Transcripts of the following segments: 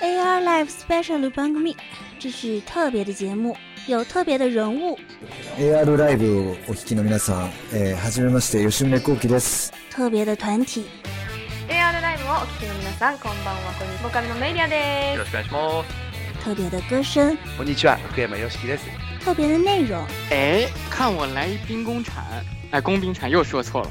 AR Live Special b a n g Me，这是特别的节目，有特别的人物。 AR ライブをお聞きの皆さん、えー、はじめまして吉宗幸喜です。特别的团体， AR ライブをお聞きの皆さんこんばんはこんにちはボカルのメイリアでよろしくお願いします。特别的歌声，こんにちは福山雅樹です。特别的内容。哎，看我来一兵工铲！哎，工兵铲又说错了。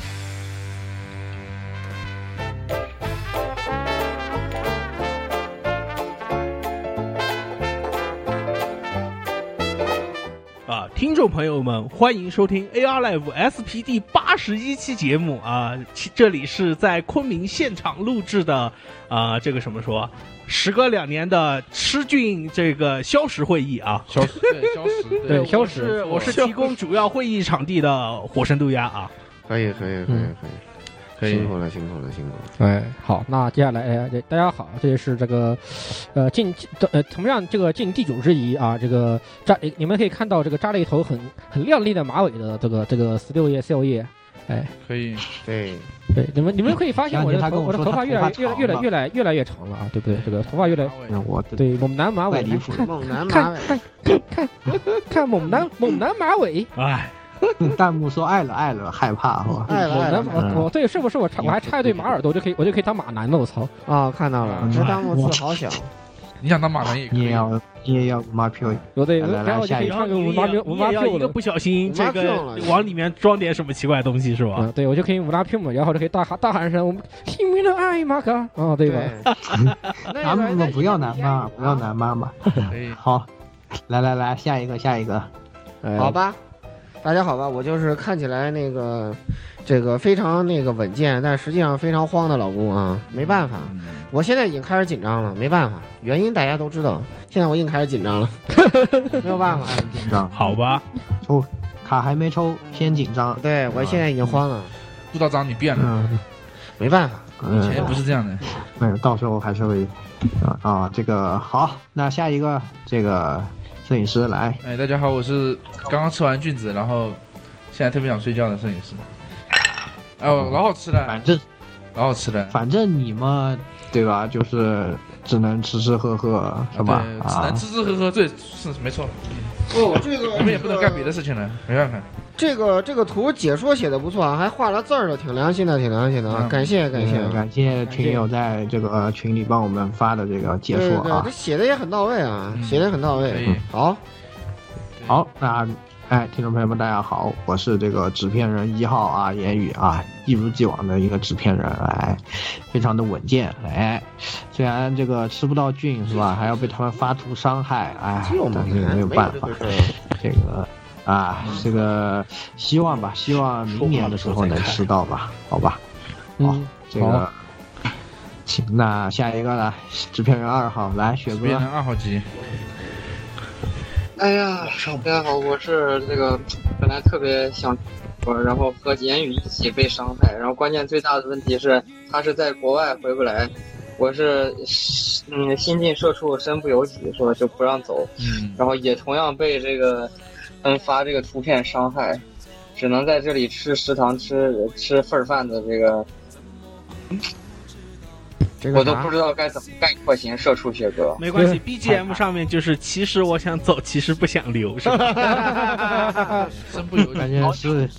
啊，听众朋友们，欢迎收听 AR Live SP 第八十一期节目啊！其这里是在昆明现场录制的，啊，这个什么说，时隔两年的吃菌这个消食会议啊。消失，对，消失，对我是我是提供主要会议场地的火神渡鸦啊。可以，可以，可嗯以，可以，辛苦了，辛苦了，辛苦了。哎，好，那接下来，哎，这大家好，这也是这个，呃，进呃，同样这个进第九之谊啊，这个扎，你们可以看到这个扎了一头很很靓丽的马尾的这个这个十六叶、十六叶，哎，可以，对，对，你们你们可以发现我的然后他头跟我我的说头发越来他头越发越来长越来越来越长了啊，对不对？这个头发越来，那我的对，猛男马尾，怪离 谱看猛男马看尾，看看看 看猛男猛男马尾，哎，弹幕说爱了爱了，害怕哈，哎，爱了我爱了能，我我对，是不是我插我还插一对马耳朵，我就可以我就可以当马男了？我操！啊，看到了，这弹幕字好小，你想当马男也可你也以，要你也要五马屁股，有的有来的，来然后就下可一以个穿个五八六五八也要六一个了。不小心，五八这六个了往里面装点什么奇怪的东西是吧？嗯，对，我就可以五拉屁股，然后就可以大喊大喊一声“我们拼命的爱马卡”，哦，对吧？那咱们不要男妈，不要男，男妈妈，可以。好，来来来，下一个下一个，哎好，吧。大家好吧，我就是看起来那个，这个非常那个稳健，但实际上非常慌的老公啊，没办法，我现在已经开始紧张了，没办法，原因大家都知道，现在我已经开始紧张了，没有办法，紧张，好吧，卡还没抽，先紧张，对我现在已经慌了，杜道长，你变了，嗯没办法，以前也嗯，不是这样的。没有，到时候还是会，啊啊，这个好，那下一个这个摄影师来，哎，大家好，我是刚刚吃完菌子，然后现在特别想睡觉的摄影师。哦，老好吃了，反正老好吃了。反正你嘛，对吧？就是只能吃吃喝喝，是吧？对，只啊能，吃吃喝喝，对，是没错，哦，这个我们也不能干别的事情了，没办法。这个这个图解说写的不错啊，还画了字儿的，挺良心的，挺良心的啊！嗯感谢感感谢，谢感谢群友在这个呃群里帮我们发的这个解对对说对，啊他。写的也很到位啊，嗯写的也很到可位。以，好，好，那哎，听众朋友们，大家好，我是这个纸片人一号啊，言语啊，一如既往的一个纸片人，哎，非常的稳健，哎，虽然这个吃不到菌是吧，还要被他们发图伤害，哎这，但是没没有办法这，回事这个啊，这个希望吧，希望明年的时候能吃到吧，好吧。好，这个好，行，那下一个来，制片人二号来，雪变成哥，二号机，哎呀，大家好，我是那个本来特别想，然后和言语一起被伤害，然后关键最大的问题是他是在国外回不来，我是嗯新进社畜身不由己，说就不让走，嗯，然后也同样被这个嗯发这个图片伤害，只能在这里吃食堂吃吃份儿饭的这个，这我个都啥不知道该怎么概括型社畜学 哥。没关系太，BGM 上面就是其实我想走，其实不想留，是吧？ 身不由感己。觉是，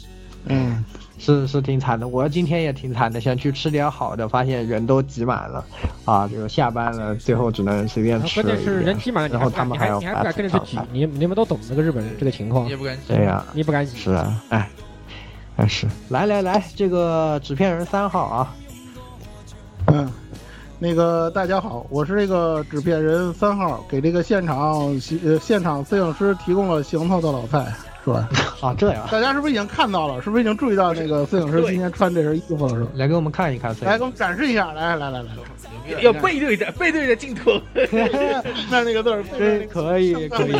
嗯，是是挺惨的，我今天也挺惨的，想去吃点好的，发现人都挤满了，啊，这个下班了，最后只能随便然后吃啊关了一键点。是人挤满了，你然后还他不们敢要你还你还不发敢图跟着去上挤，你你们都懂这个日本人这个情况也，不敢对呀、你不敢挤。是啊，哎，哎是，来来来，这个纸片人三号啊，嗯，那个大家好，我是这个纸片人三号，给这个现场呃现场摄影师提供了行头的老蔡。是吧？ 啊，这样大家是不是已经看到了？是不是已经注意到那个摄影师今天穿这身衣服了？是吧？来给我们看一看，来给我们展示一下，来来来来，要背对着背对着镜头，那那个字儿，真可以可以，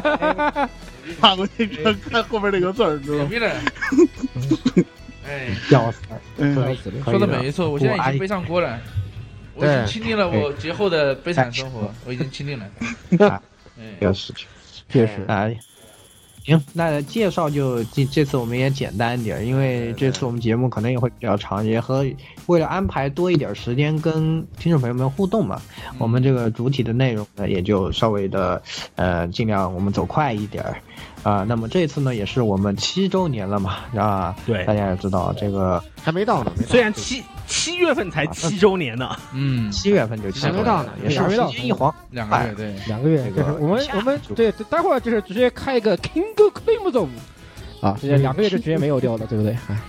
看过去看看后边那个字儿，知道吗？哎，笑死了，嗯可以啊说的没错，我现在已经背上锅了，我已经对哎经历了我节后的悲惨生活，我已经经历了。这个事情，确实哎。行，那介绍就这这次我们也简单一点，因为这次我们节目可能也会比较长，也和为了安排多一点时间跟听众朋友们互动嘛，嗯我们这个主体的内容呢也就稍微的呃尽量我们走快一点儿啊、那么这次呢也是我们七周年了嘛，啊，对大家也知道这个还没到呢， 虽然七七月份才七周年呢，嗯，七月份就七还没周到年呢了，也是还没到时间一晃两个月对两个月，就是我们我们对，对待会儿就是直接开一个 King Cream Zone，啊，嗯直接两个月就直接没有掉了，对不对？哎，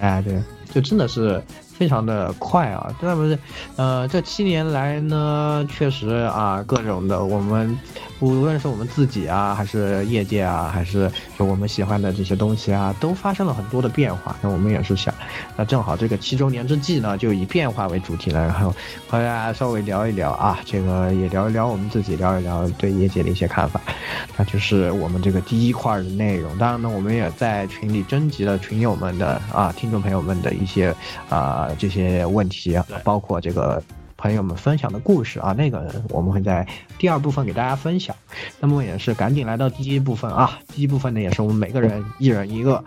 哎，对，就真的是非常的快啊！这不是，呃，这七年来呢，确实啊，各种的，我们无论是我们自己啊，还是业界啊，还是就我们喜欢的这些东西啊，都发生了很多的变化。那我们也是想，那正好这个七周年之际呢，就以变化为主题了，然后和大家稍微聊一聊啊，这个也聊一聊我们自己，聊一聊对业界的一些看法。那就是我们这个第一块的内容。当然呢，我们也在群里征集了群友们的啊，听众朋友们的一些啊这些问题，啊包括这个。朋友们分享的故事啊，那个我们会在第二部分给大家分享。那么也是赶紧来到第一部分啊，第一部分呢也是我们每个人一人一个。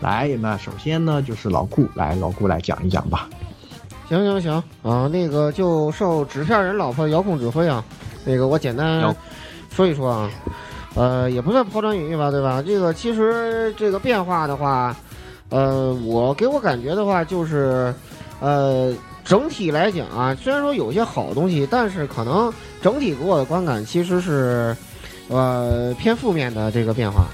来，那首先呢就是老顾，来老顾来讲一讲吧。行行行啊，那个就受纸片人老婆遥控指挥啊，那个我简单说一说啊，呃，也不算抛砖引玉吧，对吧？这个其实这个变化的话，呃，我给我感觉的话就是，呃，整体来讲啊，虽然说有些好东西，但是可能整体给我的观感其实是，呃，偏负面的这个变化。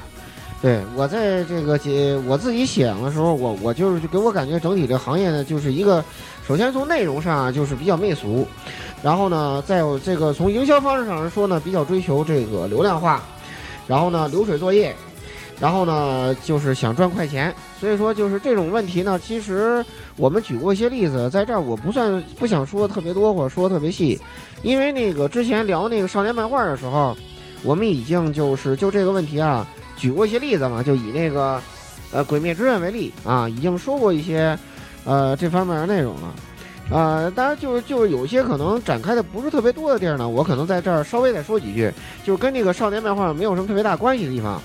对我在这个节我自己写的时候，我我就是给我感觉整体这行业呢，就是一个首先从内容上啊就是比较媚俗，然后呢，再有这个从营销方式上来说呢，比较追求这个流量化，然后呢流水作业，然后呢就是想赚快钱，所以说就是这种问题呢，其实我们举过一些例子，在这儿我不算不想说特别多或者说特别细，因为那个之前聊那个少年漫画的时候，我们已经就是就这个问题啊举过一些例子嘛，就以那个呃《鬼灭之刃》为例啊，已经说过一些呃这方面的内容了。呃，当然就是就是有些可能展开的不是特别多的地儿呢，我可能在这儿稍微再说几句，就是跟这个少年漫画没有什么特别大关系的地方。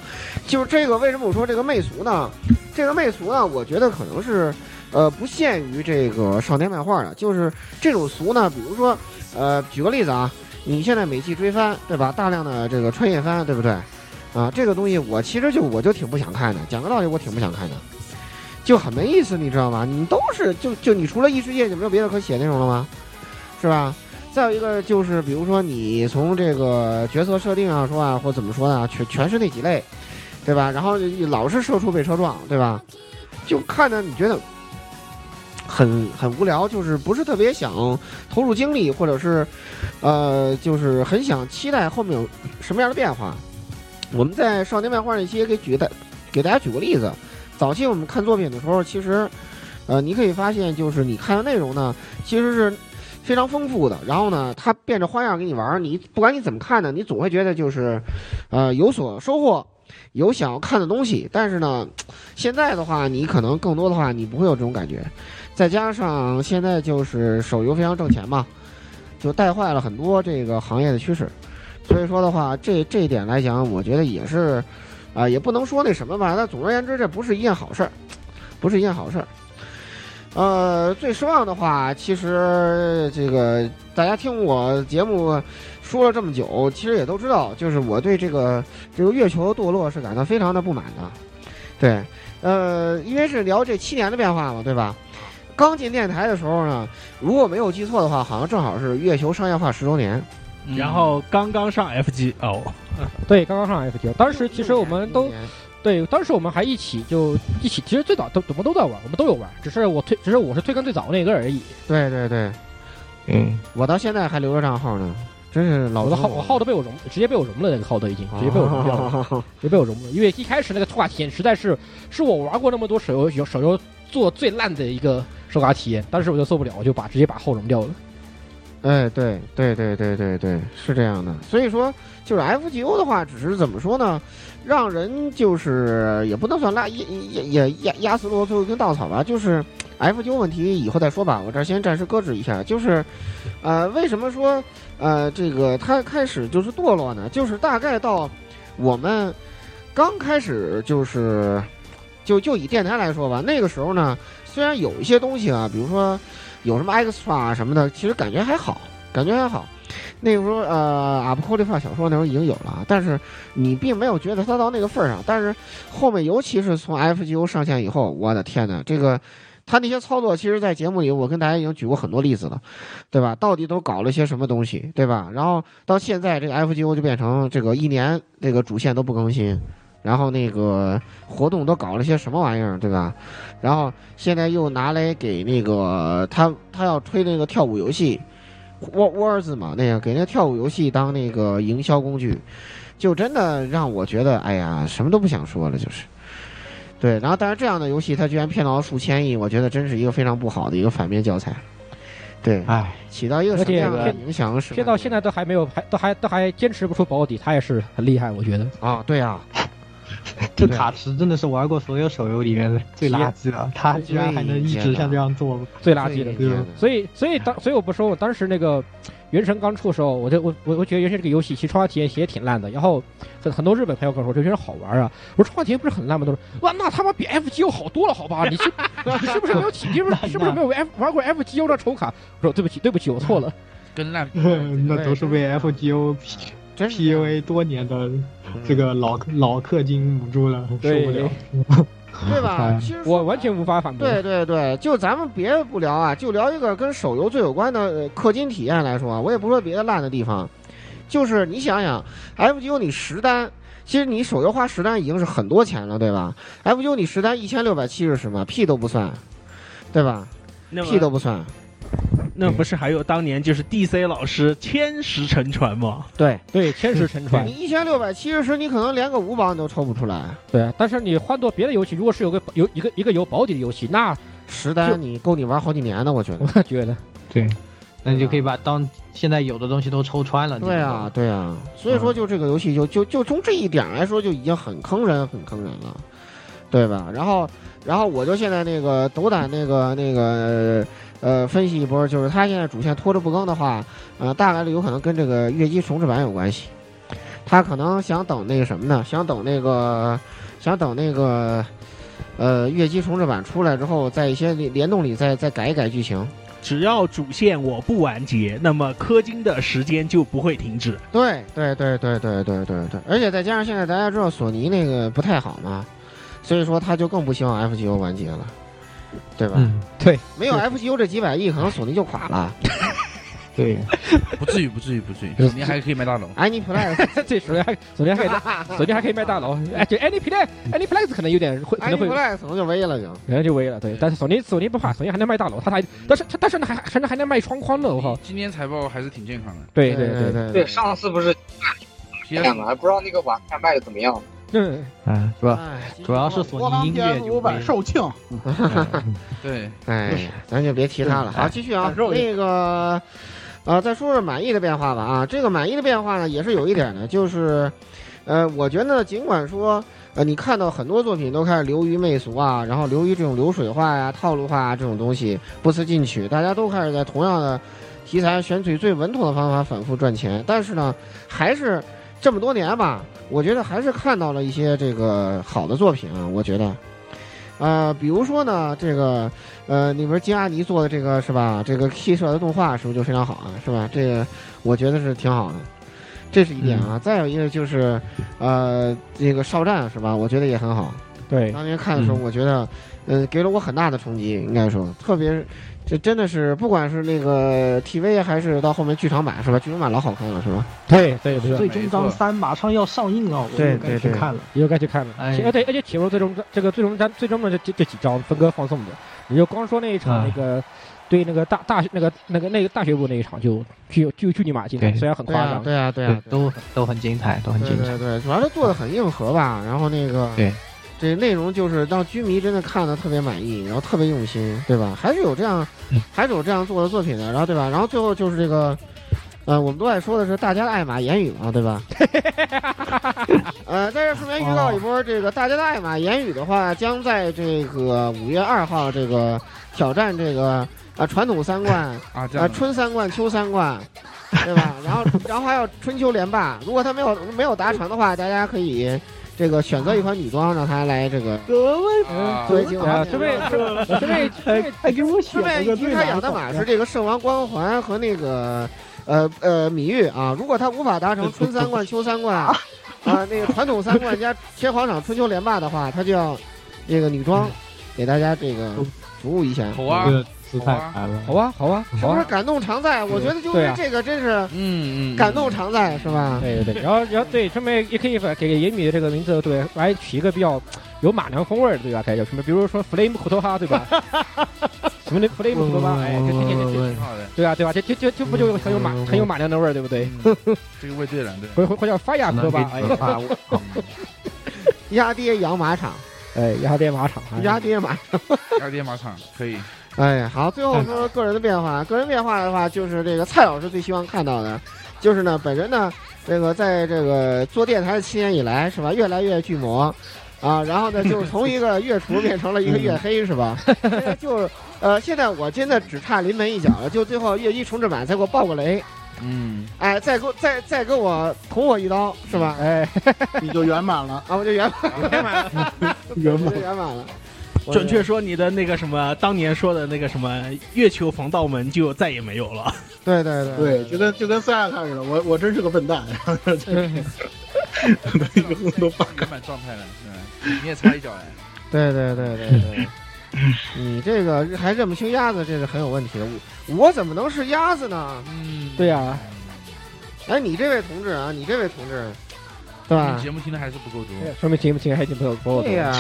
就是这个为什么我说这个媚俗呢？这个媚俗呢，我觉得可能是呃不限于这个少年漫画了，就是这种俗呢，比如说呃举个例子啊，你现在美系追番对吧？大量的这个穿越番对不对？啊，这个东西我其实就我就挺不想看的，讲个道理我挺不想看的。就很没意思，你知道吗？你都是就就你除了异世界，你没有别的可写内容了吗？是吧？再有一个就是，比如说你从这个角色设定上说啊，或怎么说呢，全全是那几类，对吧？然后老是射出被车撞，对吧？就看着你觉得很很无聊，就是不是特别想投入精力，或者是呃，就是很想期待后面有什么样的变化。我们在少年漫画那期也给举的，给大家举过例子。早期我们看作品的时候，其实，呃，你可以发现，就是你看的内容呢，其实是非常丰富的。然后呢，它变着花样给你玩儿，你不管你怎么看呢，你总会觉得就是，呃，有所收获，有想要看的东西。但是呢，现在的话，你可能更多的话，你不会有这种感觉。再加上现在就是手游非常挣钱嘛，就带坏了很多这个行业的趋势。所以说的话，这这一点来讲，我觉得也是，啊、也不能说那什么吧。但总而言之，这不是一件好事儿，不是一件好事儿。呃，最失望的话，其实这个大家听我节目说了这么久，其实也都知道，就是我对这个这个月球堕落是感到非常的不满的。对，呃，因为是聊这七年的变化嘛，对吧？刚进电台的时候呢，如果没有记错的话，好像正好是月球商业化十周年。嗯嗯然后刚刚上 F G 哦，对，刚刚上 F 九，当时其实我们都。对，当时我们还一起就一起，其实最早都我们都在玩，我们都有玩，只是我推，只是我是推更最早那个而已。对对对，嗯，我到现在还留着账号呢。真是老我的头号我号都被我融，直接被我融了，那个号都已经哦直接被我融掉了， 直接被我融了。因为一开始那个拖卡体验实在是是我玩过那么多手游有手游做最烂的一个手卡体验，当时我就受不了，我就把直接把号融掉了。哎，对对对对对对，是这样的。所以说，就是 FGO 的话，只是怎么说呢，让人就是也不能算拉也也也压压死骆驼一根稻草吧，就是呃 FGO 问题以后再说吧。我这儿先暂时搁置一下，就是，呃，为什么说呃这个它开始就是堕落呢？就是大概到我们刚开始就是就就以电台来说吧，那个时候呢，虽然有一些东西啊，比如说有什么 extra 啊什么的，其实感觉还好，感觉还好。那个时候，呃，阿布库利法小说那时候已经有了啊，但是你并没有觉得它到那个份儿上。但是后面，尤其是从 FGO 上线以后，我的天呐，这个他那些操作，其实，在节目里我跟大家已经举过很多例子了，对吧？到底都搞了些什么东西，对吧？然后到现在，这个 FGO 就变成这个一年这个主线都不更新，然后那个活动都搞了些什么玩意儿，对吧？然后现在又拿来给那个他他要推那个跳舞游戏，War Wars 嘛，那个给那个跳舞游戏当那个营销工具，就真的让我觉得，哎呀，什么都不想说了，就是。对，然后但是这样的游戏，它居然骗到了数千亿，我觉得真是一个非常不好的一个反面教材。对，哎，起到一个而什么且样的骗影响是骗到现在都还没有，还都还都还坚持不出保底，他也是很厉害，我觉得。啊，对啊，这卡池真的是玩过所有手游里面的最垃圾了，他居然还能一直像这样做，最垃圾的对吧？所以，所以当嗯所以我不说，我当时那个《原神》刚出的时候，我就我我我觉得《原神》这个游戏其实创造体验也挺烂的。然后很很多日本朋友跟我说，这《原神》好玩啊，我说创造体验不是很烂吗？他说哇，那他妈比 FGO 好多了，好吧？你 是你是不是没有体，你是不是是不是没有 F 玩过 FGO 的抽卡？我说对不起，对不起，我错了。跟烂 那都是被 FGO P PUA 多年的嗯这个老老氪金捂住了，受不了。对 吧？哎其实我完全无法反驳。对对对，就咱们别的不聊啊，就聊一个跟手游最有关的呃氪金体验来说啊，我也不说别的烂的地方，就是你想想，FGO 你十单，其实你手游花十单已经是很多钱了，对吧？FGO 你十单一千六百七十什么屁都不算，对吧？那么屁都不算，那不是还有当年就是 DC 老师千石沉船吗？对对， 千石沉船你。一千六百七十，你可能连个五保你都抽不出来，对，啊但是你换做别的游戏，如果是有个有一个一个有保底的游戏，那十单你够你玩好几年的，我觉得。我觉得对，那你就可以把当现在有的东西都抽穿了。对啊，对啊，所以说就这个游戏就就就从这一点来说就已经很坑人，很坑人了，对吧？然后，然后我就现在那个斗胆那个那个呃分析一波，就是他现在主线拖着不更的话，呃，大概率有可能跟这个月姬重置版有关系。他可能想等那个什么呢？想等那个，想等那个，呃，月姬重置版出来之后，在一些联联动里再再改一改剧情。只要主线我不完结，那么氪金的时间就不会停止。对对对对对对对对，而且再加上现在大家知道索尼那个不太好嘛，所以说他就更不希望 FGO 完结了，对吧？嗯，对没有 FGO 这几百亿，可能索尼就垮了。对，不至于，不至于，不至于，你还可以卖大龙。 AnyPlex 这首先还首先还可以，首先还可以卖大佬。哎，这 AnyPlex AnyPlex 可能有点会，可能会 AnyPlex 可能就危了就。可能就危了。对，但是索尼索尼不怕，索尼还能卖大佬，他哎还但是他但是呢还还能还能卖窗框的，我靠！今年财报还是挺健康的。对对对对对，上次不是哎骗了，还不知道那个网站卖的怎么样。嗯，嗯，是吧？哎主要是索尼音乐五就百售罄，对，哎，咱就别提他了。好，继续啊，那个，呃，再说说满意的变化吧啊。这个满意的变化呢，也是有一点的，就是，呃，我觉得尽管说，呃，你看到很多作品都开始流于媚俗啊，然后流于这种流水化呀、套路化啊这种东西，不思进取，大家都开始在同样的题材选取最稳妥的方法反复赚钱，但是呢，还是这么多年吧，我觉得还是看到了一些这个好的作品啊，我觉得。呃，比如说呢，这个呃，里边金阿尼做的这个是吧？这个 K 社的动画是不是就非常好啊？是吧？这个我觉得是挺好的，这是一点嗯啊。再有一个就是呃，这个少战是吧？我觉得也很好。对，当年看的时候，嗯我觉得，呃，给了我很大的冲击，应该说，特别是这真的是，不管是那个 TV 还是到后面剧场版是吧？剧场版老好看了是吧？对对最终章三马上要上映啊了，我对又该去对对看了。你又该去看了。哎而且而且铁路最终这个最终章最终的这这这几章分割放送的，你就光说那一场哎那个对那个大大那个那个那个大学部那一场就就就就你妈精彩，虽然很夸张，对啊对啊对啊都都很精彩，都很精对彩对。对，主要是做的很硬核吧，然后那个对，这内容就是让居迷真的看的特别满意，然后特别用心，对吧？还是有这样，嗯还是有这样做的作品的，然后对吧？然后最后就是这个，呃，我们都爱说的是大家的爱玛言语嘛，对 吧？呃，在这顺便预告一波，这个大家的爱玛言语的话，将在这个五月二号这个挑战这个啊传统三冠啊这样啊的春三冠秋三冠，对 吧？然后然后还有春秋连霸，如果他没有没有达成的话，大家可以。这个选择一款女装，让他来这个哎作为精华啊，这位这位还还给我选了个因对为马他养的马是这个圣王光环和那个呃呃芈月啊，如果他无法达成春三冠、秋三冠啊、那个传统三冠加天皇赏春秋连霸的话，他就要这个女装给大家这个服务一下。嗯好啊这个姿态来了，好啊好啊是好不是啊，感动常在？我觉得就对是啊这个，真是嗯感动常在是吧？哎对对对，然后然后对，顺便也可以把给野米的这个名字对，来取一个比较有马娘风味儿的对吧？改叫什么？比如说 flame 苦头哈对吧？什么的 flame 苦头哈，哎，这这这这，挺好的，对啊对吧？这这这这不就很有马很有马娘的味儿对不对？ 这个味对了，对。嗯回回回叫发雅科吧，嗯哎能给你发呀，压爹养马场， 哎，鸭爹马场，哎压爹马场。二爹马场可以。哎呀，好，最后我说说个人的变化。个人变化的话，就是这个蔡老师最希望看到的，就是呢，本人呢，这个在这个做电台的七年以来，是吧，越来越巨魔，啊，然后呢，就是从一个月厨变成了一个月黑，是吧？这个就是呃，现在我真的只差临门一脚了，就最后月一重置版才给我爆个雷，嗯，哎，再给我再再给我捅我一刀，是吧？哎，你就圆满了啊，我就圆满圆满了，圆我就圆满了。我准确说，你的那个什么，当年说的那个什么月球防盗门就再也没有了。对对对对，就跟就跟塞亚看似的，我我真是个笨蛋，然后就是一个嗯轰都圆满状态了，对，你也差一脚哎。对对对对对，你这个还认不清鸭子，这是很有问题的。我我怎么能是鸭子呢？ 嗯对呀，哎，你这位同志啊，你这位同志，对吧你？节目听的还是不够多。说明节目听还挺不错，不错对呀、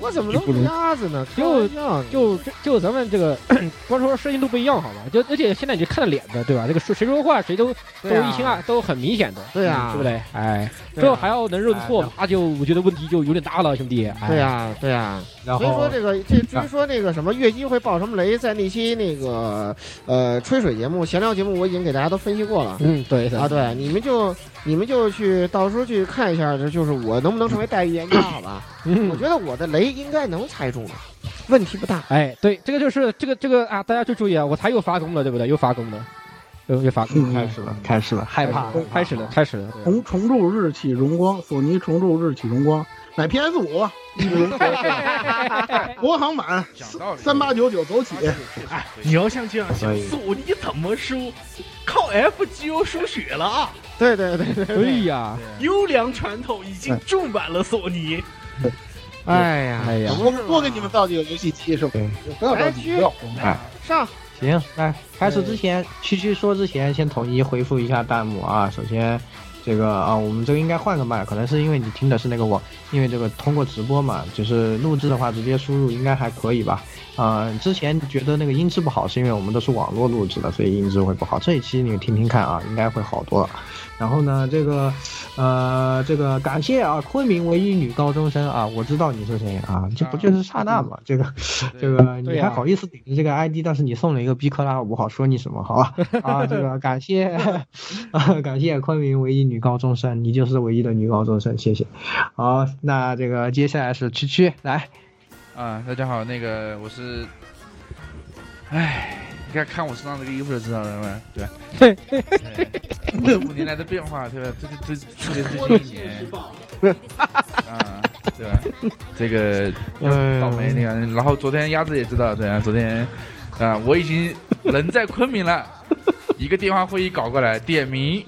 我怎么能是鸭子 呢？开就玩笑呢就就咱们这个， 光说事情都不一样，好吧？就而且现在你就看着脸的，对吧？这个说谁说话谁都都对啊一清二，都很明显的，对啊嗯对不对？哎，对啊这还要能认错，那就我觉得问题就有点大了，兄弟。哎对呀，对呀，然所以说后这个这至于说那个什么月一会爆什么雷，在那期那个呃吹水节目、闲聊节目，我已经给大家都分析过了。嗯，对啊，对，你们就你们就去到时候去看一下，这就是我能不能成为代预言家，好吧？嗯我觉得我的雷应该能猜中的，问题不大。哎，对，这个就是这个这个啊，大家就注意啊，我才又发功了，对不对？又发功了，又又发功了，开始了，开始了，害怕，开始了，开始了。重重铸日企荣光，索尼重铸日企荣光，买 PS 五， 国行版三八九九走起，哎你要啊像这样想可以，索尼怎么输？靠 FGO 输血了啊！对对对对，对哎呀，优良传统已经注满了索尼。哎呀哎呀多多给你们造几个游戏机是吧？不要着急，不要嗯慌。哎，上行，来开始之前，区区说之前，先统一回复一下弹幕啊。首先，这个啊，我们这个应该换个麦，可能是因为你听的是那个网，因为这个通过直播嘛，就是录制的话直接输入应该还可以吧。呃，之前觉得那个音质不好，是因为我们都是网络录制的，所以音质会不好。这一期你听听看啊，应该会好多了。然后呢，这个，呃，这个感谢啊，昆明唯一女高中生啊，我知道你是谁啊，这不就是刹那嘛？这个， 这个，嗯你对啊还呀好意思顶着这个 ID，但是你送了一个逼克拉，我不好说你什么，好吧？啊，这 个感谢，啊，感谢昆明唯一女高中生，你就是唯一的女高中生，谢谢。好，那这个接下来是区区来，啊，大家好，那个我是，哎，你看看我身上这个衣服就知道了嘛，对吧？对五年来的变化，对吧？这个这特别最近一年，啊，对吧？这个嗯嗯倒霉那个，然后昨天鸭子也知道，对啊，昨天啊，我已经人在昆明了，一个电话会议搞过来，点名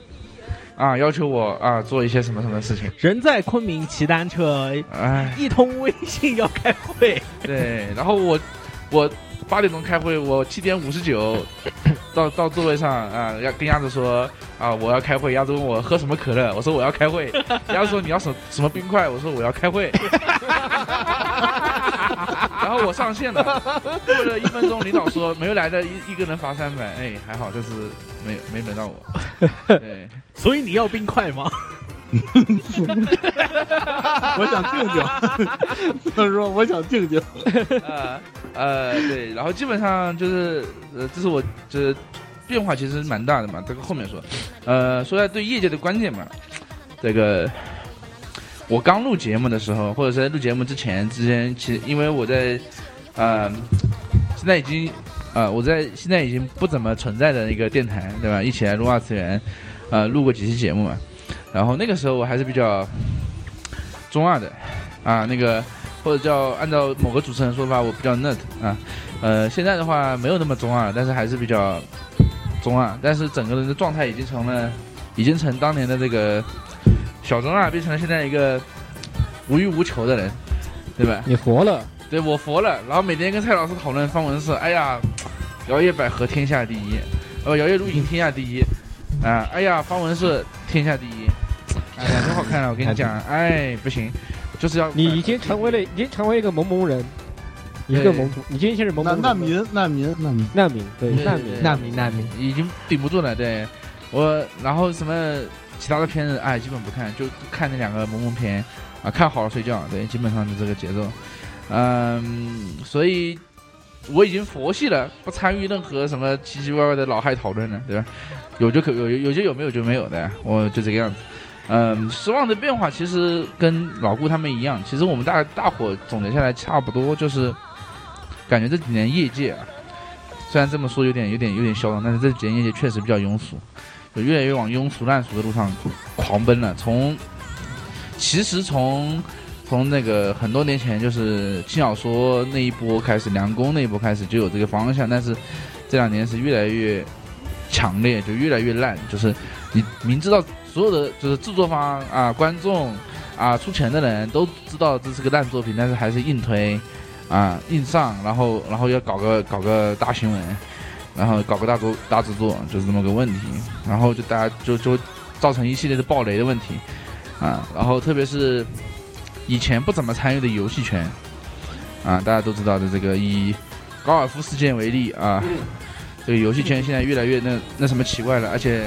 啊，要求我啊做一些什么什么事情，人在昆明骑单车，哎，一通微信要开会， 对，然后我我八点钟开会，我七点五十九到到座位上啊，要跟鸭子说啊我要开会，鸭子问我喝什么可乐，我说我要开会，鸭子说你要什什么冰块，我说我要开会，然后后我上线了，过了一分钟，领导说没有来的一一个人罚三百，哎，还好这次没没轮到我。对，所以你要冰块吗？我想静静，他说我想静静。呃呃，对，然后基本上就是呃，这是我就是变化其实蛮大的嘛，这个后面说，呃，说下对业界的观点嘛，这个我刚录节目的时候，或者是在录节目之前，之前其实因为我在呃，现在已经呃，我在现在已经不怎么存在的一个电台，对吧？一起来录二次元，呃，录过几期节目嘛，然后那个时候我还是比较中二的啊，那个或者叫按照某个主持人说法，我比较 nerd 啊，呃，现在的话没有那么中二，但是还是比较中二，但是整个人的状态已经成了，已经成当年的这个小中二，变成了现在一个无欲无求的人，对吧？你活了，对我佛了，然后每天跟蔡老师讨论方文社，哎呀，摇曳百合天下第一，哦，摇曳录影天下第一，啊，哎呀，方文社天下第一，哎呀，真好看啊！我跟你讲，哎，不行，就是要你已经成为了，已经成为一个萌萌人，一个萌，你今天是萌萌人难民，难民，难民，难民，对，对难对民，对已经顶不住了。对我，然后什么其他的片子，哎，基本不看，就看那两个萌萌片啊，看好了睡觉。对，基本上就这个节奏。嗯，所以我已经佛系了，不参与任何什么奇奇怪怪的老害讨论了，对吧？有就可有，有就有，没有就没有的，我就这个样子。嗯，失望的变化其实跟老顾他们一样，其实我们大大伙总结下来差不多就是，感觉这几年业界啊，虽然这么说有点有点有点嚣张，但是这几年业界确实比较庸俗，就越来越往庸俗烂俗的路上狂奔了。从其实从从那个很多年前就是轻小说那一波开始，梁工那一波开始就有这个方向，但是这两年是越来越强烈，就越来越烂，就是你明知道所有的就是制作方啊、观众啊、出钱的人都知道这是个烂作品，但是还是硬推啊、硬上，然后然后要搞个搞个大新闻，然后搞个大作大制作，就是这么个问题，然后就大家就就造成一系列的暴雷的问题啊，然后特别是以前不怎么参与的游戏圈啊，大家都知道的这个以高尔夫事件为例啊。这个游戏圈现在越来越那那什么奇怪了，而且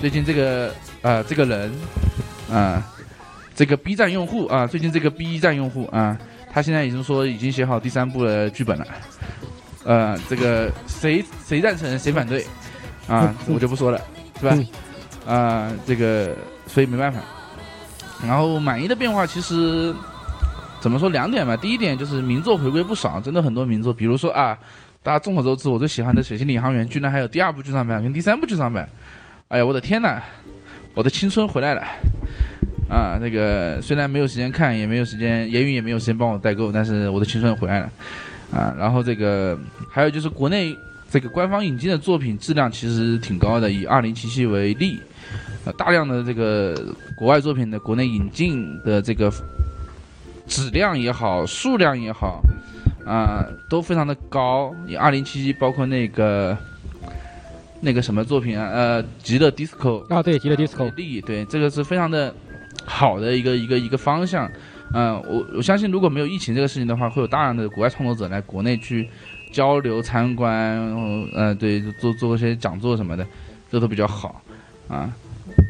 最近这个啊、这个人啊、这个 B 站用户啊、最近这个 B 站用户啊、他现在已经说已经写好第三部的剧本了，呃，这个谁谁赞成谁反对啊、我就不说了，是吧？啊、这个所以没办法。然后满意的变化其实怎么说两点吧，第一点就是名作回归不少，真的很多名作，比如说啊，大家众所周知，我最喜欢的《水星领航员》居然还有第二部剧场版跟第三部剧场版，哎呀，我的天呐，我的青春回来了！啊，那个虽然没有时间看，也没有时间，言语也没有时间帮我代购，但是我的青春回来了。啊，然后这个还有就是国内这个官方引进的作品质量其实挺高的，以《二零七七》为例，呃，大量的这个国外作品的国内引进的这个质量也好，数量也好，啊、都非常的高。以二零七七包括那个那个什么作品啊，呃，《极乐 disco》啊，对，极乐 disco 为例，对，这个是非常的好的一个一个一个方向。嗯、我我相信如果没有疫情这个事情的话，会有大量的国外创作者来国内去交流、参观，呃呃，对，做做一些讲座什么的，这都比较好啊。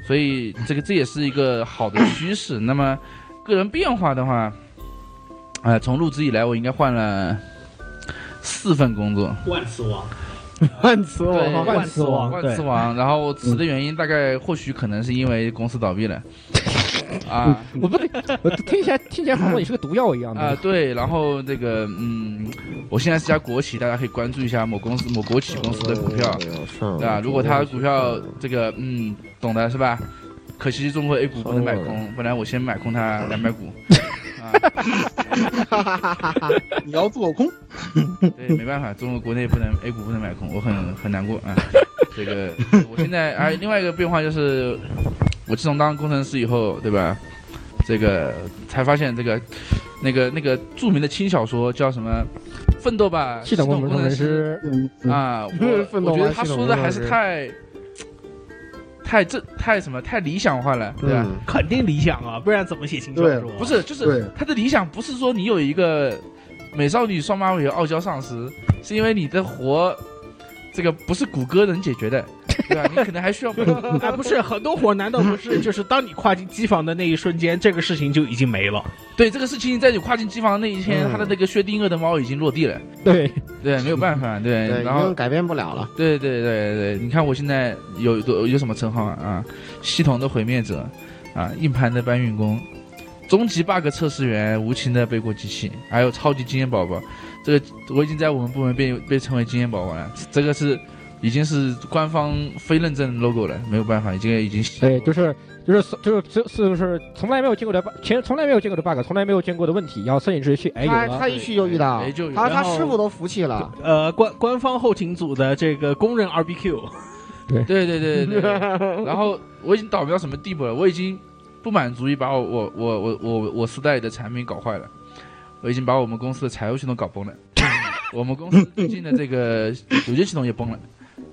所以这个这也是一个好的趋势。那么个人变化的话，呃，从入职以来，我应该换了四份工作，万磁王，万磁对王，万磁王，万磁王。然后我辞的原因，大概或许可能是因为公司倒闭了，啊，我不对，我听起来听起来好像你是个毒药一样的啊、对，然后这个嗯，我现在是家国企，大家可以关注一下某公司某国企公司的股票，对啊吧？如果它股票这个嗯，懂的是吧？可惜中国 A 股不能买空，不然我先买空它两百股。你要做空，对，没办法，中国国内不能 A 股不能买空，我很很难过啊。这个我现在哎，另外一个变化就是，我自从当工程师以后，对吧？这个才发现这个那个那个著名的轻小说叫什么？奋斗吧，系统工程师啊，嗯我奋斗我觉得吧他系统说工的程还是师太太这太什么太理想化了，对吧？肯定理想啊，不然怎么写轻小说？不是，就是他的理想不是说你有一个美少女双马尾和傲娇丧尸，是因为你的活，这个不是谷歌能解决 的，对吧？你可能还 需要哎，不是很多活，难道不是就是当你跨进机房的那一瞬间，这个事情就已经没了？对，这个事情在你跨进机房那一天，嗯他的那个薛定谔的猫已经落地了。对对，没有办法，对，哎对然后已经改变不了了。对对对对，你看我现在有有有什么称号啊？啊，系统的毁灭者，啊，硬盘的搬运工，终极 bug 测试员，无情的背锅机器，还有超级经验宝宝。这个我已经在我们部门被被称为经验宝宝了，这个是已经是官方非认证 logo 了，没有办法，已经已经对，就是就是就是就是就是从来没有见过的 bug，前从来没有见过的 bug，从来没有见过的问题，然后摄影师去哎有他了他一去就遇到，他他师傅都服气了。呃，官官方后勤组的这个工人 R B Q，对对对对对对。然后我已经倒霉到什么地步了？我已经不满足于把我我我我我我丝带里的产品搞坏了，我已经把我们公司的财务系统搞崩了，我们公司最近的这个邮件系统也崩了。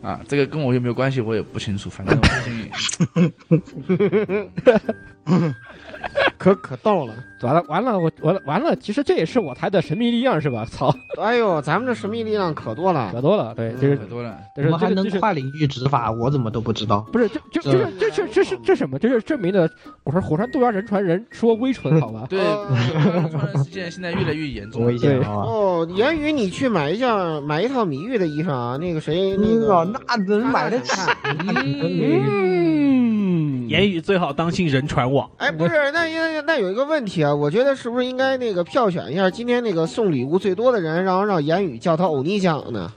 啊，这个跟我有没有关系，我也不清楚。反正我心里可可逗了， 完了完了，我完了完了，其实这也是我台的神秘力量是吧？操，哎呦，咱们这神秘力量可多了，可多了，对，就是嗯可多了，但是我们还这个能就是跨领域执法，我怎么都不知道？不是，这这这这这这是这什么？这是证明的火山火山豆芽人传人说微唇好吧？ 对，呃传人事件现在越来越严重了。对哦，言语，你去买一件买一套米玉的衣裳啊，那个谁，那个 那能买得起？嗯 嗯嗯，言语最好当心人传网。哎，不是，那那那有一个问题啊，我觉得是不是应该那个票选一下今天那个送礼物最多的人，然后让言语叫他欧尼酱呢？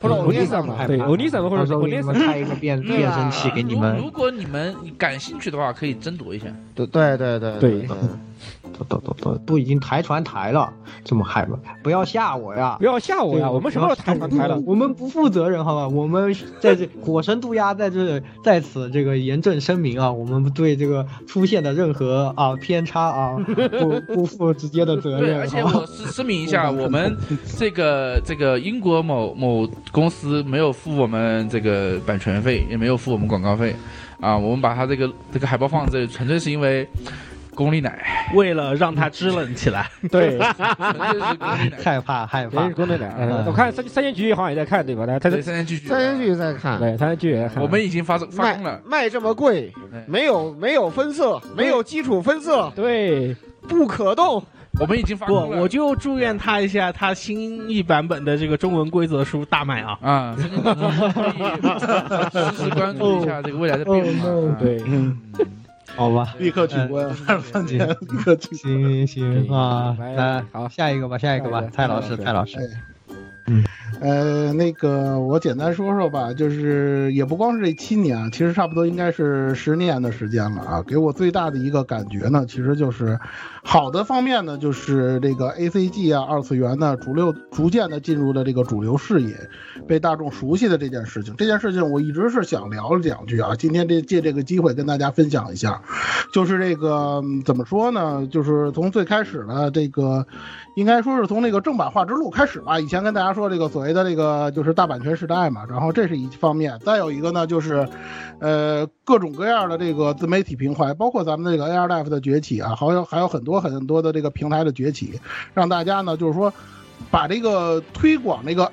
或者欧尼酱哎吧？对，欧尼桑或者我欧给尼你桑们开一个 变对变啊声器给你们嗯如。果你们感兴趣的话，可以争夺一下。对对对对嗯对都都都都不已经抬船抬了，这么害吗？不要吓我呀！不要吓我呀对我们什么时候抬船抬了我 我们不负责任，好吧？我们在这火神渡鸦在这在此这个严正声明啊，我们对这个出现的任何啊偏差啊，不不负直接的责对，任。而且哦好吧我是声明 一下，我们这个这个英国某某公司没有付我们这个版权费，也没有付我们广告费，啊，我们把它这个这个海报放这里，纯粹是因为功利奶，为了让它支棱起 来， 对，害怕害人怕是，工队长。嗯我看三三千局好像也在看对吧？大家他对，三言拒绝，三天剧再看，对三千局也在看。我们已经发发卖功了，卖这么贵，没有没有分色，没有基础分色，对不可动。啊我们已经发不，功了我就祝愿他一下，他新一版本的这个中文规则书大卖啊！啊，三言拒绝，时时关注一下这个未来的变化。啊哦对，嗯好吧。立刻取关，瞬间立刻取行关。行啊，来来好下一个吧，下一个吧下一，个蔡老师，对蔡老师，呃，那个我简单说说吧，就是也不光是这七年，啊其实差不多应该是十年的时间了啊。给我最大的一个感觉呢，其实就是好的方面呢，就是这个 A C G 啊，二次元呢，逐流逐渐的进入了这个主流视野，被大众熟悉的这件事情。这件事情我一直是想聊两句啊，今天这借这个机会跟大家分享一下，就是这个嗯怎么说呢，就是从最开始呢，这个应该说是从那个正版化之路开始吧。以前跟大家说这个所谓的这个就是大版权时代嘛，然后这是一方面，再有一个呢就是，呃，各种各样的这个自媒体平台，包括咱们这个 AR Life 的崛起啊，还有还有很多很多的这个平台的崛起，让大家呢就是说把这个推广那个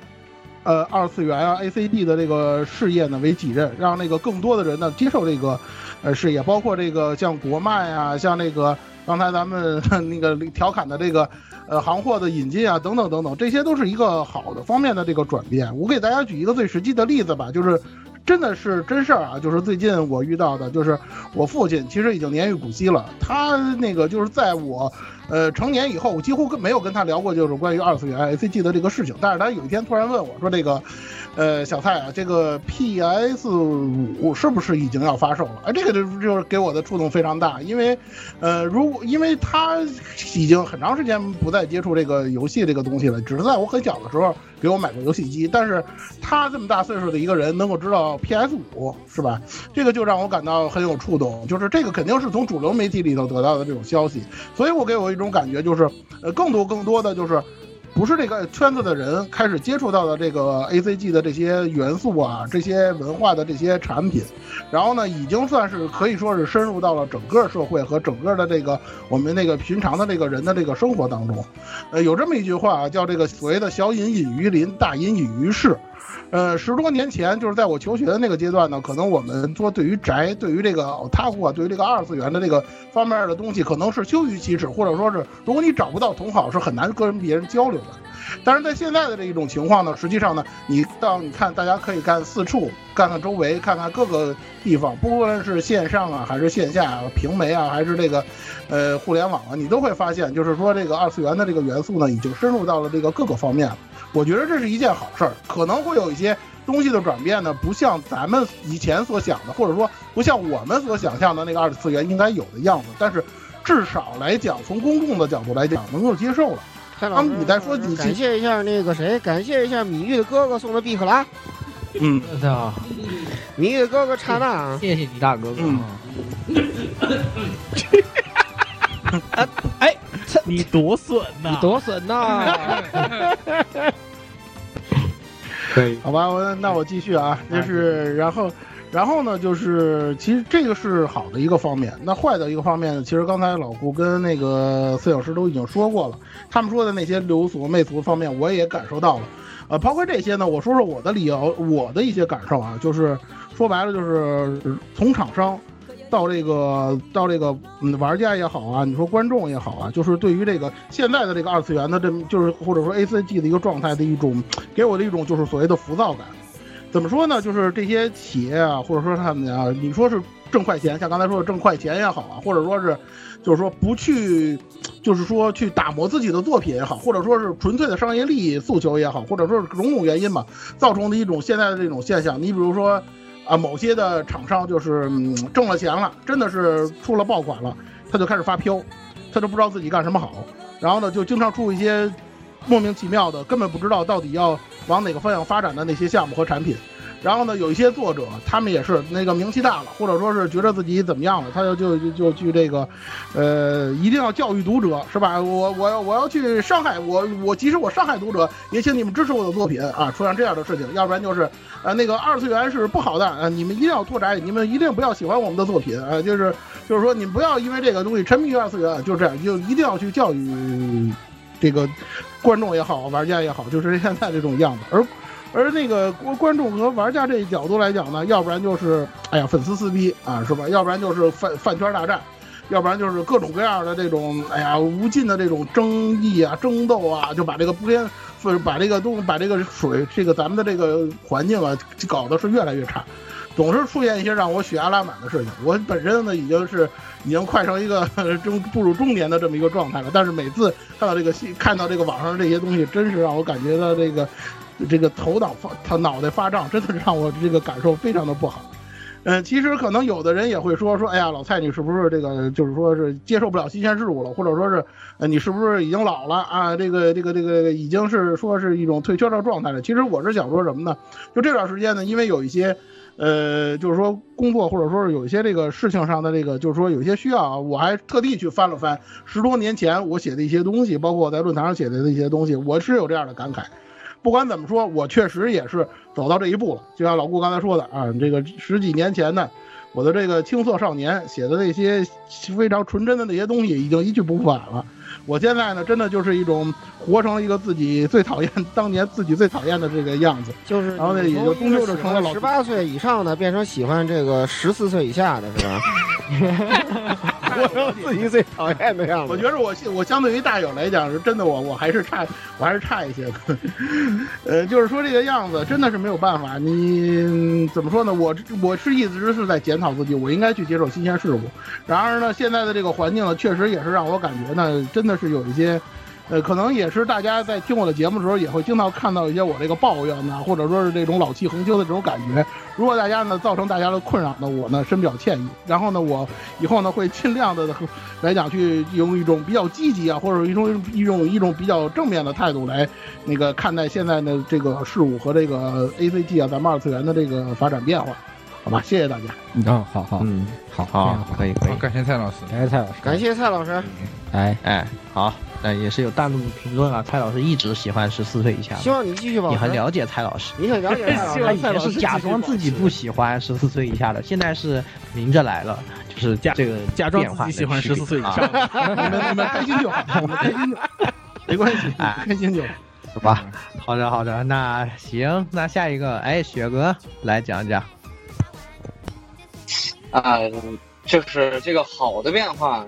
呃二次元啊 ACD 的这个事业呢为己任，让那个更多的人呢接受这个呃事业，包括这个像国漫啊，像那个刚才咱们 那个调侃的这个呃行货的引进啊，等等等等，这些都是一个好的方面的这个转变。我给大家举一个最实际的例子吧，就是。真的是真事儿啊！就是最近我遇到的，就是我父亲其实已经年逾古稀了。他那个就是在我，呃，成年以后，我几乎跟没有跟他聊过就是关于二次元 A C G 的这个事情。但是他有一天突然问我说：“这个，呃，小蔡啊，这个 P S 五是不是已经要发售了？”哎，这个就就是给我的触动非常大，因为，呃，如果因为他已经很长时间不再接触这个游戏这个东西了，只是在我很小的时候给我买过游戏机。但是他这么大岁数的一个人能够知道 PS 五是吧？这个就让我感到很有触动，就是这个肯定是从主流媒体里头得到的这种消息，所以我给我一种感觉就是，呃，更多更多的就是。不是这个圈子的人开始接触到的这个 A C G 的这些元素啊，这些文化的这些产品，然后呢，已经算是可以说是深入到了整个社会和整个的这个我们那个平常的这个人的这个生活当中。呃，有这么一句话、啊、叫这个所谓的小隐隐于林，大隐隐于市。呃，十多年前，就是在我求学的那个阶段呢，可能我们说对于宅、对于这个他户啊、对于这个二次元的这个方面的东西，可能是羞于启齿，或者说是如果你找不到同好，是很难跟别人交流的。但是在现在的这一种情况呢，实际上呢，你到你看，大家可以干四处，看看周围，看看各个地方，不论是线上啊，还是线下、啊，平媒啊，还是这个，呃，互联网啊，你都会发现，就是说这个二次元的这个元素呢，已经深入到了这个各个方面了。我觉得这是一件好事儿，可能会有一些东西的转变呢，不像咱们以前所想的，或者说不像我们所想象的那个二次元应该有的样子。但是，至少来讲，从公众的角度来讲，能够接受了。那么你再说几感谢一下那个谁，感谢一下米玉的哥哥送的毕克拉。嗯，操，米玉的哥哥刹那啊！谢谢你大哥哥。啊哎，你多损呐！你多损呐！可以， 好吧，我那我继续啊，哎就是然后。然后呢，就是其实这个是好的一个方面，那坏的一个方面呢，其实刚才老顾跟那个四小师都已经说过了，他们说的那些流俗媚俗方面，我也感受到了。呃，抛开这些呢，我说说我的理由，我的一些感受啊，就是说白了，就是从厂商到这个到这个嗯玩家也好啊，你说观众也好啊，就是对于这个现在的这个二次元的这就是或者说 A C G 的一个状态的一种，给我的一种就是所谓的浮躁感。怎么说呢？就是这些企业啊，或者说他们啊，你说是挣快钱，像刚才说的挣快钱也好啊，或者说是，就是说不去，就是说去打磨自己的作品也好，或者说是纯粹的商业利益诉求也好，或者说是种种原因吧，造成的一种现在的这种现象。你比如说，啊，某些的厂商就是、嗯、挣了钱了，真的是出了爆款了，他就开始发飘，他就不知道自己干什么好，然后呢，就经常出一些。莫名其妙的，根本不知道到底要往哪个方向发展的那些项目和产品，然后呢，有一些作者他们也是那个名气大了，或者说是觉得自己怎么样了，他就就就去这个，呃，一定要教育读者是吧？我我要我要去伤害我我即使我伤害读者，也请你们支持我的作品啊！出现这样的事情，要不然就是，呃，那个二次元是不好的啊！你们一定要拓展，你们一定不要喜欢我们的作品啊！就是就是说，你们不要因为这个东西沉迷于二次元，就这样，就一定要去教育这个。观众也好，玩家也好，就是现在这种样子。而而那个观观众和玩家这角度来讲呢，要不然就是哎呀粉丝撕逼啊，是吧？要不然就是饭饭圈大战，要不然就是各种各样的这种哎呀无尽的这种争议啊、争斗啊，就把这个不边把这个东把这个水这个咱们的这个环境啊搞得是越来越差。总是出现一些让我血压拉满的事情。我本身呢，已经是已经快成一个中步入中年的这么一个状态了。但是每次看到这个新看到这个网上这些东西，真是让我感觉到这个这个头脑发他脑袋发胀，真的是让我这个感受非常的不好。嗯、呃，其实可能有的人也会说说，哎呀，老蔡你是不是这个就是说是接受不了新鲜事物了，或者说是呃你是不是已经老了啊？这个这个这个已经是说是一种退休的状态了。其实我是想说什么呢？就这段时间呢，因为有一些。呃，就是说工作或者说是有一些这个事情上的这个，就是说有一些需要啊，我还特地去翻了翻十多年前我写的一些东西，包括我在论坛上写的一些东西，我是有这样的感慨。不管怎么说，我确实也是走到这一步了。就像老顾刚才说的啊，这个十几年前呢，我的这个青涩少年写的那些非常纯真的那些东西，已经一去不复返了。我现在呢，真的就是一种活成一个自己最讨厌当年自己最讨厌的这个样子，就是然后呢，也就终究是成了老十八岁以上的变成喜欢这个十四岁以下的 是吧？活成自己最讨厌的样子。我觉得我我相对于大勇来讲，是真的我我还是差我还是差一些的。呃，就是说这个样子真的是没有办法，你怎么说呢？我我是一直是在检讨自己，我应该去接受新鲜事物。然而呢，现在的这个环境呢，确实也是让我感觉呢，真的。是有一些，呃，可能也是大家在听我的节目的时候，也会经常看到一些我这个抱怨呐、啊，或者说是这种老气横秋的这种感觉。如果大家呢造成大家的困扰呢，我呢深表歉意。然后呢，我以后呢会尽量的来讲去用一种比较积极啊，或者一种一种一种比较正面的态度来那个看待现在的这个事物和这个 A C G 啊，咱们二次元的这个发展变化。好吧，谢谢大家。嗯，好好，嗯，好，好，可以，可以。哎感谢蔡老师，感谢蔡老师，感谢蔡老师。哎哎，好，呃，也是有大陆评论啊，蔡老师一直喜欢十四岁以下的，希望你继续保持你很了解蔡老师，你很了解蔡老师他以前是假装自己不喜欢十四岁以下的，现在是明着来了，就是假这个假装变化自己喜的欢区别14岁以啊上你 们你们开心就好，我们开心就好，没关系，开心就好。哎是吧？好的，好的，那行，那下一个，哎，雪哥来讲讲，啊、就是这个好的变化，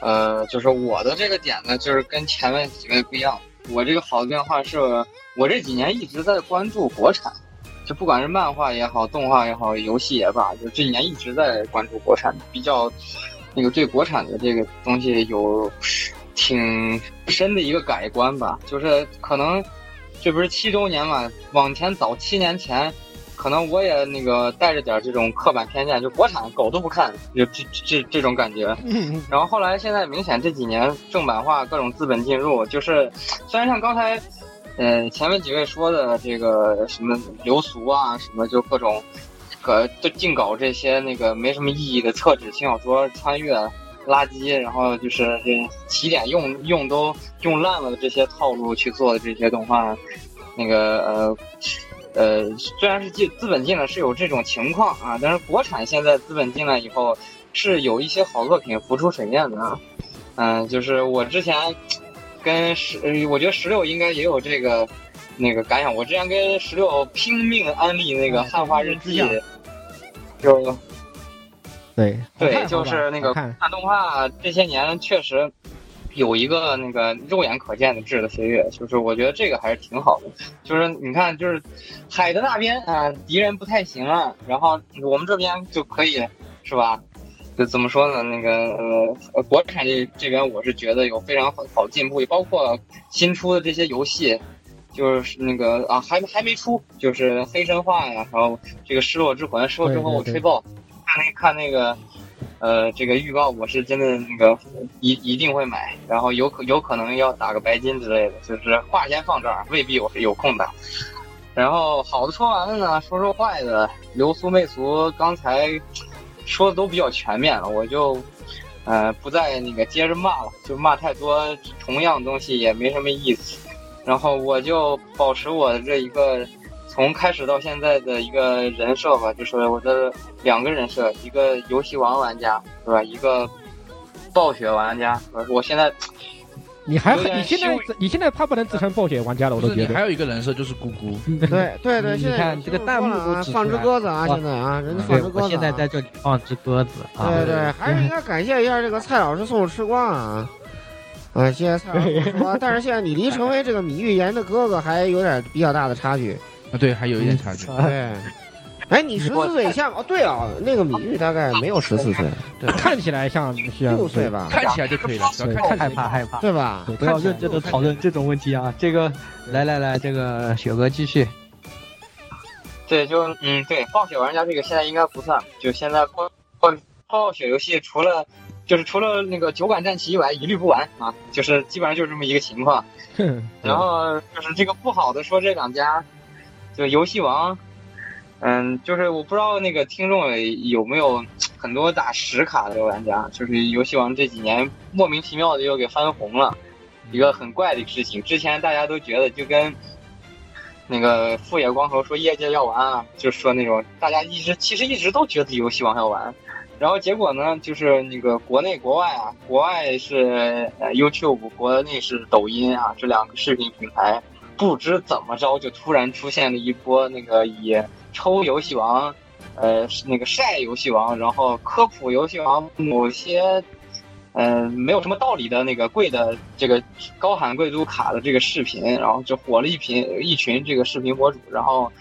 呃，就是我的这个点呢，就是跟前面几位不一样。我这个好的变化是我这几年一直在关注国产，就不管是漫画也好，动画也好，游戏也罢，就这几年一直在关注国产，比较那个对国产的这个东西有挺深的一个改观吧。就是可能这不是七周年嘛，往前早七年前，可能我也那个带着点这种刻板偏见，就国产狗都不看，就这这这种感觉。然后后来现在明显这几年正版化，各种资本进入，就是虽然像刚才，呃，前面几位说的这个什么流俗啊，什么就各种，可就净搞这些那个没什么意义的厕纸轻小说穿越。垃圾，然后就是这起点用用都用烂了的这些套路去做的这些动画，那个呃呃，虽然是进资本进来是有这种情况啊，但是国产现在资本进来以后是有一些好作品浮出水面的啊。嗯、就是我之前跟十，呃我觉得十六应该也有这个那个感想。我之前跟十六拼命安利那个《汉化日记》，就对对，就是那个看动画这些年确实有一个那个肉眼可见的质的飞跃，就是我觉得这个还是挺好的。就是你看，就是海的那边啊、敌人不太行啊，然后我们这边就可以，是吧？就怎么说呢？那个呃呃，国产这这边我是觉得有非常好好进步，也包括新出的这些游戏，就是那个啊还还没出，就是《黑神话》呀，还有这个《失落之魂》，失落之魂我对对对吹爆，看那看那个呃这个预告，我是真的那个一一定会买，然后有可有可能要打个白金之类的，就是话先放这儿，未必我是有空打。然后好的说完了呢，说说坏的，流俗媚俗，刚才说的都比较全面了，我就呃不再那个接着骂了，就骂太多同样的东西也没什么意思。然后我就保持我的这一个从开始到现在的一个人设吧，就是我的两个人设，一个游戏王玩家是吧，一个暴雪玩家。我我现在你还有点你现在你现在怕不能自称暴雪玩家了，我不都是觉你还得。有一个人设就是姑姑，嗯对对对，你现在看有这个听弹说幕了都啊指出放只来鸽子啊，哇现在啊，人家放对只鸽子、哎我啊。现在在这里放只鸽子啊，对对，还是应该感谢一下这个蔡老师送我吃瓜啊！啊，谢谢蔡老师送我吃瓜。但是现在你离成为这个米玉妍的哥哥还有点比较大的差距。啊，对，还有嗯一点差 距。 对，哎，你十四岁以下吗？哦，对啊，那个米玉大概没有十四岁， 对，看起来像需要六岁吧看起来就可以了只要对看起来害就可以怕了害怕，对吧对不要看起来认真的讨论这种问题啊，这个来来来，这个雪哥继续，对，就嗯，对，暴雪玩家这个现在应该不算，就现在暴暴暴雪游戏除了就是除了那个九版战旗以外，一律不玩啊，就是基本上就是这么一个情况。然后就是这个不好的说这两家，就游戏王，嗯，就是我不知道那个听众有没有很多打实卡的玩家，就是游戏王这几年莫名其妙的又给翻红了，一个很怪的事情。之前大家都觉得就跟那个富野光头说业界要玩啊，就说那种大家一直其实一直都觉得游戏王要玩，然后结果呢，就是那个国内国外啊，国外是呃 YouTube，国内是抖音啊，这两个视频平台不知怎么着就突然出现了一波那个以抽游戏王，呃那个晒游戏王，然后科普游戏王某些呃，没有什么道理的那个贵的这个高喊贵族卡的这个视频，然后就火了一群一群这个视频博主，然后，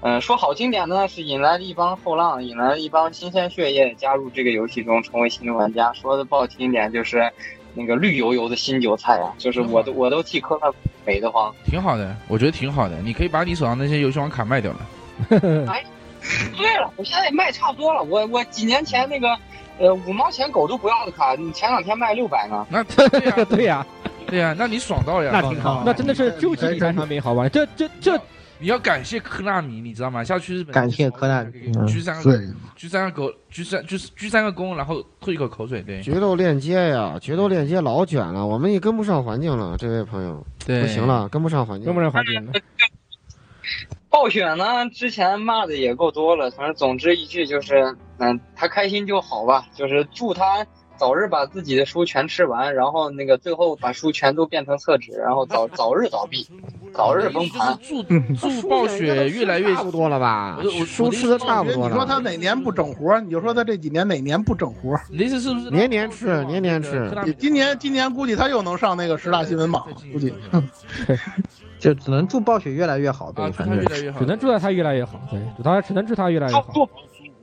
呃，说好听点呢是引来了一帮后浪，引来了一帮新鲜血液加入这个游戏中，成为新的玩家；说的不好听一点就是那个绿油油的新韭菜啊，就是我都我都替科幻美得慌。挺好的，我觉得挺好的。你可以把你手上那些游戏王卡卖掉了。哎，对了，我现在也卖差不多了，我我几年前那个。呃，五毛钱狗都不要的卡，你前两天卖六百呢。那啊对呀，对呀、那你爽到呀？那真的是究极理财产品，好吧？这这这你要感谢科纳米，你知道吗？下去日本感谢科纳米，鞠三个鞠三个狗，鞠三就是鞠三个躬，然后吐一口口水，对。决斗链接呀，决斗链接老卷了，我们也跟不上环境了，这位朋友，对不行了，跟不上环境，跟不上环境了。暴雪呢，之前骂的也够多了，反正总之一句就是，嗯，他开心就好吧，就是祝他早日把自己的书全吃完，然后那个最后把书全都变成厕纸，然后早早日倒闭，早日崩盘。祝嗯祝暴雪越来越差不多了吧我的我？书吃的差不多你说他了，哪年不整活？你就说他这几年哪年不整活？你的意思是不是年年吃，年年吃。今年今年估计他又能上那个十大新闻榜，估计。 就只能祝暴雪越来越好呗，反正啊越来越哎好只只能能祝他越来越好，对，祝他只能祝他越来越好。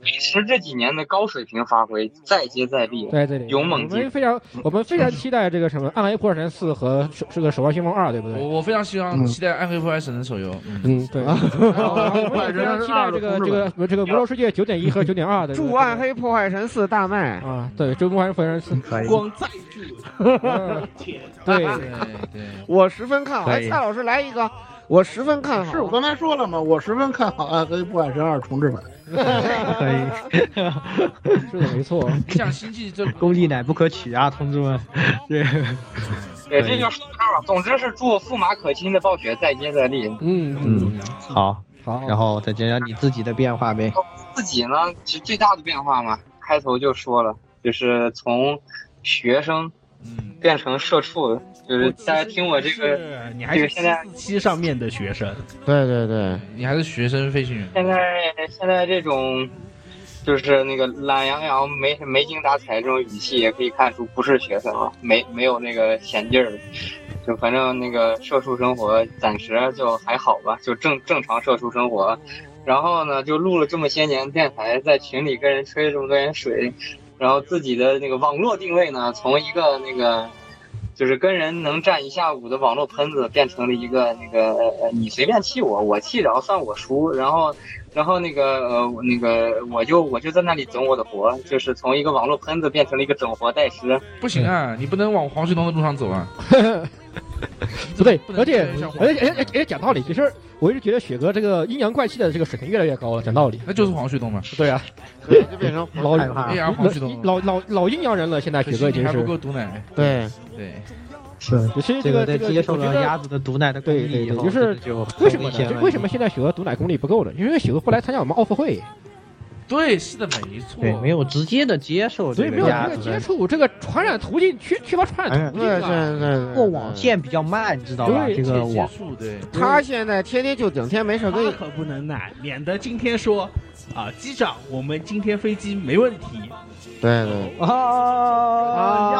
其实这几年的高水平发挥，再接再厉，对对对，勇猛我们进。非常我们非常期待这个什么《暗黑破坏神四》和是这个《守望先锋二》，对不对？我我非常希望期待《暗黑破坏神》的手游。嗯， 对。啊我们也非常期待这个这个这个《魔兽世界》九点一和九点二的。 祝《暗黑破坏神四》大卖啊！对，祝《魔幻破坏神四》可光再聚，嗯对， 我十分看好。可哎，以蔡老师来一个，我十分看好。是我刚才说了吗？我十分看好《暗黑破坏神二》重制版。可以，说的没错。你想星际这 功力乃不可取啊，同志 们。对，对，这就是说吧。总之是祝驸马可亲的暴雪再接再厉。嗯嗯，好，好，然后再讲讲你自己的变化呗。自己呢，其实最大的变化嘛，开头就说了，就是从学生嗯变成社畜，就是大家听我这个，你还这是个现在嗯四期上面的学生，对对对，你还是学生飞行员。现在现在这种，就是那个懒洋洋、没没精打采这种语气，也可以看出不是学生了，没没有那个闲劲儿了。就反正那个社畜生活暂时就还好吧，就正正常社畜生活。然后呢，就录了这么些年电台，在群里跟人吹了这么多年水，然后自己的那个网络定位呢，从一个那个就是跟人能站一下午的网络喷子，变成了一个那个呃，你随便气我，我气着算我输。然后，然后那个呃那个，我就我就在那里整我的活，就是从一个网络喷子变成了一个整活代师。不行啊，你不能往黄旭东的路上走啊！不对，而且而且而且而且讲道理，其实我一直觉得雪哥这个阴阳怪气的这个水平越来越高了。讲道理，那就是黄旭东嘛。对啊，就变成老害怕哎呀黄旭东老老老阴阳人了。现在可雪惜哥已你经还是不够毒奶。对对，是，其实这个在这个接受我觉得了鸭子的毒奶的功对力对以对，后，就是这就为什么很危呢？险就了为什么现在雪哥毒奶功力不够了？因为雪哥后来参加我们奥运会，对，是的，没错。对没有直接的接受所这以个没有鸭这子个的接触，这个传染途径缺缺乏传染途径对啊。对过网线比较慢，你知道吧？对这个网速对，他现在天天就整天没事跟那可不能奶，免得今天说啊，机长，我们今天飞机没问题，对对哎啊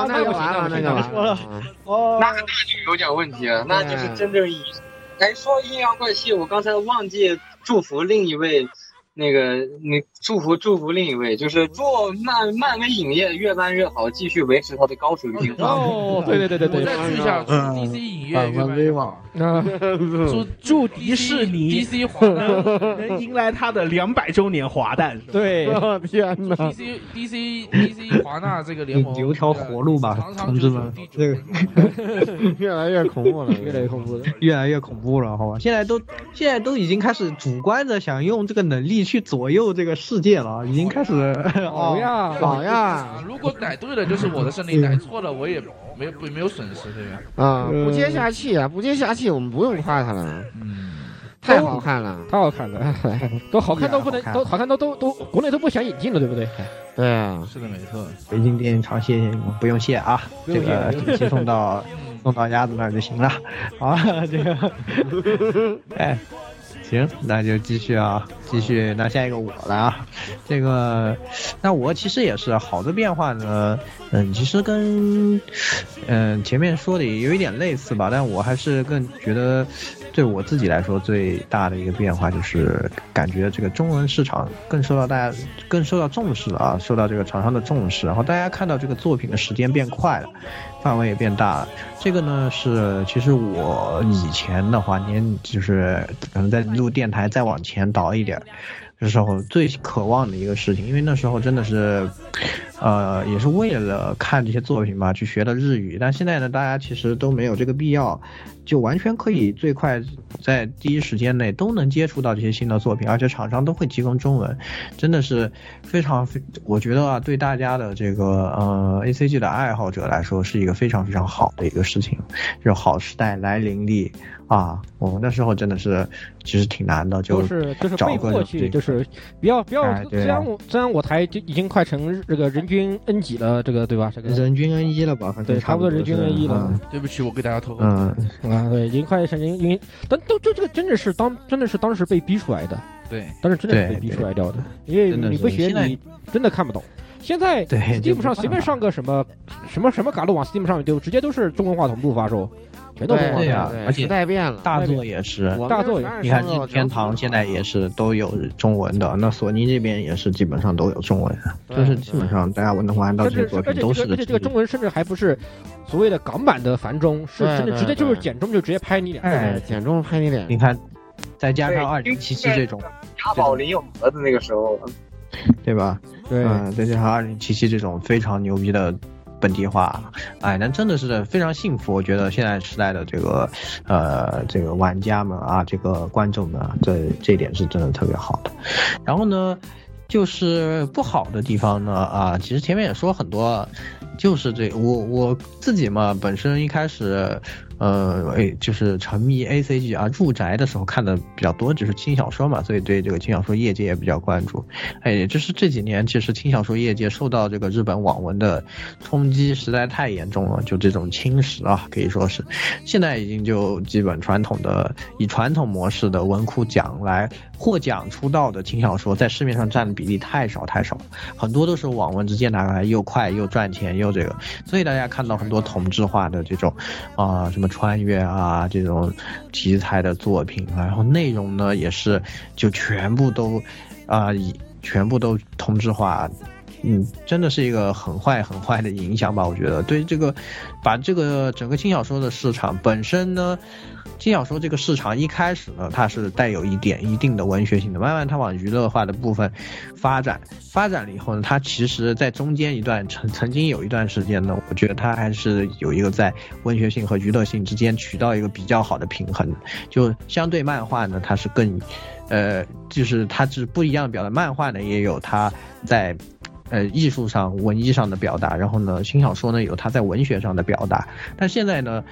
啊，那就完了，那就完了。哦，那那就有点问题哎了，那就是真正意义。哎，说阴阳怪气，我刚才忘记祝福另一位，那个你祝福祝福另一位，就是祝漫漫威影业越办越好，继续维持它的高水 平发挥。 哦，对对对对我对，再去一下，祝嗯 DC 影业越办越好。啊，祝祝嗯迪士尼 DC 华能诞能迎来他的两百周年华诞。 对，哦天哪！ ，DC DC DC 华纳这个联盟留条活路吧，同志们，这个越来越恐 怖了，越来越恐怖了。越来越恐怖了，好吧？现在都现在都已经开始主观的想用这个能力去左右这个世界了，已经开始好哦呀好呀啊如果奶对了就是我的胜利，嗯奶错了我也没有没有损失，对吧？啊！不接下气啊！不接下气，我们不用夸他了。嗯太好看了，太好看了， 都好看都不能好看都好看都都都国内都不想引进了，对不对？对啊，是的，没错。北京电影城谢谢你们，不用谢啊，不这用谢嗯个不用锦旗送到送到鸭子那儿就行了。好啊，这个， 哎，行，那就继续啊，继续，那下一个我了啊。这个，那我其实也是好的变化呢，嗯，其实跟嗯前面说的也有一点类似吧，但我还是更觉得。对我自己来说，最大的一个变化就是感觉这个中文市场更受到大家更受到重视了啊，受到这个厂商的重视，然后大家看到这个作品的时间变快了，范围也变大了。这个呢是，其实我以前的话，年就是可能在录电台再往前倒一点儿，那时候最渴望的一个事情，因为那时候真的是，呃，也是为了看这些作品吧去学的日语。但现在呢，大家其实都没有这个必要，就完全可以最快在第一时间内都能接触到这些新的作品，而且厂商都会提供中文，真的是非常，我觉得啊，对大家的这个呃 A C G 的爱好者来说是一个非常非常好的一个事情，就是好时代来临的啊，我们那时候真的是其实挺难的，就哦就是就是找被个迫去，这就个是不要不要哎。对啊虽然我虽然我台就已经快成日这个人均 N 几了，这个对吧？这个人均 N 一了吧？对，差不多人均 N 一了。对不起，我给大家透露。嗯啊，对，已经快成人均，但都就这个真的是当真的是当时被逼出来的，对，当时真的是对被逼对出来掉的，因为真的你不是学现在你真的看不懂。现在对就 Steam 没上办随便法上个什么什么什么嘎鲁往 Steam 上面丢，直接都是中文化同步发售，全都中文化对呀、啊同步而且大作也是，大作也你看任天堂现在也是都有中文的，那索尼这边也是基本上都有中文的，就是基本上大家能玩到这甚些至作而品且都这是个而且这个中文甚至还不是所谓的港版的繁中，是对甚至对直接就是对简中就直接拍你脸。哎，简中拍你脸。你看，再加上二零七七这种，押宝林有盒子那个时候，对吧？对，嗯，再加上二零七七这种非常牛逼的本地化，哎，那真的是非常幸福。我觉得现在时代的这个，呃，这个玩家们啊，这个观众们啊，这这一点是真的特别好的。然后呢，就是不好的地方呢，啊，其实前面也说很多，就是这我我自己嘛，本身一开始。呃，哎，就是沉迷 A C G 啊，入宅的时候看的比较多，就是轻小说嘛，所以对这个轻小说业界也比较关注。哎，也就是这几年，其实轻小说业界受到这个日本网文的冲击实在太严重了，就这种侵蚀啊，可以说是，现在已经就基本传统的以传统模式的文库奖来获奖出道的轻小说，在市面上占的比例太少太少了，很多都是网文直接拿来又快又赚钱又这个，所以大家看到很多同质化的这种啊、什么穿越啊这种题材的作品，然后内容呢也是就全部都啊、以全部都同质化。嗯，真的是一个很坏很坏的影响吧？我觉得对这个，把这个整个轻小说的市场本身呢，轻小说这个市场一开始呢，它是带有一点一定的文学性的，慢慢它往娱乐化的部分发展，发展了以后呢，它其实在中间一段曾曾经有一段时间呢，我觉得它还是有一个在文学性和娱乐性之间取到一个比较好的平衡，就相对漫画呢，它是更，呃，就是它是不一样的表达，漫画呢也有它在。呃，艺术上、文艺上的表达，然后呢，轻小说呢有它在文学上的表达，但现在呢，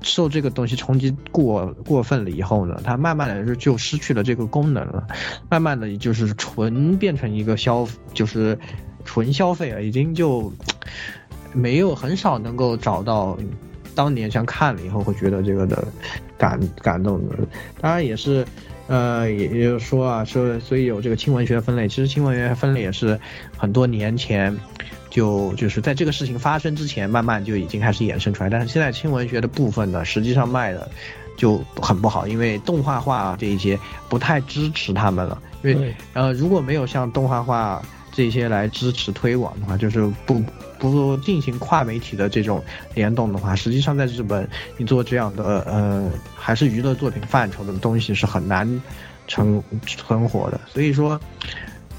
受这个东西冲击过过分了以后呢，它慢慢的就就失去了这个功能了，慢慢的就是纯变成一个消，就是纯消费啊了，已经就没有很少能够找到当年像看了以后会觉得这个的感感动的，当然也是。呃，也也就是说啊，说所以有这个轻文学分类，其实轻文学分类也是很多年前就就是在这个事情发生之前，慢慢就已经开始衍生出来。但是现在轻文学的部分呢，实际上卖的就很不好，因为动画化啊这一些不太支持他们了。因为对呃，如果没有像动画化这些来支持推广的话，就是不不进行跨媒体的这种联动的话，实际上在日本，你做这样的呃还是娱乐作品范畴的东西是很难成存活的。所以说，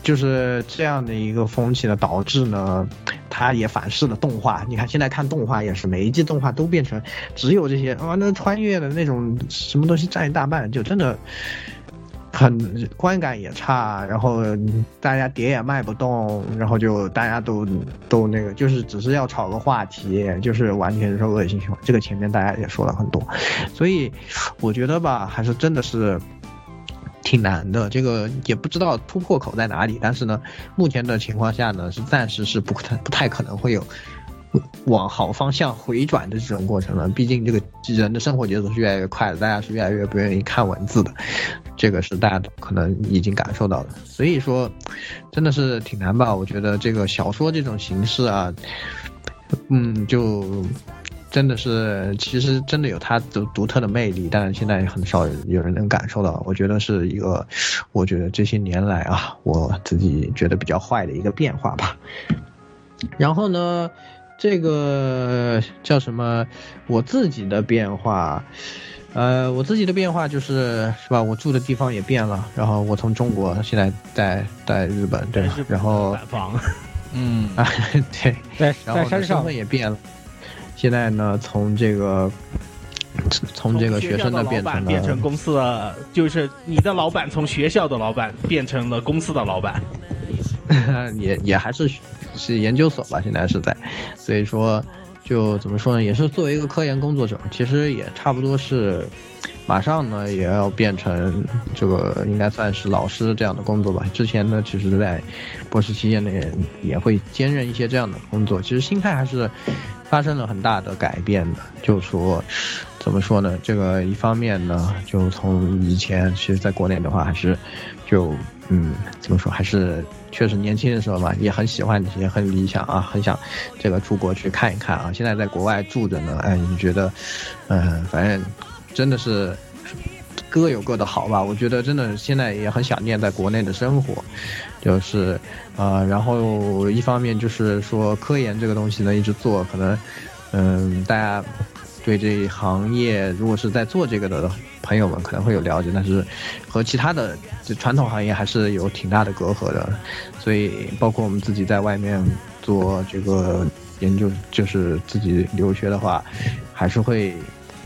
就是这样的一个风气呢，导致呢，它也反噬了动画。你看现在看动画也是，每一季动画都变成只有这些啊，那穿越的那种什么东西占一大半，就真的。很观感也差，然后大家碟也卖不动，然后就大家都都那个，就是只是要炒个话题，就是完全是恶性循环。这个前面大家也说了很多，所以我觉得吧，还是真的是挺难的。这个也不知道突破口在哪里，但是呢，目前的情况下呢，是暂时是不太不太可能会有往好方向回转的这种过程了。毕竟这个人的生活节奏是越来越快的，大家是越来越不愿意看文字的，这个是大家都可能已经感受到的。所以说，真的是挺难吧？我觉得这个小说这种形式啊，嗯，就。真的是，其实真的有它独独特的魅力，但是现在很少有人能感受到。我觉得是一个，呃我觉得这些年来啊，我自己觉得比较坏的一个变化吧。然后呢，这个叫什么？我自己的变化，呃，我自己的变化就是是吧？我住的地方也变了，然后我从中国现在在在日本，对吧？然后房，嗯啊，对，在然后在山呢身上份也变了。现在呢，从这个从这个学生的变变成了变成公司的，就是你的老板从学校的老板变成了公司的老板。也也还是是研究所吧，现在是在，所以说就怎么说呢，也是作为一个科研工作者，其实也差不多是，马上呢也要变成这个应该算是老师这样的工作吧。之前呢，其实在博士期间呢也也会兼任一些这样的工作，其实心态还是发生了很大的改变的，就说。怎么说呢？这个一方面呢，就从以前其实在国内的话，还是就嗯，怎么说，还是确实年轻的时候嘛，也很喜欢，也很理想啊，很想这个出国去看一看啊。现在在国外住着呢，哎，你觉得，嗯、反正真的是各有各的好吧。我觉得真的现在也很想念在国内的生活，就是呃，然后一方面就是说科研这个东西呢，一直做，可能嗯、大家。对这一行业，如果是在做这个的朋友们可能会有了解，但是和其他的这传统行业还是有挺大的隔阂的，所以包括我们自己在外面做这个研究，就是自己留学的话，还是会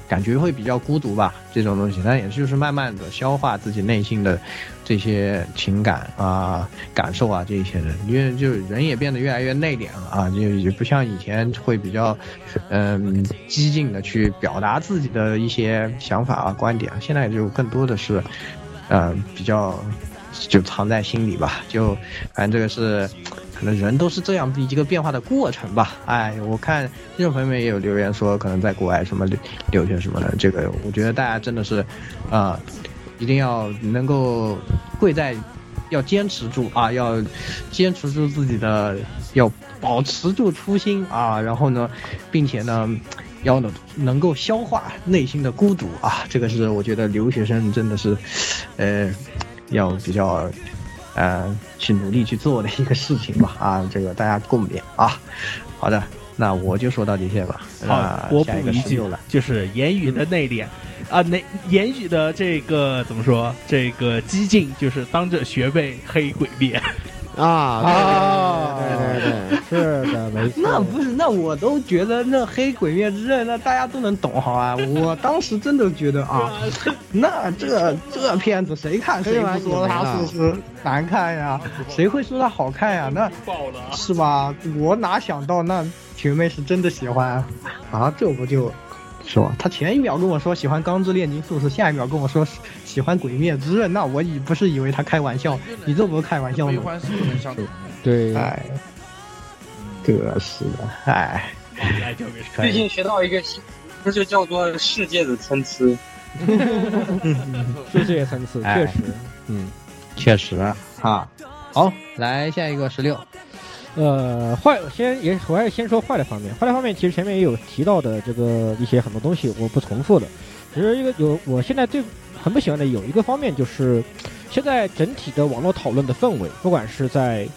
感觉会比较孤独吧，这种东西，但也就是慢慢的消化自己内心的这些情感啊、感受啊这一些的，因为就是人也变得越来越内敛了啊，就也不像以前会比较，嗯，激进的去表达自己的一些想法啊、观点啊，现在就更多的是，呃，比较就藏在心里吧，就反正这个是。可能人都是这样一个变化的过程吧。哎，我看听众朋友们也有留言说，可能在国外什么留留学什么的，这个我觉得大家真的是，啊、一定要能够贵在要坚持住啊，要坚持住自己的，要保持住初心啊，然后呢，并且呢。要能能够消化内心的孤独啊，这个是我觉得留学生真的是，呃，要比较呃，去努力去做的一个事情吧。啊，这个大家共勉啊。好的，那我就说到这些吧。好，那我补啊下一个一十句六了，，嗯就是言语的内敛。啊，那言语的这个怎么说？这个激进就是当着学妹黑诡 辩啊啊，对对对，是的，没错。啊那不是，那我都觉得那黑鬼灭之刃，那大家都能懂 好啊。我当时真的觉得啊， 那这这片子谁看谁不说他是不是难看呀？谁会说他好看呀？那啊是吧？我哪想到那学妹是真的喜欢啊啊，这不就。是吧？他前一秒跟我说喜欢《钢之炼金术士》，下一秒跟我说喜欢《鬼灭之刃》，那我以不是以为他开玩笑，你这不是开玩笑悲吗？欢是不能相同的。对，哎，这个是的，哎，最近学到一个新，那就叫做世界的参差。是这也参差，哎确实。嗯，确实啊。好，来下一个十六，呃，坏先也我还是先说坏的方面，坏的方面其实前面也有提到的这个一些很多东西，我不重复了。只是一个有我现在最很不喜欢的有一个方面就是，现在整体的网络讨论的氛围，不管是在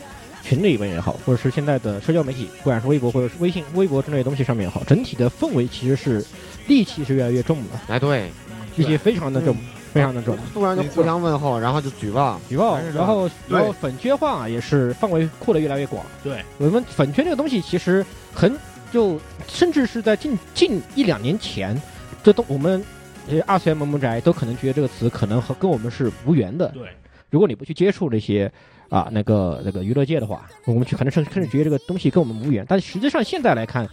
群里面也好，或者是现在的社交媒体，不管是微博或者是微信、微博之类的东西上面也好，整体的氛围其实是戾气是越来越重了，哎对，戾气非常的重，嗯非常的重。突然就互相问候，然后就举报举报，然后对然后粉圈化也是范围扩得越来越广。对，我们粉圈这个东西其实很就，甚至是在近近一两年前，这都我们这些二次元萌萌宅都可能觉得这个词可能和跟我们是无缘的。对，如果你不去接触这些啊那个那个娱乐界的话，我们去可能甚甚至觉得这个东西跟我们无缘。但实际上现在来看，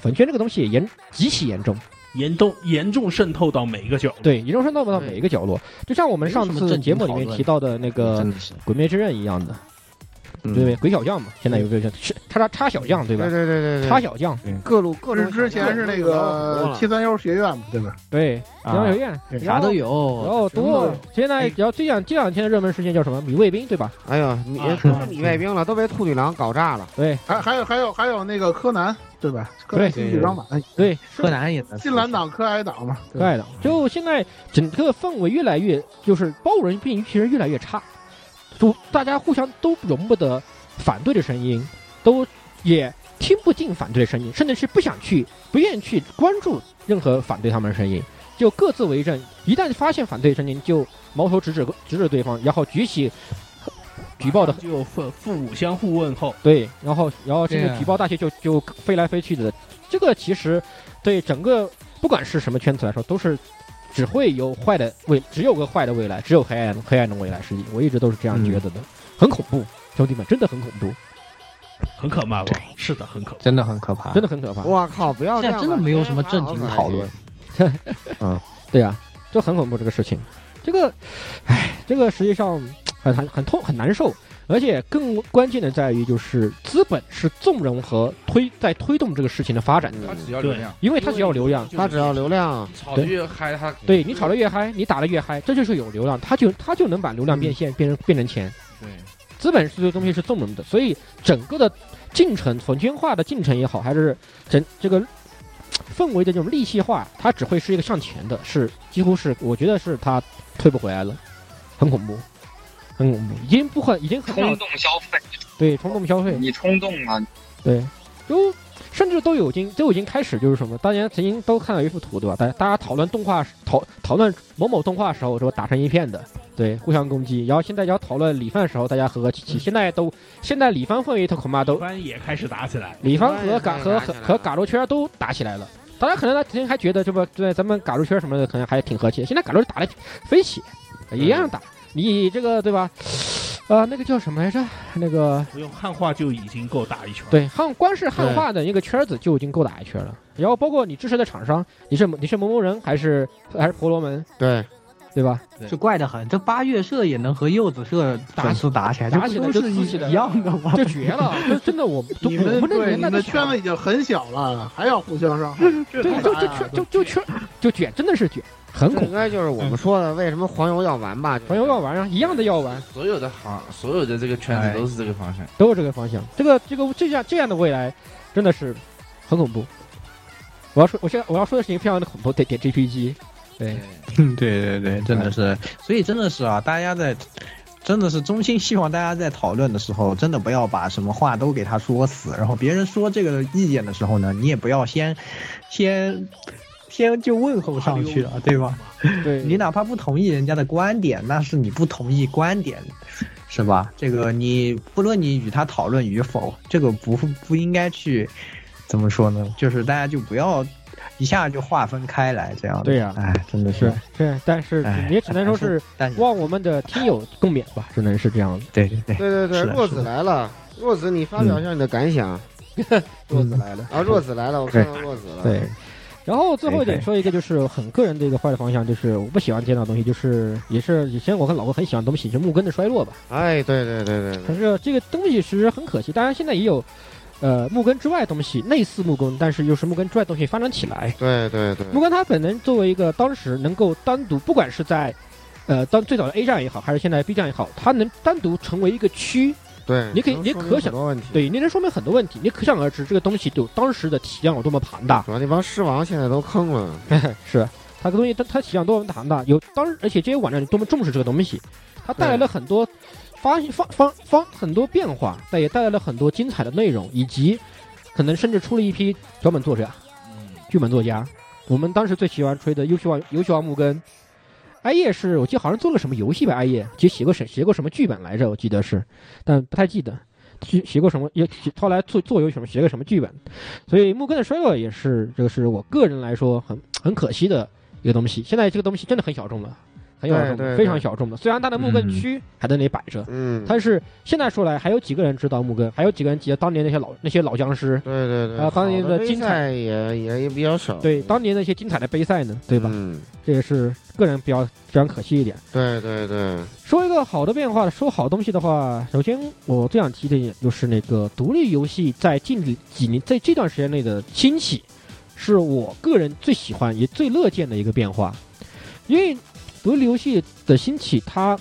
粉圈这个东西严极其严重。严重严重渗透到每一个角落。对，移动渗透到每一个角落，就像我们上次节目里面提到的那个真《鬼灭之刃》一样的，嗯对不对？鬼小将嘛，现在有这个是叉叉叉小将对吧？嗯对对对对对叉小将，各路各之种之前是那个七三幺学院嘛，对吧？对，啊然后有院啥都有然后什么都多有。哎现在然后这两这两天的热门事件叫什么？米卫兵对吧？哎呦，米啊都是米卫兵了，都被兔女郎搞炸了。对，还还有还有还有那个柯南，对吧？柯南新剧场版，对，柯南也新蓝党、柯哀党嘛，可爱的。就现在整个氛围越来越，就是包容性其实越来越差，就大家互相都容不得反对的声音，都也听不进反对的声音，甚至是不想去、不愿意去关注任何反对他们的声音，就各自为政。一旦发现反对声音，就矛头直指直指对方，然后举起举报的就父父母相互问候，对，然后然后这对个啊举报大学就就飞来飞去的，这个其实对整个不管是什么圈子来说，都是只会有坏的未，只有个坏的未来，只有黑暗黑暗的未来世界，我一直都是这样嗯觉得的，很恐怖，兄弟们，真的很恐怖，很可怕吧？是的，很可怕。真的很可啊怕，真的很可怕。我靠，不要这现样吧！在真的没有什么正经的讨论。啊，对啊，就很恐怖这个事情，这个，唉，这个实际上很很很痛很难受，而且更关键的在于就是资本是纵容和推在推动这个事情的发展的，他只要流量因为他只要流量，他只要流量，炒的对越嗨，他对你炒得越嗨，你打得越嗨，这就是有流量，他就他就能把流量变现变成变成钱，对资本是对东西是纵容的，所以整个的进程，粉圈化的进程也好，还是整这个氛围的这种利器化，它只会是一个向前的，是几乎是我觉得是它退不回来了，很恐怖，很恐怖，已经不很已经很冲动消费，对冲动消费，你冲动啊了，对，就甚至都有已经都已经开始就是什么，大家曾经都看到一幅图对吧？大家大家讨论动画时讨讨论某某动画时候说打成一片的，对，互相攻击。然后现在要讨论李帆时候，大家和和气气。现在都现在李帆会议他恐怕都也开始打起来，李帆和嘎和和和嘎罗圈都打起来了。大家可能他之前还觉得这不对，咱们嘎罗圈什么的可能还挺和气，现在嘎罗打的飞起，一样打。你这个对吧？呃，那个叫什么来着？那个不用汉化就已经够大一圈。对，汉光是汉化的一个圈子就已经够打一圈了。然后包括你支持的厂商，你是你是某某人还是还是婆罗门，对，对吧？就怪得很，这八月社也能和柚子社粉丝打起来，打起这来不就都是刺激的一样的吗？就绝了，就真的 我就你我们们那对年你代们的圈子，子已经很小了，还要互相伤害，对，就就就就就圈就卷，真的是卷，很恐嗯应该就是我们说的，为什么黄油要玩吧？黄油要玩啊，一样的要玩，所有的行，所有的这个圈哎子都是这个方向。都是这个方向。这个这个这样这样的未来，真的是很恐怖。我要说，我现在我要说的事情非常的恐怖，点点 GPG，对，嗯，对对对，真的是，所以真的是啊，大家在，真的是衷心希望大家在讨论的时候，真的不要把什么话都给他说死，然后别人说这个意见的时候呢，你也不要先，先。先就问候上去了，对吧？对你哪怕不同意人家的观点，那是你不同意观点，是吧？这个你不论你与他讨论与否，这个不不应该去，怎么说呢？就是大家就不要一下就划分开来这样子。对呀哎，真的是。对，但是哎也只能说是但是望我们的听友共勉吧，只能是这样子。对对对对对啊对，若子来了，若子，你发表一下你的感想。若子来了啊，若子来了，我看到若子了。嗯对，然后最后可以可一点以说一个就是很个人的一个坏的方向，就是我不喜欢见到的东西，就是也是以前我和老婆很喜欢的东西，是木根的衰落吧。哎，对对对对可对，是这个东西其实很可惜，当然现在也有，呃，木根之外的东西类似木根，但是又是木根之外的东西发展起来。对对对，木根他本人作为一个当时能够单独，不管是在，呃，当最早的 A 站也好，还是现在 B 站也好，他能单独成为一个区。对你可以，能你说明可很想多问题，对，你能说明很多问题，你可想而知这个东西有当时的体量有多么庞 大。主要那帮狮王现在都坑了。是，它这个东西，它它体量多么庞大，有当时，而且这些网站多么重视这个东西，它带来了很多发方方方很多变化，但也带来了很多精彩的内容，以及可能甚至出了一批脚本作者、嗯剧本作家。我们当时最喜欢吹的优秀王优秀啊王木根，艾叶是我记得好像做了什么游戏吧，艾叶其实写过什写过什么剧本来着，我记得是，但不太记得。写写过什么？也后来做做有什么写个什么剧本，所以木根的衰落也是这个是我个人来说很很可惜的一个东西。现在这个东西真的很小众了，很小众对对了，对非常小众了。虽然它的木根区还在那里摆着，嗯，但是现在说来还有几个人知道木根，还有几个人记得当年那些老那些老僵尸，对对对，啊当年好的杯精彩赛也也也比较少。对当年那些精彩的杯赛呢，对吧？嗯，这也是个人比较非常可惜一点。对对对，说一个好的变化，说好东西的话，首先我最想提的一点就是那个独立游戏在近几几年在这段时间内的兴起，是我个人最喜欢也最乐见的一个变化，因为独立游戏的兴起，它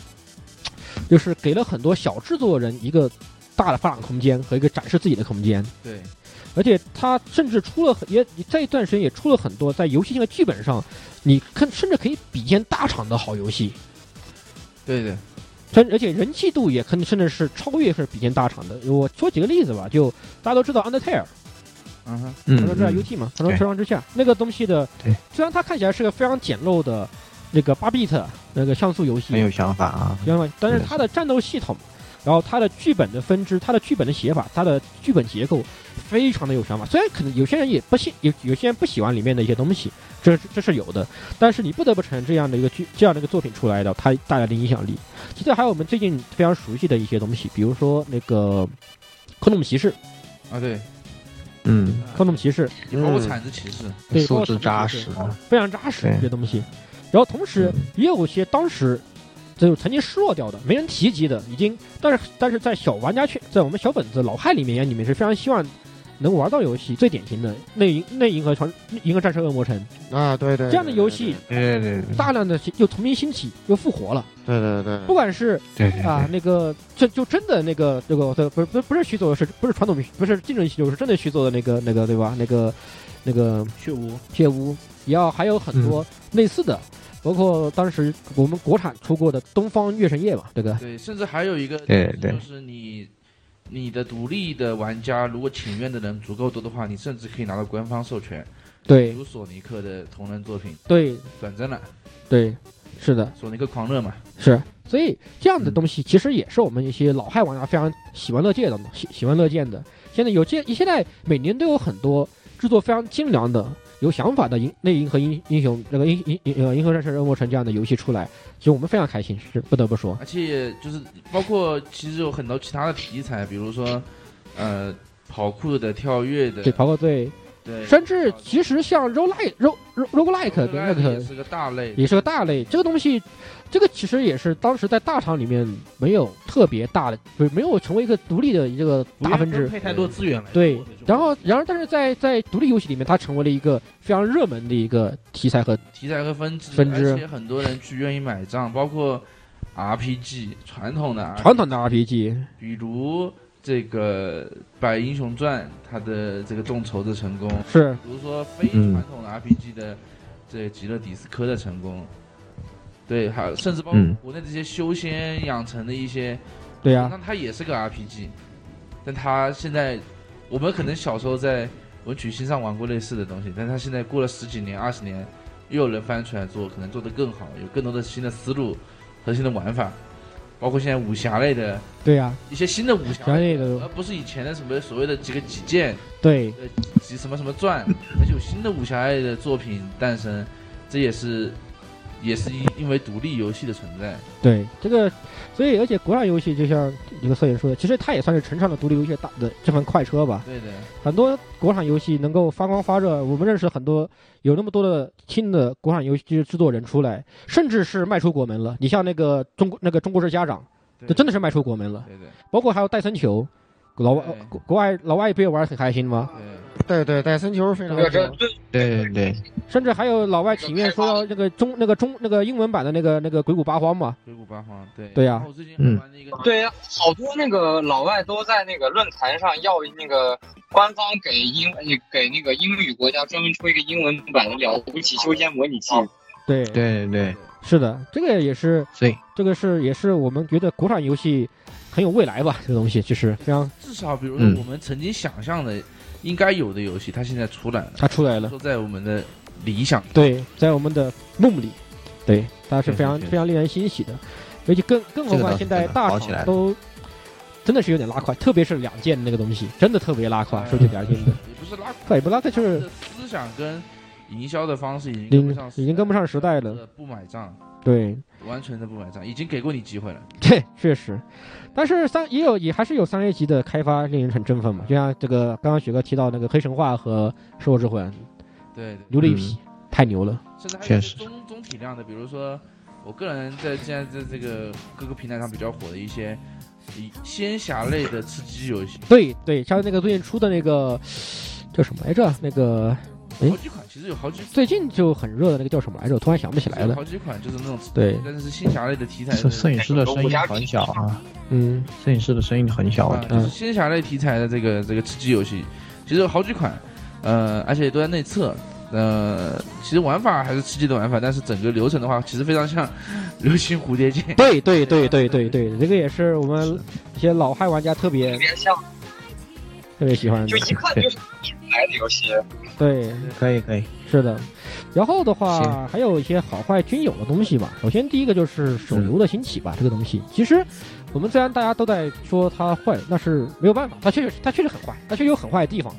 就是给了很多小制作人一个大的发展空间和一个展示自己的空间。对，而且他甚至出了很也在一段时间也出了很多在游戏性的剧本上，你看甚至可以比肩大厂的好游戏，对对，甚而且人气度也可能甚至是超越是比肩大厂的。我说几个例子吧，就大家都知道 Undertale，嗯哼，传说之下 UT 嘛，传说对传说之下那个东西的，虽然它看起来是个非常简陋的那个八 bit 那个像素游戏，很有想法啊。明白吗？但是它的战斗系统，然后他的剧本的分支、他的剧本的写法、他的剧本结构，非常的有想法。虽然可能有些人也不喜有有些人不喜欢里面的一些东西，这是这是有的。但是你不得不承认这样的一个剧这样的一个作品出来的，它带来的影响力。其次还有我们最近非常熟悉的一些东西，比如说那个《空洞骑士》啊，对，嗯，《空洞骑士》包括铲子骑士，对，素质包括扎铲子骑士实啊非常扎实对嗯这东西。然后同时也有些当时就是曾经失落掉的、没人提及的，已经但是但是在小玩家圈，在我们小本子老汉里面眼里面是非常希望能玩到游戏最典型的内银内银河传银河战士恶魔城啊，对对，这样的游戏，对对大量的又重新兴起又复活了。对对对，不管是对对啊，那个这就真的那个那个对，不是不是不是虚作的，是不是传统不是竞争虚作，是真的虚作的那个那个对吧？那个那个血污血污，也要还有很多类似的，包括当时我们国产出过的《东方月神夜》嘛，这个对，甚至还有一个对对就是你你的独立的玩家，如果请愿的人足够多的话，你甚至可以拿到官方授权，对比如索尼克的同人作品，对转正了，对是的，索尼克狂热嘛，是，所以这样的东西其实也是我们一些老害玩家非常喜闻乐见的东西，喜喜闻乐见的。现在有这现在每年都有很多制作非常精良的、有想法的银内银河英英雄那个英英英呃银河战士恶魔城这样的游戏出来，其实我们非常开心，是不得不说而。且就是包括其实有很多其他的题材，比如说呃跑酷的、跳跃的，对，包括对，对甚至其实像 roguelike rogue roguelike 的那也个是个大类，也是个大类。这个东西，这个其实也是当时在大厂里面没有特别大的，不是没有成为一个独立的一个大分支，配太多资源了。对，然后然而但是在在独立游戏里面，它成为了一个非常热门的一个题材和题材和分支，分支而且很多人去愿意买账，包括 RPG 传统的 RPG, 传统的 RPG。比如这个《百英雄传》，它的这个众筹的成功是比如说非传统的 RPG 的这个极乐迪斯科的成功，对，还有甚至包括嗯国内这些修仙养成的一些，对啊呀那它也是个 RPG，但它现在我们可能小时候在文曲星上玩过类似的东西，但它现在过了十几年、二十年，又有人翻出来做，可能做得更好，有更多的新的思路和新的玩法，包括现在武侠类的对呀、一些新的武侠侠类的而不是以前的什么所谓的几个几剑，对呃，几什么什么传，而且有新的武侠类的作品诞生，这也是也是因因为独立游戏的存在。对这个，所以而且国产游戏就像一个摄影说的，其实它也算是乘上了独立游戏的大的这份快车吧。对的，很多国产游戏能够发光发热，我们认识很多有那么多的新的国产游戏制作人出来，甚至是迈出国门了。你像那个中国那个中国式家长，这真的是迈出国门了。对对，包括还有戴森球，老外国国外老外不也玩得很开心吗？对对，戴森球非常对这对对，甚至还有老外情愿说要那个中那个中那个英文版的那个那个鬼谷八荒嘛。鬼谷八荒，对对啊呀、嗯，对呀、好多那个老外都在那个论坛上要那个官方给英给那个英语国家专门出一个英文版的了不起修仙模拟哦器。对对对，是的，这个也是，对，这个是也是我们觉得国产游戏很有未来吧，这个东西就是非常至少比如嗯说我们曾经想象的应该有的游戏，它现在出来了，它出来了都在我们的理想。对，在我们的梦里，对，它是非常对对对非常令人欣喜的，而且更更何这个倒况是现在真的大好起来了厂都真的是有点拉胯，特别是两件那个东西，真的特别拉胯，说句良心的，也不是拉垮，快不拉胯就是思想跟营销的方式已经跟不已上时代，已经跟不上时代了，不买账，对。完全的不买账，已经给过你机会了。对， 确实，但是三也有也还是有三 A 级的开发令人很振奋嘛，就像这个刚刚雪哥提到那个《黑神话》和《兽之魂》，对对牛了一嗯批，太牛了，甚至还有一些中中体量的，比如说我个人在现在在这个各个平台上比较火的一些以仙侠类的吃鸡游戏，对对，像那个最近出的那个叫什么来着？那个哎好，几款其实有好几最近就很热的那个叫什么来着？我突然想不起来有了好。几款就是那种对但是是仙侠类的题材摄的，摄影师的声音很小啊，嗯，摄影师的声音很小，我啊觉，就是得，仙侠类题材的这个这个吃鸡游戏，其实有好几款，呃，而且都在内测。呃，其实玩法还是吃鸡的玩法，但是整个流程的话，其实非常像流星蝴蝶剑。 对对对对对对，这个也是我们一些老汉玩家特别特别像，特别喜欢的就一看就对是一来的游戏。对，可以可以，是的。然后的话，行还有一些好坏均有的东西吧。首先第一个就是手游的兴起吧，这个东西其实我们虽然大家都在说它坏，那是没有办法，它确实它确实很坏，它确实有很坏的地方，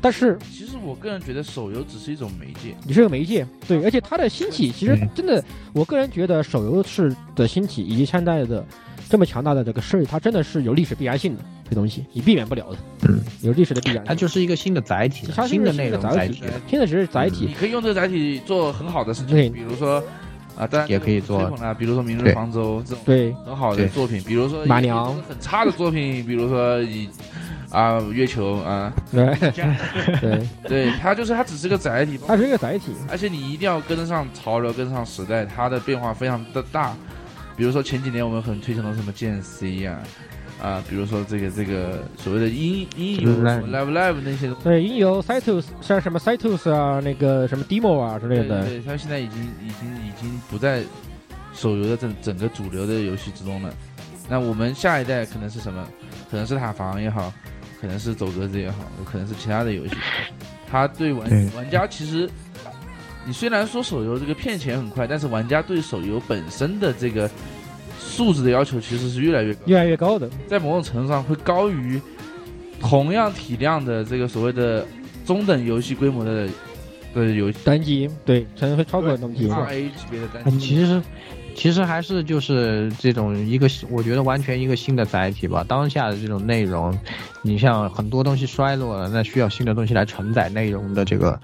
但是其实我个人觉得手游只是一种媒介，你是个媒介，对，而且它的兴起，其实真的，我个人觉得手游是的兴起以及现在的这么强大的这个势力，它真的是有历史必然性的，这东西你避免不了的，嗯，有历史的必然性。它就是一个新的载体，它是一新个的新内的容载体嗯体，新的只是载体你，可以用这个载体做很好的事对情，比如说啊，当然也可以做吹捧啊，比如说《明日对方舟》这种对很好的对作品，比如说马也娘也做得很差的作品，比如说以啊月球啊，对 对，对，它就是它只是个载体，它是一个载体，而且你一定要跟得上潮流，跟得上时代，它的变化非常的大。比如说前几年我们很推崇的什么剑 C 呀、啊，啊，比如说这个这个所谓的音音游什么 Live Live 那些东西，对，因有 Citus 像什么 Citus 啊，那个什么 Demo 啊之类对的，对，它现在已经已经已经不在手游的整整个主流的游戏之中了。那我们下一代可能是什么？可能是塔防也好，可能是走格子也好，有可能是其他的游戏。它对玩对玩家其实，你虽然说手游这个骗钱很快，但是玩家对手游本身的这个素质的要求其实是越来越高，越来越高的。在某种程度上会高于同样体量的这个所谓的中等游戏规模的的游戏。单机对，可能会超过单机。 R A 级别的单哎机，其实，其实还是就是这种一个，我觉得完全一个新的载体吧。当下的这种内容，你像很多东西衰落了，那需要新的东西来承载内容的这个，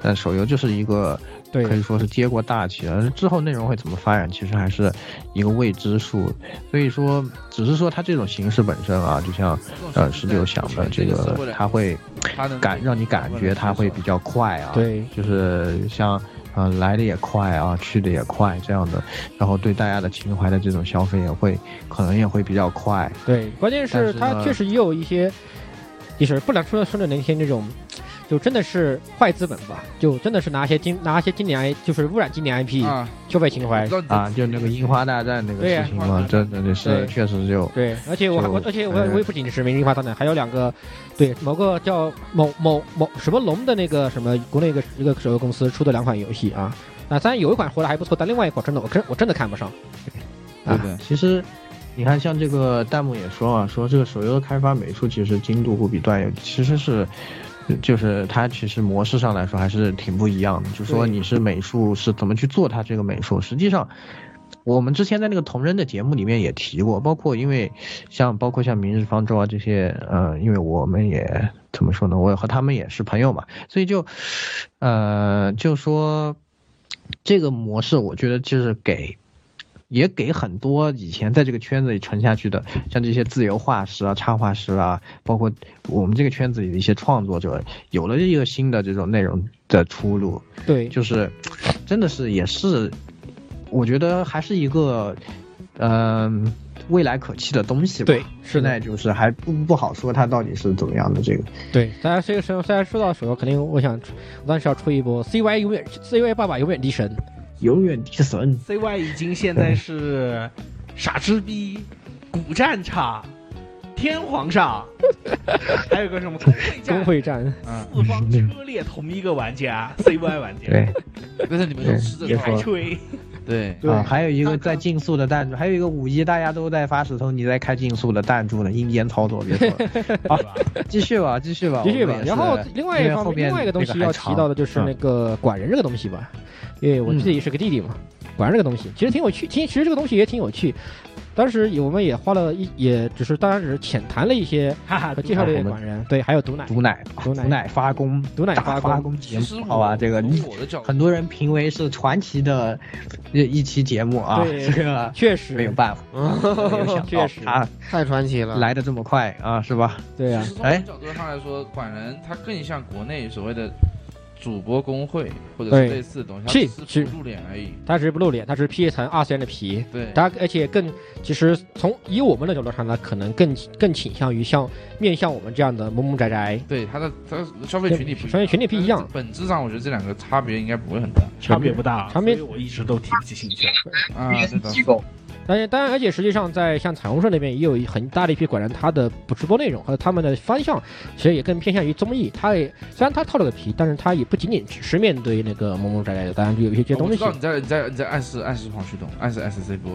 但手游就是一个，对，可以说是接过大旗了。之后内容会怎么发展，其实还是一个未知数。所以说，只是说它这种形式本身啊，就像呃十九想的这个，它会它能感让你感觉它会比较快啊，对，就是像呃来的也快啊，去的也快这样的，然后对大家的情怀的这种消费也会可能也会比较快，对，关键但是是它呢确实也有一些，就是不能说说的那些那种，就真的是坏资本吧，就真的是拿一些经拿一些经典 I 就是污染经典 IP 啊消费情怀。啊，就那个樱花大战那个对呀事情嘛，真的对是确实就对，而且我还就哎我而且我反正我也不仅是《明日花大战》，还有两个，对某个叫某某某什么龙的那个什么国内一个一个手游公司出的两款游戏啊，那当然有一款活得还不错，但另外一款真的我真我真的看不上。啊，其实你看，像这个弹幕也说啊，说这个手游的开发美术其实精度不比端游，其实是。就是它其实模式上来说还是挺不一样的，就说对你是美术是怎么去做它这个美术，实际上我们之前在那个同人的节目里面也提过，包括因为像包括像明日方舟啊这些，呃，因为我们也怎么说呢，我和他们也是朋友嘛，所以就，呃，就说这个模式，我觉得就是给。也给很多以前在这个圈子里沉下去的，像这些自由画师啊、插画师啊，包括我们这个圈子里的一些创作者，有了一个新的这种内容的出路。对，就是真的是也是，我觉得还是一个，嗯、未来可期的东西吧。对，是的，就是还不不好说它到底是怎么样的这个。对，大家这个时候，大家说到手游，肯定我想，我当时要出一波 CY 永远 CY 爸爸永远 的神，永远的神， CY 已经现在是傻之逼、古战场、天皇 上，还有个什么工会战 工会战，四方车裂同一个玩家 CY 玩家，对，但是你们对都吃这也套还，吹， 对啊，还有一个在竞速的弹珠，还有一个五一大家都在发石头，你在开竞速的弹珠呢，阴间操作，别说了。好，继续吧，继续吧，继续吧哦我。们也是然后另外一因为方后面，面另外一个东西这还要长提到的就是那嗯个管人这个东西吧，因为我自己是个弟弟嘛，管人这个东西其实挺有趣，其实其实这个东西也挺有趣。当时也我们也花了一，也只是当然只是浅谈了一些哈哈和介绍了一些我们管人，对，还有毒奶，毒奶，毒奶，毒奶发功，毒奶大发发功功节目，好吧，这个很多人评为是传奇的一一期节目啊，对这个确实嗯没有办法，没有想 到确实啊，太传奇了，来的这么快啊，是吧？对呀其实从哎，角度上来说，管人它更像国内所谓的主播工会或者对是类似的东西，它是只是不露脸而已。它只是不露脸，它只是披一层二次元的皮。对它而且更其实从以我们的角度上呢，可能更更倾向于像面向我们这样的萌萌宅宅。对它的它的消费群体不一商业样，嗯群体不一样，本质上我觉得这两个差别应该不会很大，差别不大，差别所以我一直都提不起兴趣啊，是的。机构。但是当然，而且实际上在像彩虹社那边也有一很大的一批管人，他的直播内容和他们的方向其实也更偏向于综艺。他也虽然他套了个皮，但是他也不仅仅只是面对那个萌萌宅宅的，当然就有一些我东哦知西道你在你在你在暗示暗示黄旭东，暗示暗示 C boy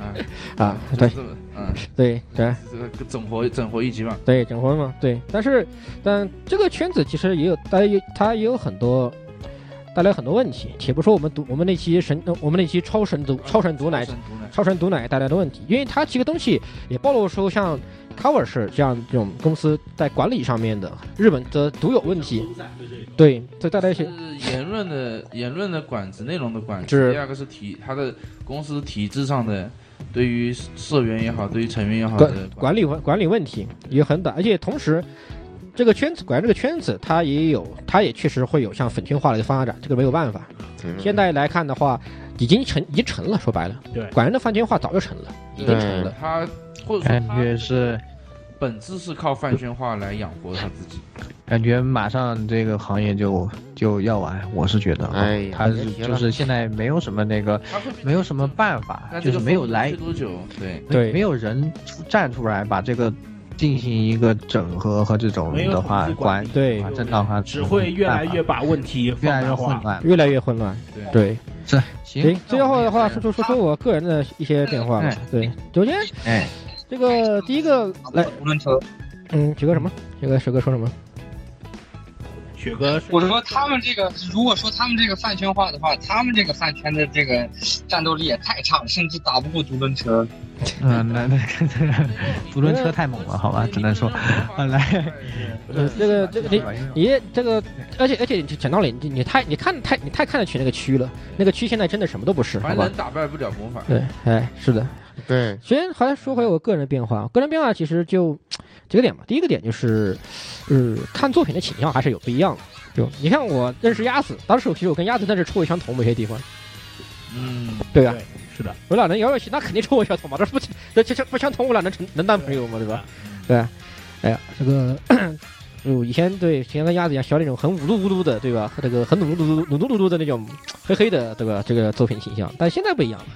啊啊，就对是这么嗯，对对。这个整活整活一集嘛，对，整婚嘛，对。但是，但这个圈子其实也有，大家有它也有很多带来很多问题。且不说我们毒，我们那期神，呃我们那期超神啊毒、超神毒奶、超神毒奶带来的问题，因为它这个东西也暴露出像 Cover 是这样这种公司在管理上面的日本的独有问题，对，这带来一些。是言论的言论的管制，内容的管制。是第二个是体他的公司体制上的对于社员也好，对于成员也好管的管理问管理问题也很大，而且同时，这个圈子管这个圈子，它也有，它也确实会有向粉圈化的发展，这个没有办法。现在来看的话，已经成已经成了，说白了，对管人的饭圈化早就成了，已经成了。他或者说感他觉是本质是靠饭圈化来养活他自己。 感觉马上这个行业就就要完，我是觉得啊，哎他别是提了就是现在没有什么那个，没有什么办法那，这就个是没有风来吹多久？对对，没有人出站出来把这个进行一个整合和这种没有的统话啊治管管理啊对正当化，只会越来越把问题越放来越大混化。乱，越来越混乱。对，是行行，，最后的话说说说说我个人的一些变化吧。对，首先，哎，这个第一个来，我们啊说，嗯，九哥什么？九哥，九哥说什么？雪哥，我说他们这个，如果说他们这个饭圈化的话，他们这个饭圈的这个战斗力也太差了，甚至打不过独轮车。嗯，那那 个 独轮车太猛了，好吧，只能说，啊来， 呃，这个这个你你这个，而且而且你讲道理，你你太你看太你太看得起那个区了，那个区现在真的什么都不是，好凡吧人？打败不了魔法。对，哎，是的，对。首先，还说回我个人的变化，个人变化其实就几个点吧。第一个点就是，呃，看作品的倾向还是有不一样的。就你看我认识鸭子，当时我其实我跟鸭子但是臭味相同，某些地方，嗯，对啊吧？是的，我俩能摇摇起，那肯定臭味相同嘛，这不这这这不相同，我俩能成能当朋友吗？对吧？对吧，哎呀，这个。 就以前对以前跟鸭子一样，喜欢那种很五噜五噜的，对吧？这个很努噜努噜努噜噜的那种黑黑的，对吧？这个作品形象，但现在不一样了，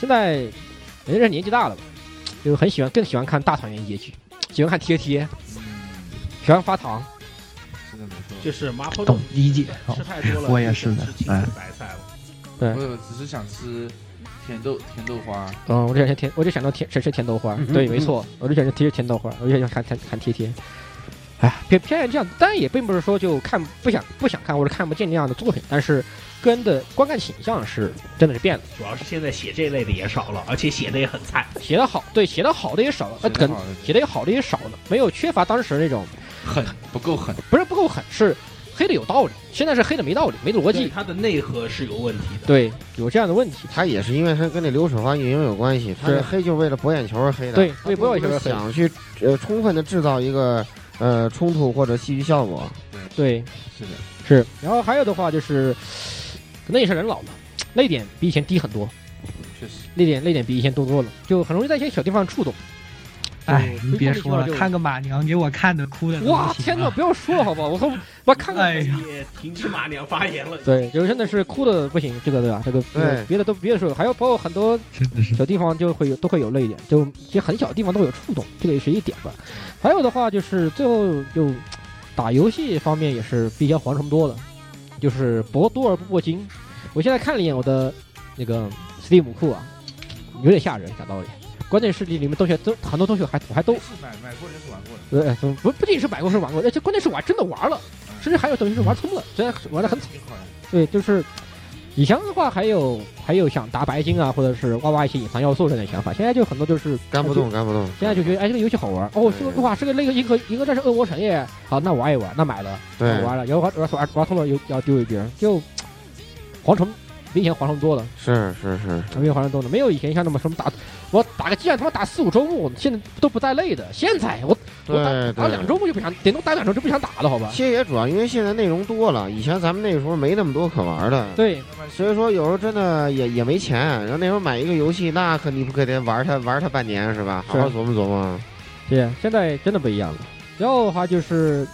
现在人家年纪大了吧，就很喜欢更喜欢看大团圆结局，喜欢看贴贴，喜欢发糖，真的没错。就是麻婆懂理解，吃太多了，我也是的吃青，哎菜，白菜了。对我有呃只是想吃甜豆甜豆花。嗯，我就想甜，我就想到甜，谁是甜豆花？对，没错，我就想贴甜豆花，我就想看看看贴贴。哎，偏偏然这样，当然也并不是说就看不想不想看或者看不见那样的作品，但是个人的观看倾向是真的是变了。主要是现在写这类的也少了，而且写的也很菜。写的好，对，写的好的也少了，呃，可能写的也好的也少了，没有缺乏当时那种狠，不够狠，不是不够狠，是黑的有道理，现在是黑的没道理，没逻对辑，它的内核是有问题的。对，有这样的问题，他也是因为他跟那流水化运营有关系，他是这黑就为了博眼球而黑的，对他为博眼并不是球而黑想去呃充分的制造一个呃冲突或者戏剧效果，对，是的，是。然后还有的话就是，可能也是人老了，泪点比以前低很多，确实。泪点泪点比以前多多了，就很容易在一些小地方触动。哎，就你别就说了，就看个马娘给我看的哭的，哇，天啊哪，！不要说了好不好？我说我看哎看。也停止马娘发言了。对，就是真的是哭的不行，这个对吧？这个对别的别的都别的时候，还有包括很多小地方就会有都会有泪点，就嗯其实很小地方都会有触动，这个也是一点吧。还有的话就是最后就打游戏方面也是比以前缓冲多了，就是博多而不博精。我现在看了一眼我的那个 Steam 库啊，有点吓人，讲道理。关键是里里面东西都很多东西我还我还都是买买过就是玩过的。呃不不不仅是买过是玩过，而且关键是我还真的玩了，甚至还有东西是玩通了，虽然玩的很惨。对，就是以前的话还有还有想打白金啊，或者是挖挖一些隐藏要素这类想法，现在就很多就是干不动，干不动。现在就觉得哎这个游戏好玩哦，这个哇是个那个银河银河战士恶魔城耶，好那玩一玩，那买了，对那玩了，然后玩玩玩玩通了又要丢一边，就蝗虫比以前蝗虫多了。是是是，没有华盛顿的，没有以前像那么什么打，我打个鸡蛋他妈打四五周目，现在都不带累的。现在我我打对打对两周目就不想，顶多打两周就不想打了，好吧？其实也主要因为现在内容多了，以前咱们那个时候没那么多可玩的，对，所以说有时候真的也也没钱，然后那时候买一个游戏，那可你不可得玩它玩它半年是吧？好好是琢磨琢磨。啊对，现在真的不一样了。然后的话就是，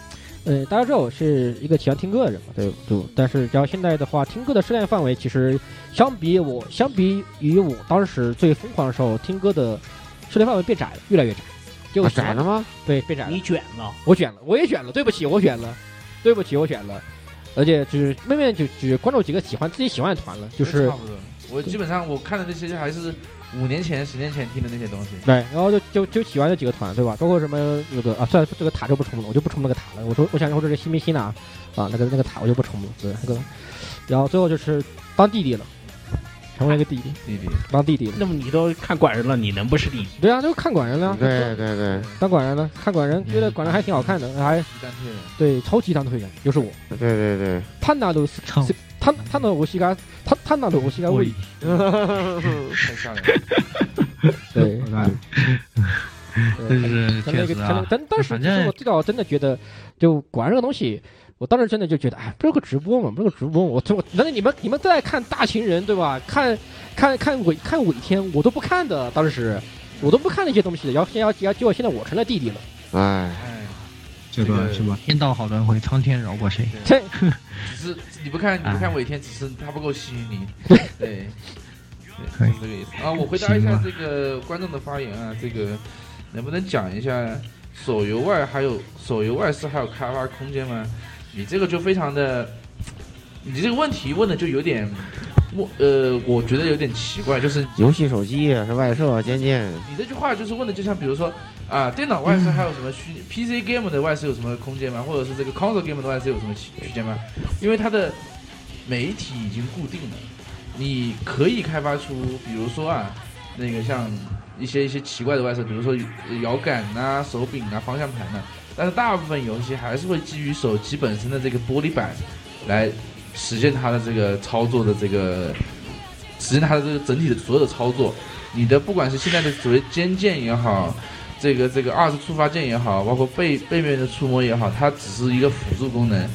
呃，大家知道我是一个喜欢听歌的人嘛，对对。但是，然后现在的话，听歌的涉猎范围其实相比我，相比于我当时最疯狂的时候，听歌的涉猎范围变窄了，越来越窄。就啊窄了吗？对，变窄了。你卷了，我卷了，我也卷了，对不起，我卷了，对不起，我卷了。而且只妹妹就只关注几个喜欢自己喜欢的团了，就是差不多。我基本上我看的那些还是五年前、十年前听的那些东西。对，然后就就就喜欢这几个团，对吧？包括什么那个啊，算了，这个塔就不冲了，我就不冲那个塔了。我说我想说这是西梅西纳啊，那个那个塔我就不冲了，对那个。然后最后就是当弟弟了，成为一个弟弟，弟弟当弟弟了。那么你都看管人了，你能不是弟弟？对啊，就看管人了，对对对， 当管人了，看管人，觉得管人还挺好看的，还对超级当推人，又是我。对对对，他那都是他他那我西干，他他那都我西干位。太吓人了。 对，真是他确那个实他那啊个，但但是反其实我正最早真的觉得，就管这个东西，我当时真的就觉得，哎，不是个直播嘛，不是个直播，我我那你们你们在看大情人对吧？看看看尾看尾天，我都不看的，当时我都不看那些东西的，然后现在要结果现在我成了弟弟了，哎，这这个个是吧？天道好轮回，苍天饶过谁？这只是你不看，你不看尾天，只是他不够吸引你。对，可以是这个意思啊。我回答一行下吧这个观众的发言啊，这个能不能讲一下手游外还有手游外是还有开发空间吗？你这个就非常的，你这个问题问的就有点，我呃，我觉得有点奇怪，就是游戏手机啊是外设尖尖，你这句话就是问的，就像比如说啊，电脑外嗯设还有什么虚 PC game 的外设有什么空间吗？或者是这个 console game 的外设有什么区区间吗？因为它的媒体已经固定了，你可以开发出，比如说啊，那个像一些一些奇怪的外设，比如说摇杆呐、手柄啊、方向盘呐、但是大部分游戏还是会基于手机本身的这个玻璃板来实现它的这个操作的这个实际它的这个整体的所有的操作，你的不管是现在的所谓肩键也好，这个这个二次触发键也好，包括背背面的触摸也好，它只是一个辅助功能，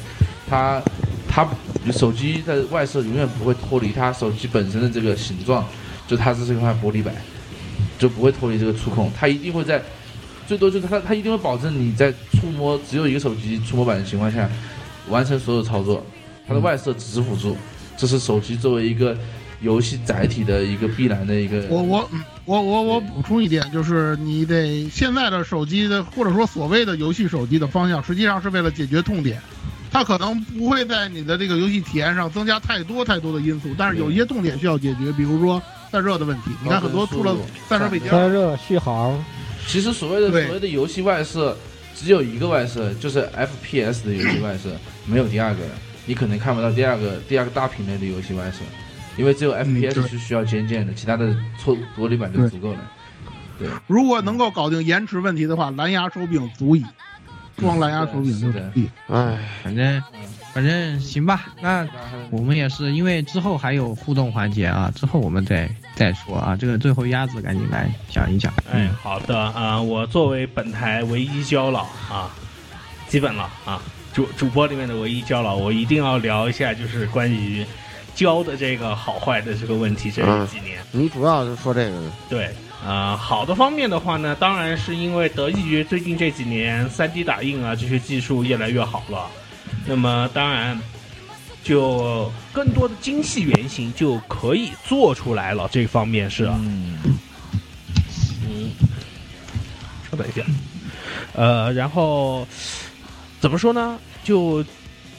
它它手机的外设永远不会脱离它手机本身的这个形状，就它是这块玻璃板，就不会脱离这个触控，它一定会在最多就是它它一定会保证你在触摸只有一个手机触摸板的情况下完成所有操作，它的外设只是辅助，这是手机作为一个游戏载体的一个必然的一个。我我嗯我我我补充一点，就是你得现在的手机的或者说所谓的游戏手机的方向，实际上是为了解决痛点。它可能不会在你的这个游戏体验上增加太多太多的因素，但是有一些痛点需要解决，比如说散热的问题。你看很哦多出了散热被加，散热续航，其实所谓的所谓的游戏外设，只有一个外设，就是 FPS 的游戏外设，没有第二个了。你可能看不到第二个第二个大品类的游戏外设，因为只有 FPS 是需要尖键的，其他的错玻璃板就足够了。对，如果能够搞定延迟问题的话，蓝牙手柄足以，装蓝牙手柄就足以。哎，反正反正行吧，那我们也是因为之后还有互动环节啊，之后我们再再说啊。这个最后鸭子赶紧来讲一讲。哎，好的啊、我作为本台唯一胶佬啊，基本了啊，主主播里面的唯一胶佬，我一定要聊一下，就是关于胶的这个好坏的这个问题，这嗯几年。你主要是说这个的，对，呃，好的方面的话呢，当然是因为得益于最近这几年 3D 打印啊这些技术越来越好了，那么当然就更多的精细原型就可以做出来了，这方面是。嗯，稍等一下，呃，然后怎么说呢？就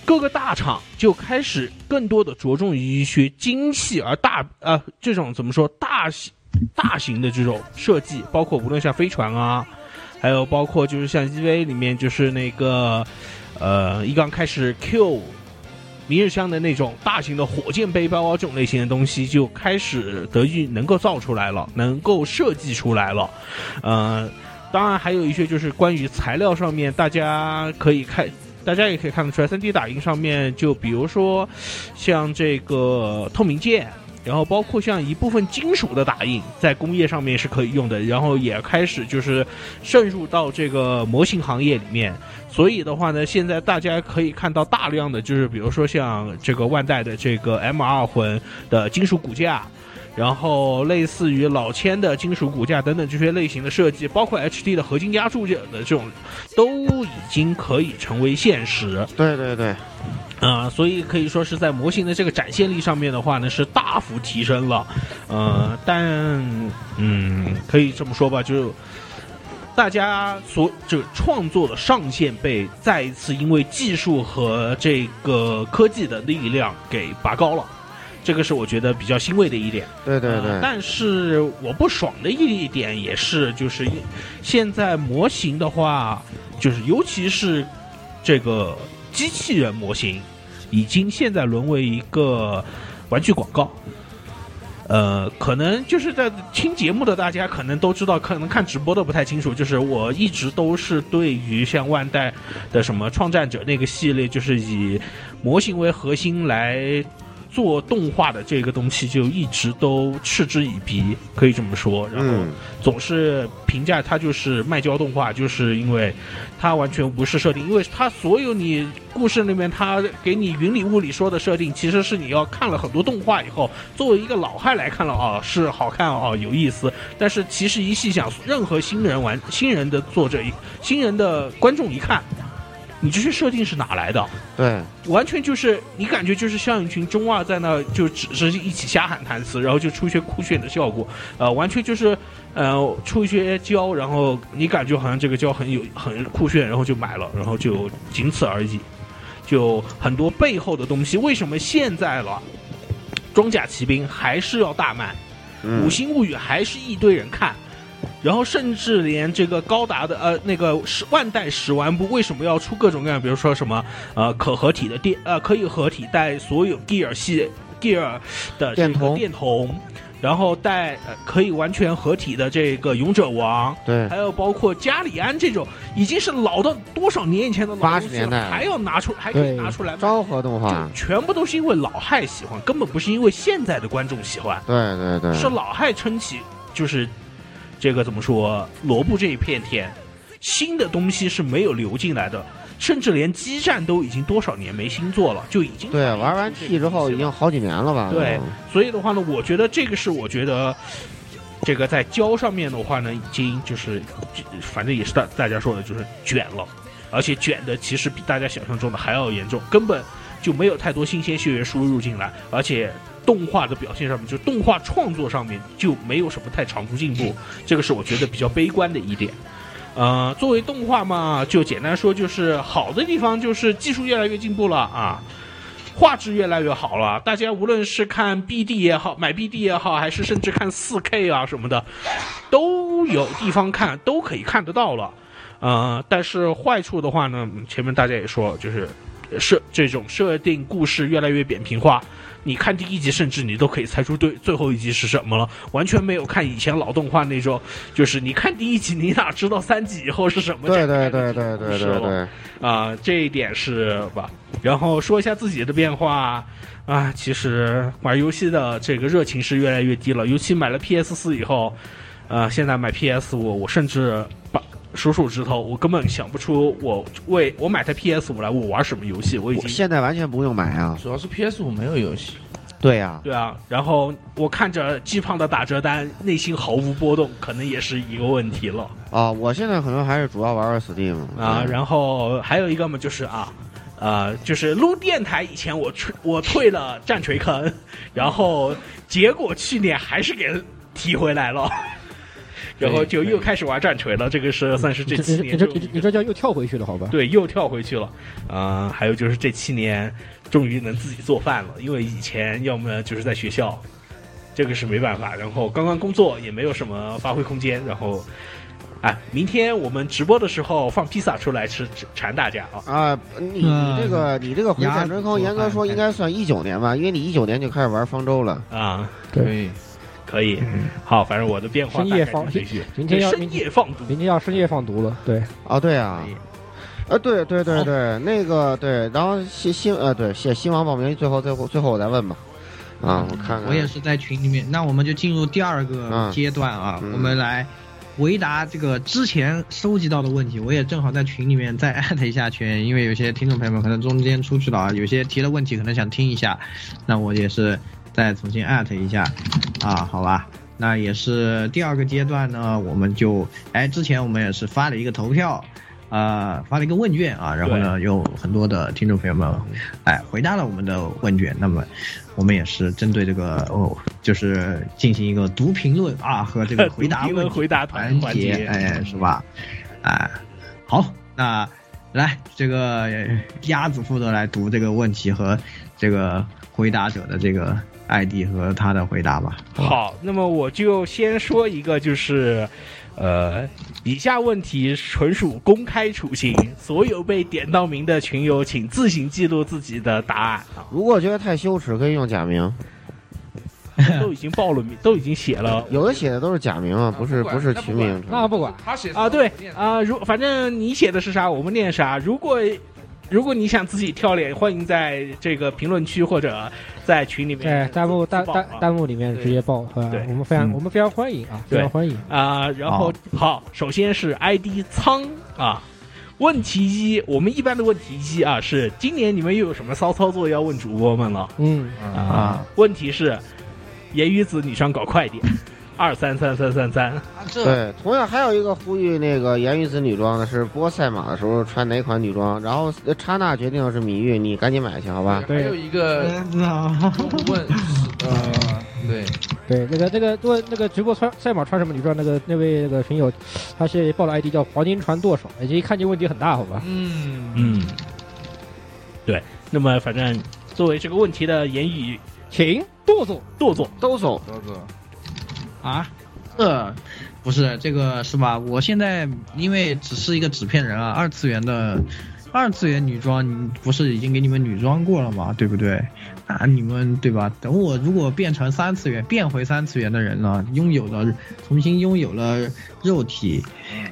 各个大厂就开始更多的着重于一些精细而大呃这种怎么说大型大型的这种设计，包括无论像飞船啊，还有包括就是像 EVA 里面就是那个呃一刚开始 Q 明日香的那种大型的火箭背包啊这种类型的东西就开始得以能够造出来了，能够设计出来了，呃。当然，还有一些就是关于材料上面，大家可以看，大家也可以看得出来，3D 打印上面就比如说像这个透明件，然后包括像一部分金属的打印，在工业上面是可以用的，然后也开始就是渗入到这个模型行业里面。所以的话呢，现在大家可以看到大量的就是比如说像这个万代的这个 M 二魂的金属骨架。然后类似于老铅的金属骨架等等这些类型的设计，包括 HD 的合金压铸件的这种，都已经可以成为现实。对对对，啊、所以可以说是在模型的这个展现力上面的话呢，是大幅提升了。呃，但嗯，可以这么说吧，就大家所就创作的上限被再一次因为技术和这个科技的力量给拔高了，这个是我觉得比较欣慰的一点。对对对呃但是我不爽的一点也是，就是现在模型的话，就是尤其是这个机器人模型，已经现在沦为一个玩具广告。呃，可能就是在听节目的大家可能都知道，可能看直播的不太清楚。就是我一直都是对于像万代的什么创战者那个系列，就是以模型为核心来做动画的这个东西，就一直都嗤之以鼻，可以这么说。嗯然后总是评价它就是卖胶动画，就是因为它完全无视设定，因为它所有你故事里面它给你云里雾里说的设定，其实是你要看了很多动画以后，作为一个老汉来看了啊、是好看啊、有意思。但是其实一细想，任何新人玩新人的作者、新人的观众一看，你这些设定是哪来的？啊对，完全就是你感觉就是像一群中二在那就只是一起瞎喊台词，然后就出一些酷炫的效果，呃，完全就是呃出一些胶，然后你感觉好像这个胶很有很酷炫，然后就买了，然后就呃仅此而已。就很多背后的东西，为什么现在了，装甲骑兵还是要大卖，嗯五星物语还是一堆人看，然后甚至连这个高达的呃那个十万代十万部为什么要出各种各样，比如说什么呃可合体的电呃可以合体带所有 Gear 系 Gear 的这个电筒电筒。然后带呃可以完全合体的这个勇者王，对还有包括加里安这种，已经是老到多少年以前的老80东西年代了，还要拿出还可以对，拿出来卖昭和动画，全部都是因为老害喜欢，根本不是因为现在的观众喜欢，对对对，是老害撑起，就是这个怎么说，罗布这一片天，新的东西是没有流进来的，甚至连基站都已经多少年没新做了，就已经对啊玩完 T 之后已经好几年了吧？对，所以的话呢，我觉得这个是我觉得。这个在胶上面的话呢，已经就是，反正也是大大家说的，就是卷了，而且卷的其实比大家想象中的还要严重，根本就没有太多新鲜血液输入进来，而且动画的表现上面，就动画创作上面就没有什么太长足进步，这个是我觉得比较悲观的一点。呃，作为动画嘛，就简单说，就是好的地方就是技术越来越进步了啊，画质越来越好了。大家无论是看 BD 也好，买 BD 也好，还是甚至看 4K 啊什么的，都有地方看，都可以看得到了。呃，但是坏处的话呢，嗯前面大家也说，就是设这种设定故事越来越扁平化。你看第一集，甚至你都可以猜出对最后一集是什么了，完全没有看以前老动画那种，就是你看第一集，你哪知道三集以后是什么？对对对对对是对了对，啊、这一点是吧？然后说一下自己的变化啊，其实玩游戏的这个热情是越来越低了，尤其买了 PS 四以后，呃，现在买 PS 五，我甚至把数数指头，我根本想不出我为我买台 PS 五来我玩什么游戏，我已经现在完全不用买啊。主要是 PS 五没有游戏。对呀，对啊，然后我看着巨胖的打折单，内心毫无波动，可能也是一个问题了。啊，我现在可能还是主要玩玩 Steam 啊，嗯然后还有一个嘛，就是啊，呃，就是录电台以前我退我退了战锤坑， 然后结果去年还是给提回来了， 然后就又开始玩战锤了，这个是算是这这七这年这终于这你这叫又跳回去了，好吧？对，又跳回去了。啊、还有就是这七年终于能自己做饭了，因为以前要么就是在学校，这个是没办法。然后刚刚工作也没有什么发挥空间，然后。啊，明天我们直播的时候放披萨出来吃，吃馋大家啊！啊，你你这嗯个你这个回战真空，严格说应该算一九年吧，因为你一九年就开始玩方舟了。啊，对，可以，好，反正我的变化嗯深大夜概放就这些，明天要深夜放毒，明天要深夜放毒了，对。啊，对啊，哎啊，对对对对，那个对，然后新新呃对，写新网报名，最后最后最后我再问吧。啊，我看看，我也是在群里面。那我们就进入第二个嗯阶段啊，嗯我们来回答这个之前收集到的问题。我也正好在群里面再 艾特一下群，因为有些听众朋友们可能中间出去了啊，有些提的问题可能想听一下，那我也是。再重新艾特一下啊，好吧。那也是第二个阶段呢，我们就哎，之前我们也是发了一个投票，呃，发了一个问卷啊，然后呢，有很多的听众朋友们，哎，回答了我们的问卷。那么，我们也是针对这个哦，就是进行一个读评论啊和这个回答 读评论问题回答团环环节哎，是吧？啊，好，那来这个呃鸭子负责来读这个问题和这个回答者的这个 ID 和他的回答吧。好，那么我就先说一个，就是，呃，以下问题纯属公开处刑，所有被点到名的群友请自行记录自己的答案啊。如果觉得太羞耻，可以用假名。都已经报了名，都已经写了，有的写的都是假名啊，不是不是群名。那不管他写啊，对啊，如反正你写的是啥，我们念啥。如果如果你想自己跳脸，欢迎在这个评论区或者在群里面对，弹幕弹自弹爆啊弹幕里面直接报，好吧？我们非嗯常我们非常欢迎啊，非对常欢迎。啊、然后好，首先是 ID 仓啊。问题一，我们一般的问题一啊是今年你们又有什么骚操作要问主播们了？嗯啊，问题是言语子女上搞快点，二三三三三三。对，同样还有一个呼吁，那个言语子女装的是播赛马的时候穿哪款女装，然后呃刹那决定的是米玉，你赶紧买去，好吧？还有一个问，呃，对，对，那个那个问那个直播穿赛马穿什么女装？那个那位那个群友，他是报了 ID 叫黄金船剁手，哎这一看就问题很大，好吧？嗯嗯，对。那么反正作为这个问题的言语，请剁手剁手剁手豆子，啊，这不是这个是吧？我现在因为只是一个纸片人啊，二次元的二次元女装，你不是已经给你们女装过了吗？对不对？啊，你们对吧？等我如果变成三次元，变回三次元的人了，拥有了重新拥有了肉体，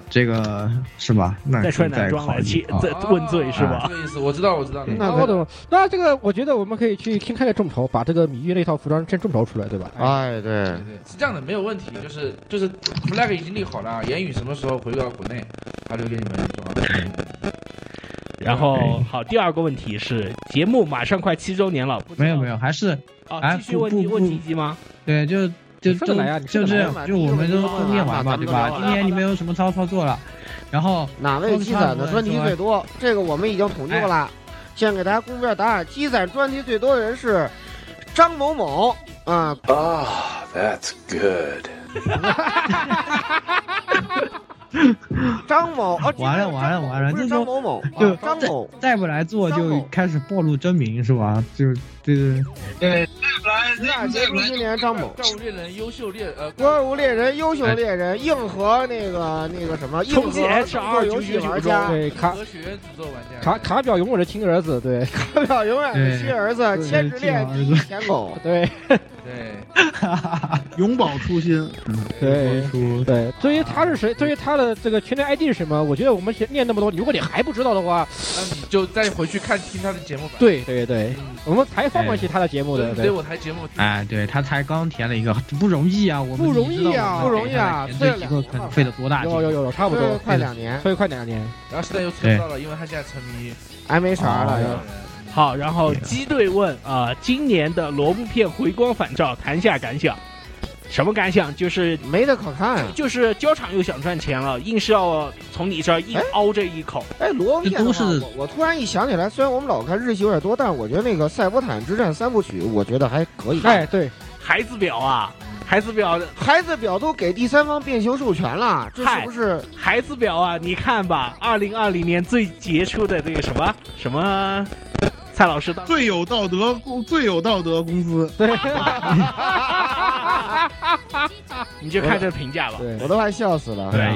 这个是吧？那再穿就男装考来虑切啊，再问罪是吧这？个意思我知道，我知道。那我懂。那这个我觉得我们可以去先开个众筹，把这个米玉那套服装先众筹出来，对吧？哎，对，是这样的，没有问题，就是就是 flag 已经立好了，啊言语什么时候回到国内，他留给你们装。然后好，第二个问题是节目马上快七周年了，没有没有，还是啊，哎继续不问题不问题一吗？对，就就顺就着来啊你顺就着这来样嘛，就我们都第一个问题都念嘛完嘛，咱们对都吧？聊完今年你们有什么操操作了？然后哪位积攒的专题最？说多？这个我们已经统计过了。现在给大家公布一下答案，积攒专题最多的人是张某某啊。 Ah, that's good. 张某啊，完了完了完了，不这是时候张某某啊就张某再再不来做就开始暴露真名是吧？就对对对，吉尔杰出青年张某。怪物猎人优秀猎呃，哎怪物猎人、优秀猎人、硬核那个那个什么，硬冲击核 HR 动作游戏玩家，对卡科学院诅咒玩家，卡卡表永远是亲儿子，对，代表永远是亲儿子，对千纸链第一舔狗，对。对，永葆初心。对对，至于他是谁，至于他的这个群内 ID 是什么，我觉得我们先念那么多，如果你还不知道的话，那你就再回去看听他的节目吧。对对对，我们才放过去他的节目的，对，我台节目哎，对他才刚填了一个，不容易啊，我们不容你易啊知道我们不容易啊给退了他填这两一个可能费了多大劲？有有有有，差不多快两年所以快两年，然后现在又催不到了，因为他现在沉迷。 MHR 了哦好，然后鸡队问啊、今年的萝卜片回光返照，谈下感想。什么感想？就是没得可看、啊就是交场又想赚钱了，硬是要从你这儿硬凹这一口。哎，罗这片的都话是我我突然一想起来，虽然我们老看日系有点多，但我觉得那个《赛博坦之战三部曲》，我觉得还可以。哎，对，孩子表啊，孩子表，孩子表都给第三方变形授权了，这是嗨不是？孩子表啊？你看吧，二零二零年最杰出的这个什么什么，蔡老师当最有道德公，最有道德公司。 你就看这评价吧。我都快笑死了。而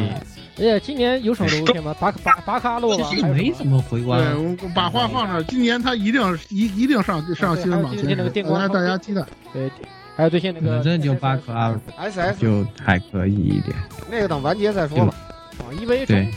且今年有什么萝卜片吗？巴巴巴卡洛啊，没怎么回关对，我们把话放这儿，今年他一定是一一定上上新闻榜今天那个前电十，大光家大家期待。对，还有最近那反个正就八克二 SS 就还可以一点。那个等完结再说吧。啊，EVA 中对，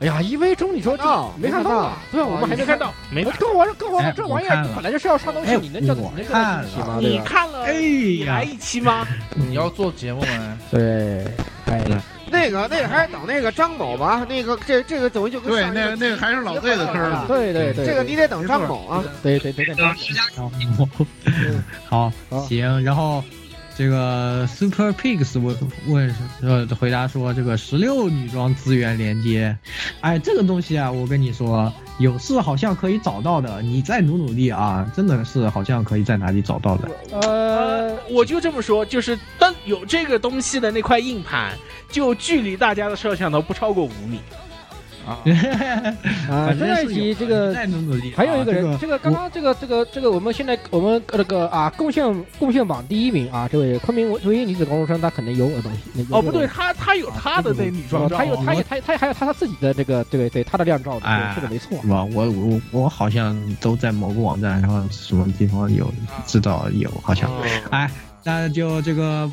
哎呀，EVA 中你说这哦没看没看到到啊？对，我们还没看到，没我跟我说跟我说哎这玩意我看儿了本来就是要上东西，哎你能叫我你能叫它看惊喜吗了？对你吧？看了，哎你呀来一期吗？你要做节目吗？对，哎，那个那个还是等那个张某吧，那个这这个等于就跟对上一那个那个还是老结合队的上嗑儿了了对对对这个对你得等没张错某啊。对对对对。好，行，然后这个 Super Pigs 问问呃回答说这个十六女装资源连接，哎，这个东西啊，我跟你说，有是好像可以找到的，你再努努力啊，真的是好像可以在哪里找到的。呃，我就这么说，就是当有这个东西的那块硬盘，就距离大家的摄像头不超过五米。啊，啊，反这正道是有题的这个你再努努力啊还有一个这人，个这个刚刚这个这个这个我们现在我们呃那个啊贡献贡献榜第一名啊，这位昆明文文艺女子高中生，她可能有个东西。那哦，不对，哦他他有他的那女装照，啊她有她有她她还有她她自己的这个对对她的靓照，哎对，这个没错。是吧？我我我好像都在某个网站上什么地方有啊知道有，好像，哦哎，那就这个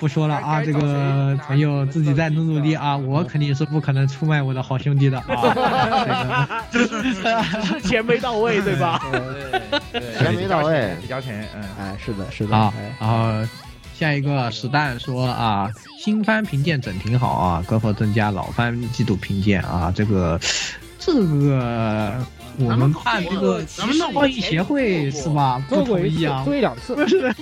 不说了啊，这个朋友自己再努努力啊，我肯定是不可能出卖我的好兄弟的啊。只是钱没到位，对 吧？钱没到位比较钱，嗯， 哎，是的，是这个啊，然后下一个史蛋说啊，新番评鉴整挺好啊，可否增加老番季度评鉴啊？这个这个。我们啊办这个咱骑们士弄过贸易协会是吧？不同意啊，次不是，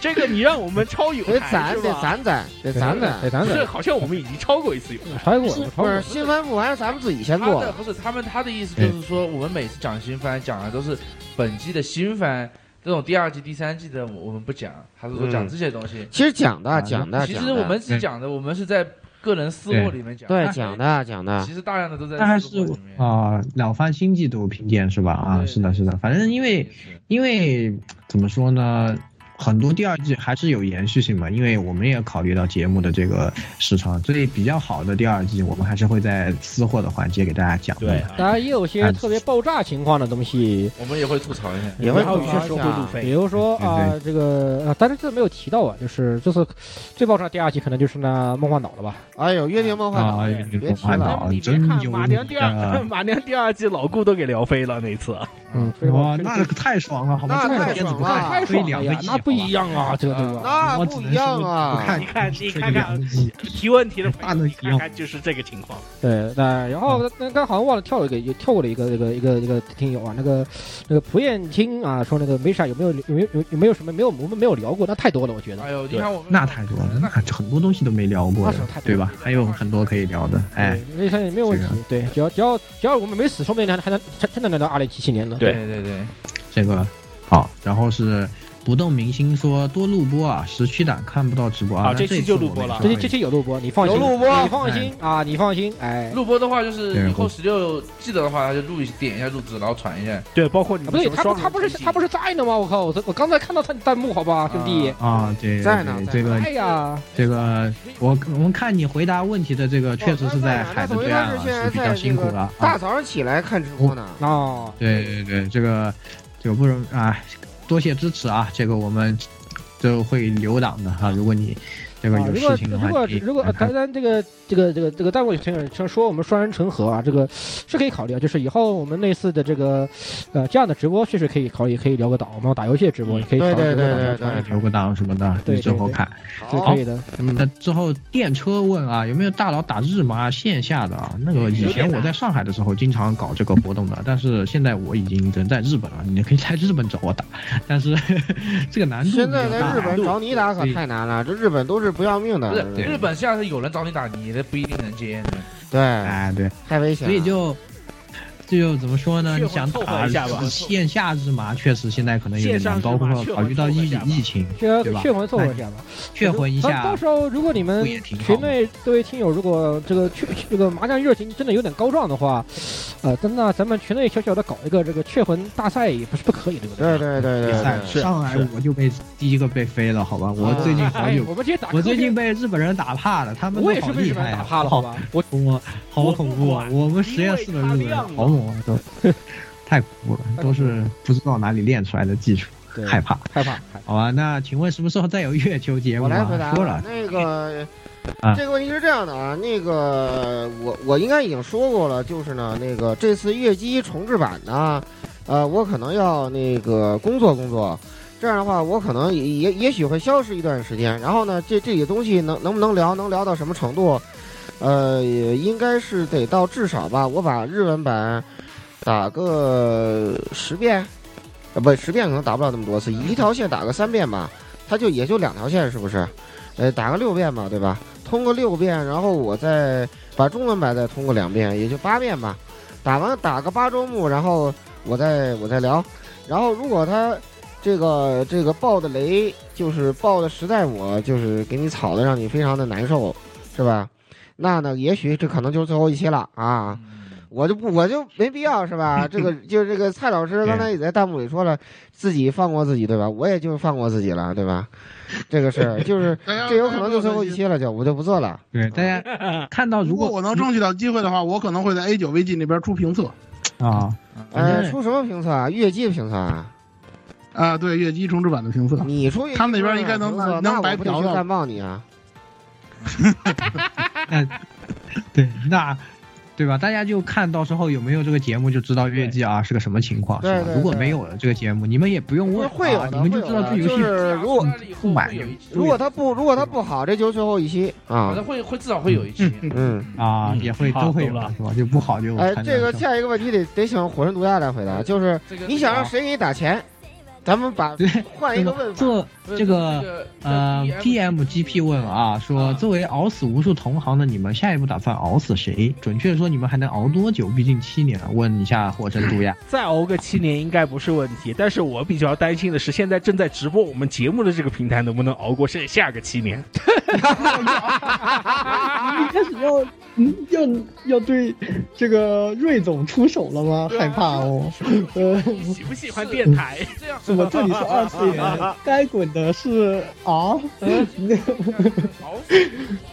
这个你让我们超有得台攒是得吧攒攒得攒攒得攒攒这好像我们已经超过一次有台，超过不是新番不完，咱们自己先他做的。不是他们他的意思哎就是说，我们每次讲新番讲的都是本季的新番，这种第二季、第三季的我我们不讲，还是说讲这些东西？其实讲的啊嗯讲的，嗯其讲实的我们只讲的，我们是在个人私货里面讲。对讲的讲的其，实大量的都在但还私货是啊，两番新季度评鉴是吧？啊，是的，是的，反正因为因为怎么说呢，很多第二季还是有延续性嘛，因为我们也考虑到节目的这个时长，所以比较好的第二季我们还是会在私货的环节给大家讲的。对当然也有些特别爆炸情况的东西，啊我们也会吐槽一下，也会吐槽一下，比如说对啊、这个啊，但是这没有提到啊，就是这次最爆炸第二季可能就是那梦幻岛了吧？哎呦，约定梦幻岛，啊，别提了。你真有马娘第二， 啊马娘第二季老顾都给聊飞了那次，嗯，哇，那可太爽啊了，好吧？那这太片子爽不太了太所以爽两了个呀季那不好吧一样啊这个对吧那我不只一能说样啊不看你看你这看个看两个季提问题的朋友，你看看就是这个情况。对，那然后那刚好像忘了跳了一个，也跳过了一个那个一个一个听友啊，那个那个蒲彦青啊，说那个没啥，有没有有没有有有没有什么没有我们没有聊过，那太多了，我觉得。哎呦，你看我们那太多了，那很多东西都没聊过那是太多了对吧？还有很多可以聊的，哎。那现在也没有问题，对，只要只要只要我们没死，说不定还还能真真的能到二零七七年呢。对对，这个好，然后是不动明星说多录播啊，时区党看不到直播啊，啊，那这次期就录播了，我这们就期会这期有录播，你放心，有录播你放心啊，你放心，哎，录播的话，就是对以后十六记得的话，就录一点一下录制，然后传一下。对，包括你啊不对，他不他不是他不是在呢吗？我靠，我这我刚才看到他的弹幕，好吧，兄弟，啊，对，在呢对在这呢个，哎呀，这个我我们看你回答问题的这个，确实是在海的所以对他岸是啊，现在是比在较这辛苦个的啊。大早上起来看直播呢。哦，对对对，这个这个不容啊，多谢支持啊，这个我们都会留档的哈、如果你这个啊，有如果事情的话，如果你可以如果呃当然这个这个这个这个弹幕有听友说我们双人成盒啊，这个是可以考虑啊，就是以后我们类似的这个呃这样的直播确实可以考虑，可以聊个岛，我们打游戏的直播也可以考虑这个岛上留个档什么的，对你之后对对看是可以的。那之后电车问啊，有没有大佬打日麻线下的啊？那个以前我在上海的时候经常搞这个活动的，但是现在我已经人在日本了，你可以在日本找我打，但是这个难度现在比较在大日本找你打可太难了，这日本都是不要命的不是。日本现在是有人找你打，你的不一定能接。对，哎对，太危险所了。以就就怎么说呢？血你红想啊凑合打一下吧线下日麻，确实现在可能有点线上难，日麻包括血红考虑到凑合疫一下吧疫情，血对吧？哎血魂凑合一下吧，血魂一到下到，时候如果你们不也挺好群内各位听友如果这个去这个麻将热情真的有点高涨的话，呃，真的咱们群内小小的搞一个这个雀魂大赛也不是不可以，对不对？对对对对哎对，啊上来我就被第一个被飞了，好吧？我最近好久哎，我们这打我最近被日本人打怕了，他们我也都是好被日厉本害人打呀，怕了，好吧？我我好恐怖啊！我们实验室的日本人好猛啊，都太恐怖了，都是不知道哪里练出来的技术，害怕害怕。好吧，那请问什么时候再有月球节目我来啊回答？说了，那个啊这个问题是这样的啊，那个我我应该已经说过了，就是呢，那个这次月姬重置版呢，呃，我可能要那个工作工作。这样的话，我可能也也也许会消失一段时间。然后呢，这这些东西能能不能聊，能聊到什么程度？呃，也应该是得到至少吧，我把日文版打个十遍，呃，不，十遍可能打不了那么多次，一条线打个三遍吧，它就也就两条线，是不是？呃，打个六遍吧，对吧？通过六遍，然后我再把中文版再通过两遍，也就八遍吧。打完打个八周目，然后我再我再聊。然后如果他这个这个爆的雷就是爆的实在我就是给你炒的让你非常的难受，是吧？那呢，也许这可能就是最后一期了啊。我就不，我就没必要是吧？这个就是这个蔡老师刚才也在弹幕里说了，自己放过自己对吧？我也就放过自己了对吧？这个事儿就是哎这有可能就最后一期了，就我就不做了。对，大家看到啊如果我能争取到机会的话，我可能会在 A 九 V G 那边出评测。啊，呃，出什么评测啊？越级评测啊？啊，对，越级重置版的评测。你出越级他们那边应该能评测那能我白不得嫖去的干。爆你啊！那对，那对吧？大家就看到时候有没有这个节目，就知道月季啊是个什么情况，是对吧对？对如果没有了这个节目，你们也不用问，会有啊的，你们会就知有的道这游戏就是如果不买就。如果他不如果他不好，这就是最后一期啊反正。会会至少会有一期。嗯啊，也会好都会有懂的了是吧？就不好就哎，看这个着下一个问题得得请火神毒药来回答，就是这个你想让谁给你打钱？咱们把换一个问法，这这个呃，PMGP 问啊，说作为熬死无数同行的你们，下一步打算熬死谁？准确说，你们还能熬多久？毕竟七年了。问一下火神毒呀， 再熬个七年应该不是问题，但是我比较担心的是，现在正在直播我们节目的这个平台能不能熬过下下个 七年？一开始要嗯要要对这个瑞总出手了吗？啊害怕哦。呃，喜不喜欢电台？怎么这里是二次元？该滚的是啊，那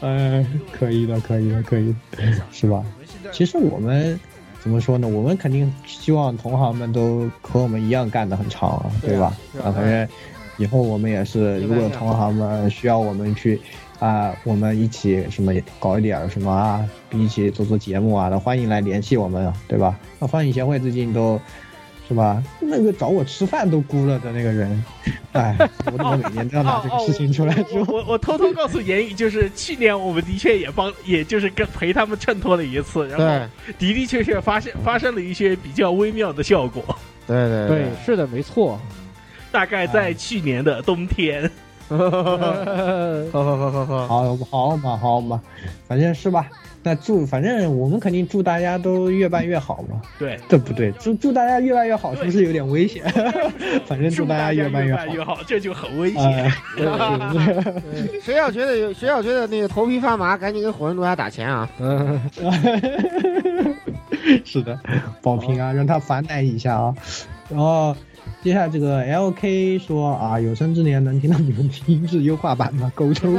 呃，可以的，可以的，可以 的，是吧？其实我们怎么说呢？我们肯定希望同行们都和我们一样干得很长，对吧？啊，反正以后我们也是，如果有同行们需要我们去啊、我们一起什么搞一点儿什么啊，一起做做节目啊的，欢迎来联系我们，啊对吧？那欢迎协会最近都。是吧？那个找我吃饭都估了的那个人，哎，我怎么每年都要拿这个事情出来哦我我我偷偷告诉言语，就是去年我们的确也帮，也就是跟陪他们衬托了一次，然后的的确确发生发生了一些比较微妙的效果，对 对对，是的，没错。大概哎在去年的冬天。 好好好好好，好好嘛好嘛，反正是吧？那祝反正我们肯定祝大家都越办越好嘛，对，对不对？祝祝大家越办越好，是不是有点 危险？反正祝大家越越办越好办。越好，这就很危哎险。谁要觉得有谁要觉得那个头皮发麻，赶紧给火神毒药打钱啊！呃 是的，保平啊，让他反奶一下啊。然后接下来这个 L K 说啊，有生之年能听到你们音质优化版吗？狗抽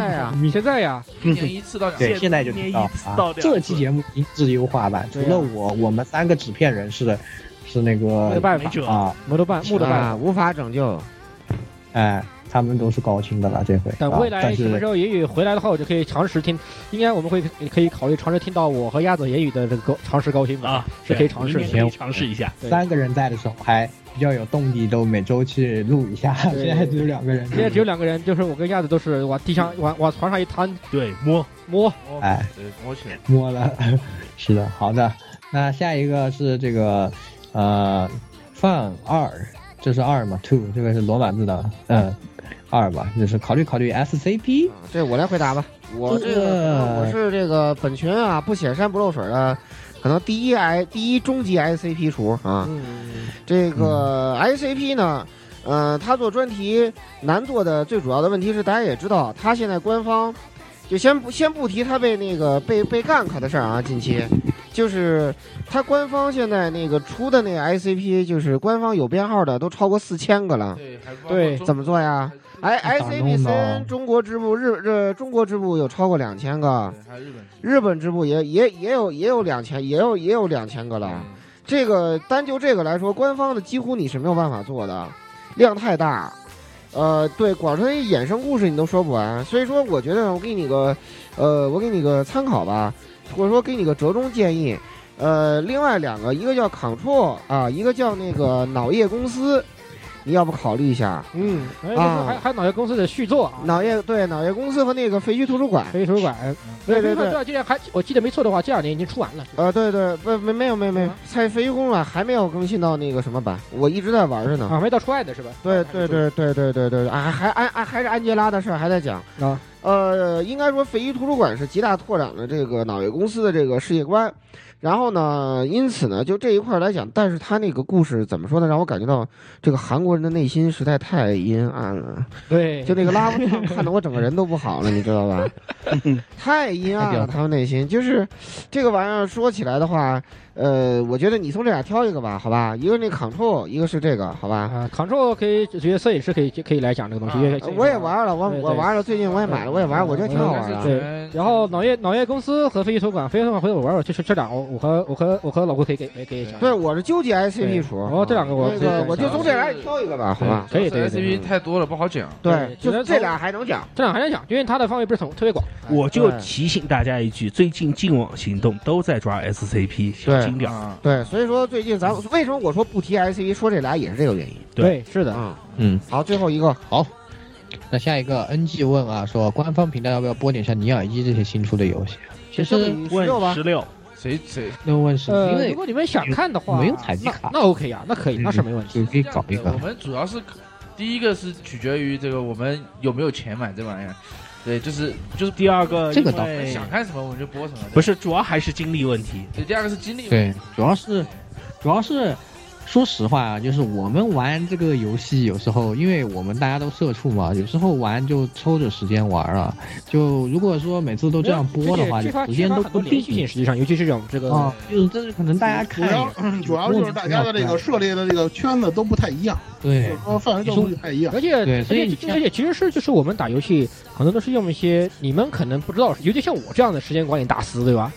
你现在啊呀，一年一次到两次对，现在就知道啊。这期节目音质优化版，除对啊了我，我们三个纸片人是的，是那个没得办法啊，没得办，没得办啊法。无法拯救。哎，他们都是高清的了，这回。等啊未来但什么时是候言语回来的话，我就可以尝试听，应该我们会可以考虑尝试听到我和鸭子言语的这个高尝试高清啊吧，是可以尝试对的，明年可以尝试一下对三个人在的时候还比较有动力，都每周去录一下。对啊现在只有两个人，现在只有两个人，就是我跟鸭子都是往地上往往床上一摊，对，摸摸，哎，对，摸起来。嗯摸了， 是的，好的。那下一个是这个呃，范二，这是二嘛？two，这个是罗马字的，嗯，二吧，就是考虑考虑 SCP。这我来回答吧。我这个我是这个本群啊，不显山不漏水的，可能第一 I 第一终极 ICP 厨啊。这嗯个 ICP 呢，呃，他做专题难做的最主要的问题是，大家也知道，他现在官方就先不先不提他被那个被被 gank 的事儿啊，近期就是他官方现在那个出的那个 ICP，就是官方有编号的都超过四千个了。对怎么做呀？哎弄的，ICPCN 中国支部日这中国支部有超过两千个，日本支部也也也有也有两千，也有也有两千个了。这个单就这个来说，官方的几乎你是没有办法做的，量太大。呃，对，光是那衍生故事你都说不完，所以说我觉得我给你个，呃，我给你个参考吧，或者说给你个折中建议。呃，另外两个，一个叫 Control 啊，一个叫那个脑叶公司。你要不考虑一下？嗯，还有啊还还有脑业公司的续作啊，脑业对脑业公司和那个废墟图书馆，废墟图书馆，对对这对，这还我记得没错的话，这两年已经出完了。呃，对对，不没没有没有嗯没有，在废墟公馆还没有更新到那个什么版，我一直在玩着呢。啊，没到出爱的是吧？对对对对对对对，啊，还安啊还是安吉拉的事儿还在讲啊。呃，应该说肥一图书馆是极大拓展了这个脑业公司的这个世界观，然后呢，因此呢，就这一块儿来讲，但是他那个故事怎么说呢，让我感觉到这个韩国人的内心实在太阴暗了。对就那个拉夫唱看得我整个人都不好了，你知道吧？太阴暗了，他们内心就是这个玩意儿。说起来的话，呃，我觉得你从这俩挑一个吧，好吧？一个那 Control，一个是这个，好吧？啊，Control 可以，觉得摄影师可以可以来讲这个东西。也可以啊我也玩了，我对我对玩了，最近我也买了，我也玩，我觉得挺好玩的。对，然后脑业脑业公司和飞机图书馆，飞机图书馆回头我玩玩，这这这两个我我和我和我和老郭可以给给讲。对，我是纠结 ICP 对出，哦这两个我那个我就从这俩里挑一个吧，好吧？可以，对 S 对 C 对 P 太多了，不好讲。对，只就能这从俩还能讲。这两个还能讲，因为它的范围不是很特别广。我就嗯对提醒大家一句，最近净网行动都在抓 SCP 小对金点儿。啊对，所以说最近咱们为什么我说不提 ICP，说这俩也是这个原因。对是的，啊，嗯，好，最后一个好。那下一个 NG 问啊，说官方频道要不要播点像尼尔一这些新出的游戏啊？其实问十六，谁谁那问是因呃，为如果你们想看的话，没有采集卡那那 OK 啊，那可以，那是没问题。可以搞一个我。们主要是第一个是取决于这个我们有没有钱买这玩意儿，对，就是就是第二个这个倒因为想看什么我们就播什么。不是，主要还是精力问题。对，第二个是精力。对，主要是，主要是，说实话啊，就是我们玩这个游戏，有时候因为我们大家都社畜嘛，有时候玩就抽着时间玩了。就如果说每次都这样播的话，缺乏时间都缺乏很不多连续性，实际上，尤其是这种这个啊，就是这是可能大家主看要也嗯主要就是大家的这个涉猎的这个圈子都不太一样，对就是说范围都不太一样。而且对所以而你且像而且其实是就是我们打游戏很多都是用一些你们可能不知道，尤其像我这样的时间管理大师，对吧？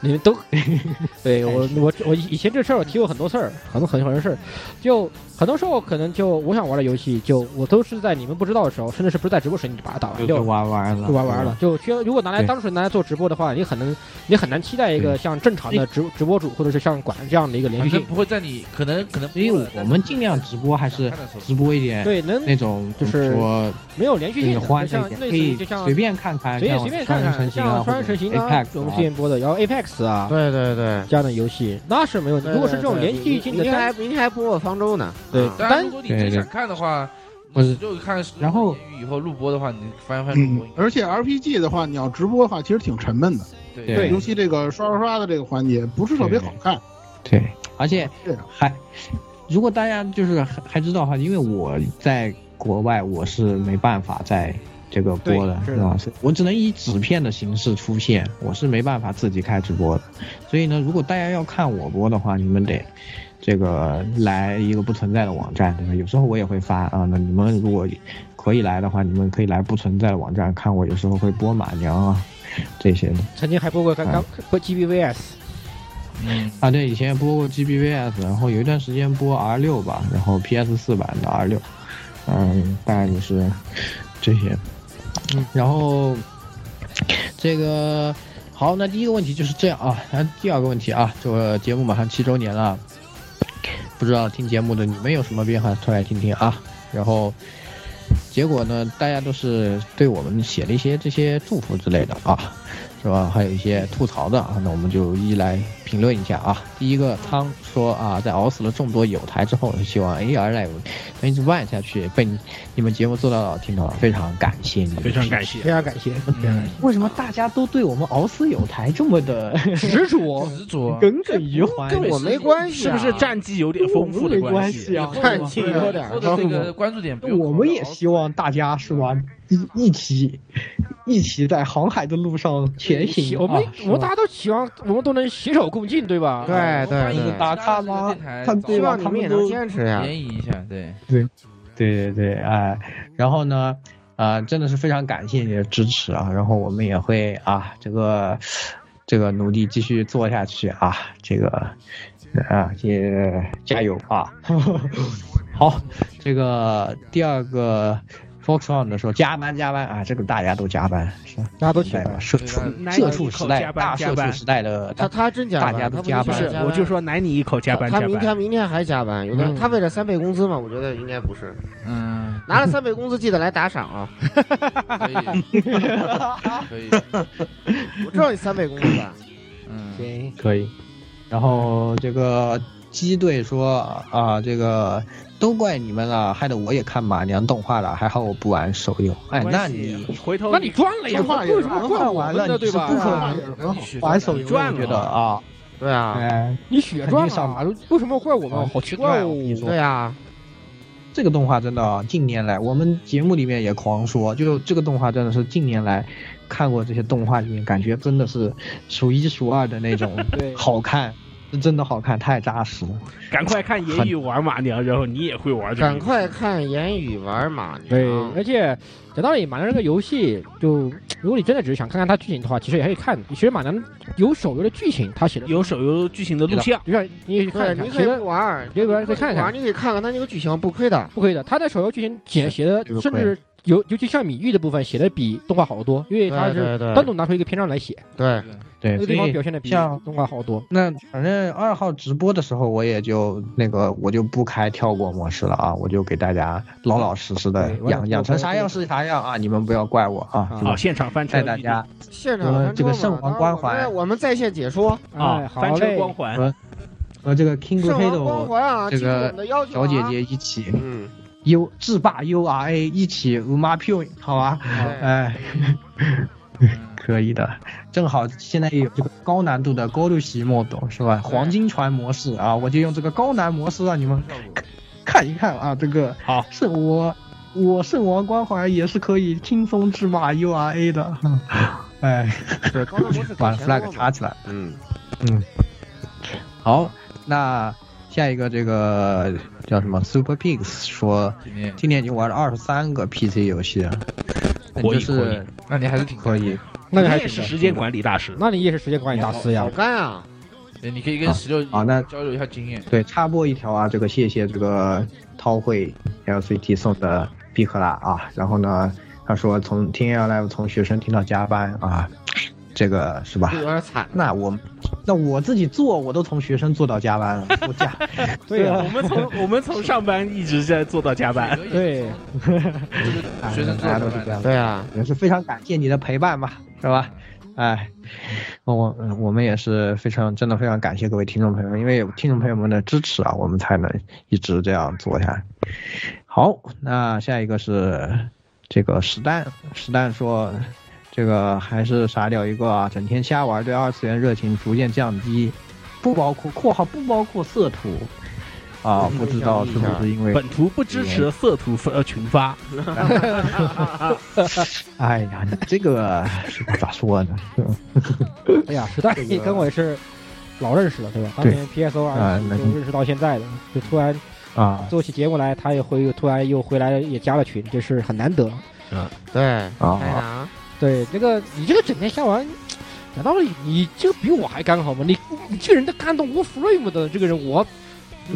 你们 都，对哎我我我以前这事儿我提过很多事儿，很多很多很多事儿，就很多时候可能就我想玩的游戏，就我都是在你们不知道的时候，甚至是不是在直播时你就把它打完就就就玩玩了，就玩玩了。就缺，如果拿来对单纯拿来做直播的话，你很能你很难期待一个像正常的直直播主或者是像管这样的一个连反续正性。不会在你可能可能播了，所以我们尽量直播还是直播一点，对能那种就是说没有连续性的就是欢像乐类一点，可似于以就像随便看看，随便像随便看看，双人成型啊像双人成型啊，我们之，Apex 前啊播的，然后 Apex 啊，对对对，这样的游戏那是没问题。如果是这种连续性明的天还单，明天还播我方舟呢。对啊当然，如果你真想看的话，不是就看十六然后言语以后录播的话，你翻翻录嗯播。，而且 RPG 的话，你要直播的话，其实挺沉闷的，对尤其这个刷刷刷的这个环节不是特别好看。对，而且是还，如果大家就是还还知道的话，因为我在国外我是没办法在这个播的，对是是的吧？我只能以纸片的形式出现，我是没办法自己开直播的。所以呢，如果大家要看我播的话，你们得。这个来一个不存在的网站，对吧？有时候我也会发啊。那你们如果可以来的话，你们可以来不存在的网站看我。有时候会播马娘啊，这些的。曾经还播过刚刚啊播 GBVS，啊，对，以前播过 GBVS，然后有一段时间播 R 六吧，然后 PS 四版的 R 六，嗯，大概就是这些。嗯，然后这个好，那第一个问题就是这样啊，那第二个问题啊，这个节目马上七周年了，不知道听节目的你们有什么变化，出来听听啊。然后结果呢，大家都是对我们写了一些这些祝福之类的啊，是吧？还有一些吐槽的啊，那我们就一一来评论一下啊。第一个仓说啊，在熬死了众多友台之后，希望 AR Live 能一直办哎下去，被你你们节目做到了，听到了，非常感谢你们，非常感谢非常感谢。为什么大家都对我们熬死友台这么的执 着？执着耿耿于怀？跟我没关系是啊不是战绩有点丰富的系？看清有点或儿。者这个关注点不用我们也希望大家是吧，一一起一起在航海的路上前行啊。我们是吧我们大家都希望我们都能携手共进，对吧？对嗯对对打卡吗他对吧他们都联谊一下，对。啊对，对对对，哎、然后呢，啊、真的是非常感谢你的支持啊，然后我们也会啊，这个这个努力继续做下去啊，这个啊 也加油啊。好，这个第二个 Foxon 的时候加班加班啊，这个大家都加班，是吧？大家都起来了，社畜奶社畜时代加班大加社班畜时代的他他真加大班，家他都不加是班加班我就说奶你一口加班他加明班。天明天还加班，有的、嗯他为了三倍工资嘛，我觉得应该不是。嗯，拿了三倍工资记得来打赏啊！可以，可以，我知道你三倍工资吧？嗯，可以。然后这个鸡队说啊，这个都怪你们了，害得我也看马娘动画了，还好我不玩手游。哎，那你回头那你赚了呀动画为也什啊么是玩赚化我完们了的你对是吧？不可能玩手游，赚我觉得啊，对啊，哎，你血肯赚定上啊？为什么怪我们？好奇怪哦！，对啊，这个动画真的啊，近年来我们节目里面也狂说，就这个动画真的是近年来看过这些动画里面，感觉真的是数一数二的那种 对好看，是真的好看，太扎实了。赶快看言语玩马娘，然后你也会玩这个赶游戏。快看言语玩马娘。对，啊而且讲道理，马娘这个游戏，就如果你真的只是想看看它剧情的话，其实也可以看。其实马娘有手游的剧情，它写的有手游剧情的录像就像你也去对，看一看。你其可以实不玩儿，有个人可以看一看玩儿你可以看看他那个剧情，不亏的。不亏的，它的手游剧情写写的，甚至尤尤其像米玉的部分写的比动画好得多，因为它对是对对单独拿出一个篇章来写，对对，那个地所方以表现的比像动画好多。那反正二号直播的时候，我也就那个我就不开跳过模式了啊，我就给大家老老实实的对我也养养成啥样我是啥样啊，你们不要怪我啊。是吧好，现场翻车带大家现场和翻这车个嘛圣皇光当然环我们我们在线解说啊，翻车光环和和呃这个 King 圣王光 Kato、环啊这记住我个们的要求小啊姐姐一起，嗯，U 制霸 U R A 一起 u m a p u 好吧，哎，嗯 可以的，正好现在有这个高难度的高露西莫懂是吧？黄金船模式啊，我就用这个高难模式让你们看看一看啊，这个好是我。我圣王光环也是可以轻松制霸 U R A 的，哎，高难模式 把可以先 flag 说嘛插起来，嗯嗯，好，那下一个这个叫什么 Super Pigs 说，今年已经玩了二十三个 PC 游戏了，那可以哎就可是以那你还是挺可以，那你还你也是时间管理大师。那你也是时间管理大师呀好？干啊！对你可以跟十六好，啊那交流一下经验。对插播一条啊，这个谢谢这个涛会 LCT 送的毕克拉啊，然后呢，他说从听 L Live 从学生听到加班啊，这个是吧？有点惨。那我那我自己做我都从学生做到加班了，我 加对啊我们从 我们从上班一直在做到加班。对，学生啊哎大家都是这样，对啊，也是非常感谢你的陪伴吧，是吧？哎，我嗯我们也是非常真的非常感谢各位听众朋友们，因为有听众朋友们的支持啊，我们才能一直这样做下来。好，那下一个是这个实弹，实弹说这个还是傻屌一个啊，整天瞎玩，对二次元热情逐渐降低，不包括（括号不包括色图）啊，不知道是不是因为本图不支持色图呃群发。 哎呀，你这个是吧咋说呢？ 哎呀，时代这个你跟我也是老认识了，对吧？当对年 PSO 啊二那就认识到现在的，就突然啊做起节目来，他也回突然又回来也加了群，这是很难得。啊，对啊，对，这个你这个整天瞎玩，讲道理，你这个比我还干好吗？你你这个人的干动我 frame 的这个人，我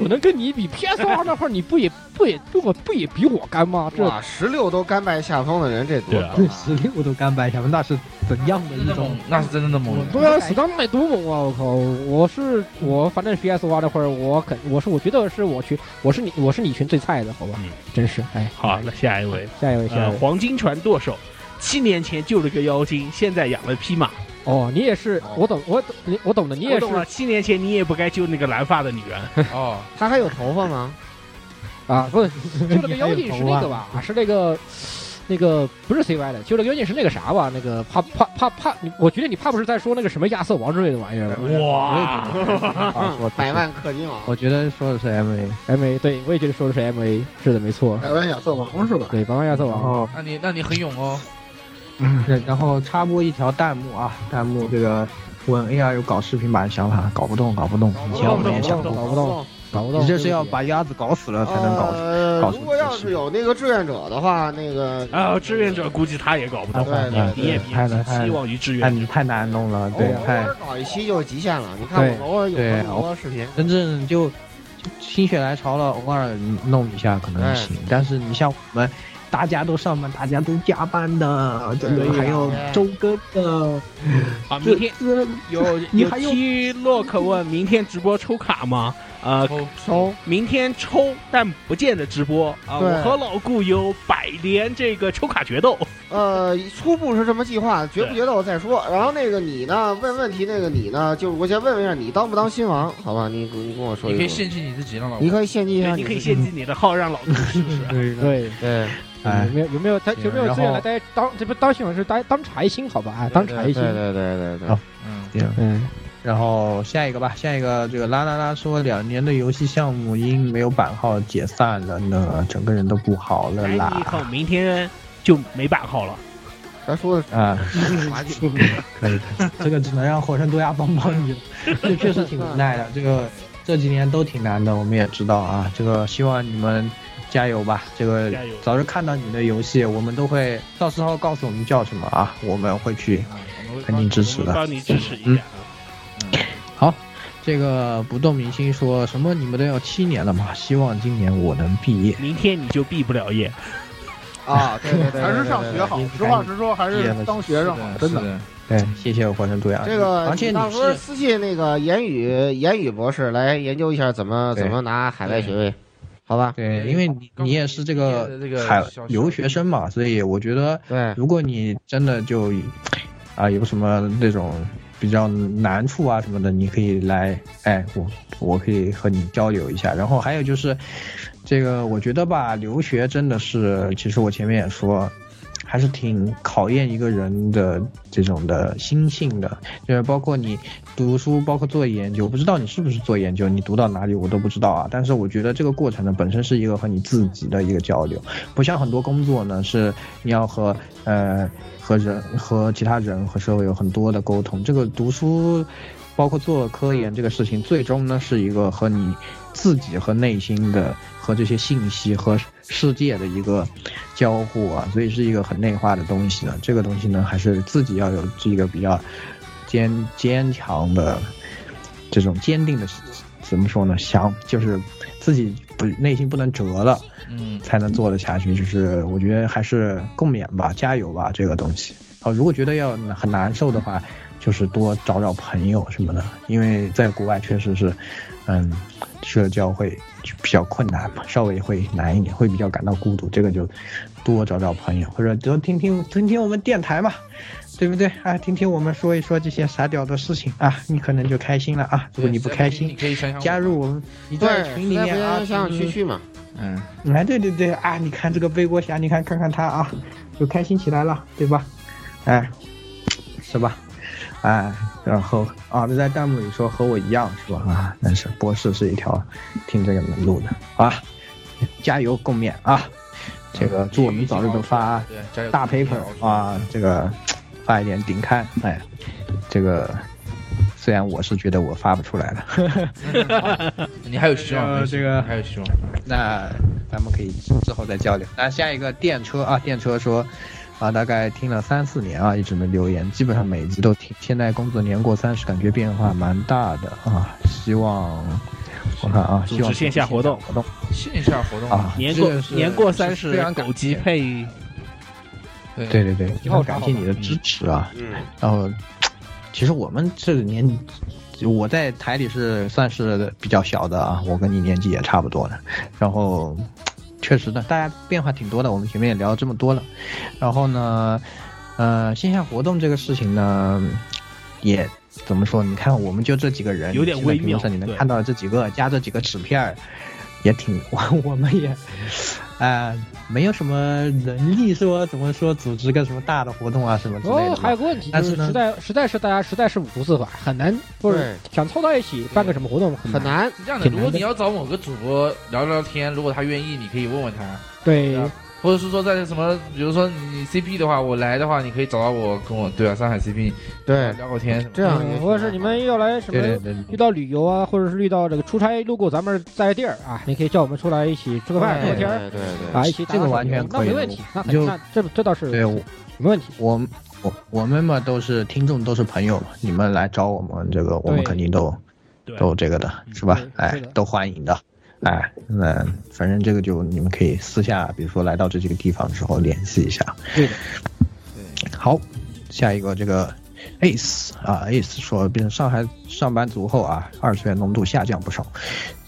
我能跟你比 PS 二那会儿，你不也不也不我不也比我干吗？这哇，十六都甘拜下风的人，这多啊对，啊十六都甘拜下风，那是怎样的一种？那是真的猛人，对啊，死当麦多猛啊！我靠，我是我，反正 PS 二那会儿，我肯我是我觉得是我群，我是你我是你群最菜的，好吧？真是哎，好，那下一位，下一位下一位呃黄金船舵手，七年前救了个妖精，现在养了匹马。哦，你也是，我懂，我懂，你我懂的，你也我是懂了，七年前你也不该救那个蓝发的女 人。哦，他还有头发吗？啊，不是，就那个妖精是那个吧？啊是那个。那个不是 CY 的，就那个妖精是那个啥吧？那个怕怕怕怕，你我觉得你怕不是在说那个什么亚瑟王之类的玩意儿吧？啊哇百万氪金王，我觉得说的是 MA MA，对我也觉得说的是 MA，是的，没错。百万亚瑟王是吧？对，百万亚瑟王。哦，嗯那你那你很勇哦。对然后插播一条弹幕啊，弹幕这个问 AR 有搞视频版的想法，搞不动，搞不动，以前我们也想过，搞不动，搞不动。你这是要把鸭子搞死了才能搞呃，搞如出果要是有那个志愿者的话，那个啊，志愿者估计他也搞不懂，你你也太难，别太寄望于志愿。太太难弄了，对，哦太偶尔搞一期就极限了。你看对我偶尔有对很多视频，真正哎就心血来潮了，偶尔弄一下可能行，但是你像我们。大家都上班，大家都加班啊的，这对个呀还有周更的，啊，这明天这有你有还有七洛克问，明天直播抽卡吗？呃，抽，明天抽，但不见得直播啊。对我和老顾有百连这个抽卡决斗，呃，初步是这么计划，决不对决斗再说。然后那个你呢？问问题那个你呢？就是我先问问一下，你当不当新王？好吧，你你跟我说一你说。可以献祭你自己让老你可以献祭一下对你可以自己献祭你的号让老顾试试。嗯对对嗯对，哎有没有有没有他有没有资源来大家当这不当新闻是大家当茶一星好吧？啊，当茶一星。对对对对好行，嗯，然后下一个吧，下一个这个啦啦啦说两年的游戏项目因没有版号解散了呢，整个人都不好嗯了哎，你啦。好，明天就没版号了。咱说的啊，可以，这个只能让火神多亚帮帮你了，这确实挺无奈的。这个这几年都挺难的，我们也知道啊。这个希望你们加油吧，这个加油早日看到你的游戏，我们都会到时候告诉我们叫什么啊，我们会去肯定支持的，帮你支持一下嗯。好，这个不动明星说什么？你们都要七年了嘛？希望今年我能毕嗯业。明天你就毕不了业。啊，对对对，还是上学好。实话实说，还是当学生好，真的。的。对，谢谢火神杜亚。这个，而且到你时候是私信那个言语言语博士来研究一下怎么对怎么拿海外学位，好吧？对，因为你你也是这个毕业的这个海小留学生嘛，所以我觉得，对，如果你真的就啊有什么那种比较难处啊什么的，你可以来，哎，我我可以和你交流一下。然后还有就是，这个我觉得吧，留学真的是，其实我前面也说。还是挺考验一个人的这种的心性的，就是包括你读书，包括做研究，不知道你是不是做研究，你读到哪里我都不知道啊。但是我觉得这个过程呢，本身是一个和你自己的一个交流，不像很多工作呢，是你要和呃和人和其他人和社会有很多的沟通。这个读书，包括做科研这个事情，最终呢是一个和你自己和内心的和这些信息和世界的一个交互啊，所以是一个很内化的东西呢。这个东西呢，还是自己要有这个比较坚坚强的这种坚定的，怎么说呢？想就是自己不内心不能折了，嗯，才能做得下去。就是我觉得还是共勉吧，加油吧，这个东西。啊，如果觉得要很难受的话，就是多找找朋友什么的，因为在国外确实是，嗯，社交会比较困难嘛，稍微会难一点，会比较感到孤独。这个就多找找朋友，或者多听听听听我们电台嘛，对不对啊？听听我们说一说这些傻屌的事情啊，你可能就开心了啊。如果你不开心，可以想想我加入我们，你在对群里实在面不啊，行想想区区嘛。嗯，哎，对对对啊！你看这个背锅侠，你看看看他啊，就开心起来了，对吧？哎，是吧？哎，然后啊，那在弹幕里说和我一样是吧？啊，但是博士是一条听这个门路的啊，加油共勉啊！这个祝我们早日能发对加油大 paper 啊，这个发一点顶刊，哎，这个虽然我是觉得我发不出来了。你还有希望，呃没事这个还有希望。那咱们可以之后再交流。那下一个电车啊，电车说。啊，大概听了三四年啊，一直没留言，基本上每集都听。现在工作年过三十，感觉变化蛮大的啊。希望我看啊，组希望织线下活动，活动线下活动啊年过这个是年过三非十常，感狗急配。对对对，以以后后查感好谢吧你的支持啊。嗯，然后，其实我们这个年，我在台里是算是比较小的啊，我跟你年纪也差不多了。然后，确实呢，大家变化挺多的，我们前面也聊了这么多了。然后呢，呃，线下活动这个事情呢，也怎么说？你看，我们就这几个人，有点微妙现在比如说你能对看到这几个加这几个纸片儿，也挺 我我们也，啊、没有什么能力说怎么说组织个什么大的活动啊什么之类的哦嘛。，还有个问题就但是是呢实在实在是大家实在是五湖四海，很难不是想凑到一起办个什么活动很难是这样的，挺如果难你要找某个主播聊聊天，如果他愿意，你可以问问他。啊对嗯或者是说在什么，比如说你 CP 的话，我来的话，你可以找到我，跟我对啊，上海 CP 对聊个天什么的这样，或者是你们要来什么对对对遇到旅游啊，或者是遇到这个出差路过咱们在地儿啊，你可以叫我们出来一起吃个饭聊对个天儿对对对啊，一起打打这个手完全游可那以没的问题，那就很那这这倒是对，我没问题。我我我们嘛都是听众，都是朋友嘛，你们来找我们这个，我们对嗯肯定都都这个的，是吧？哎，都欢迎的。哎，那反正这个就你们可以私下，比如说来到这几个地方之后联系一下。对的，好，下一个这个 Ace 啊，Ace 说，变成上海上班族后啊，二次元浓度下降不少，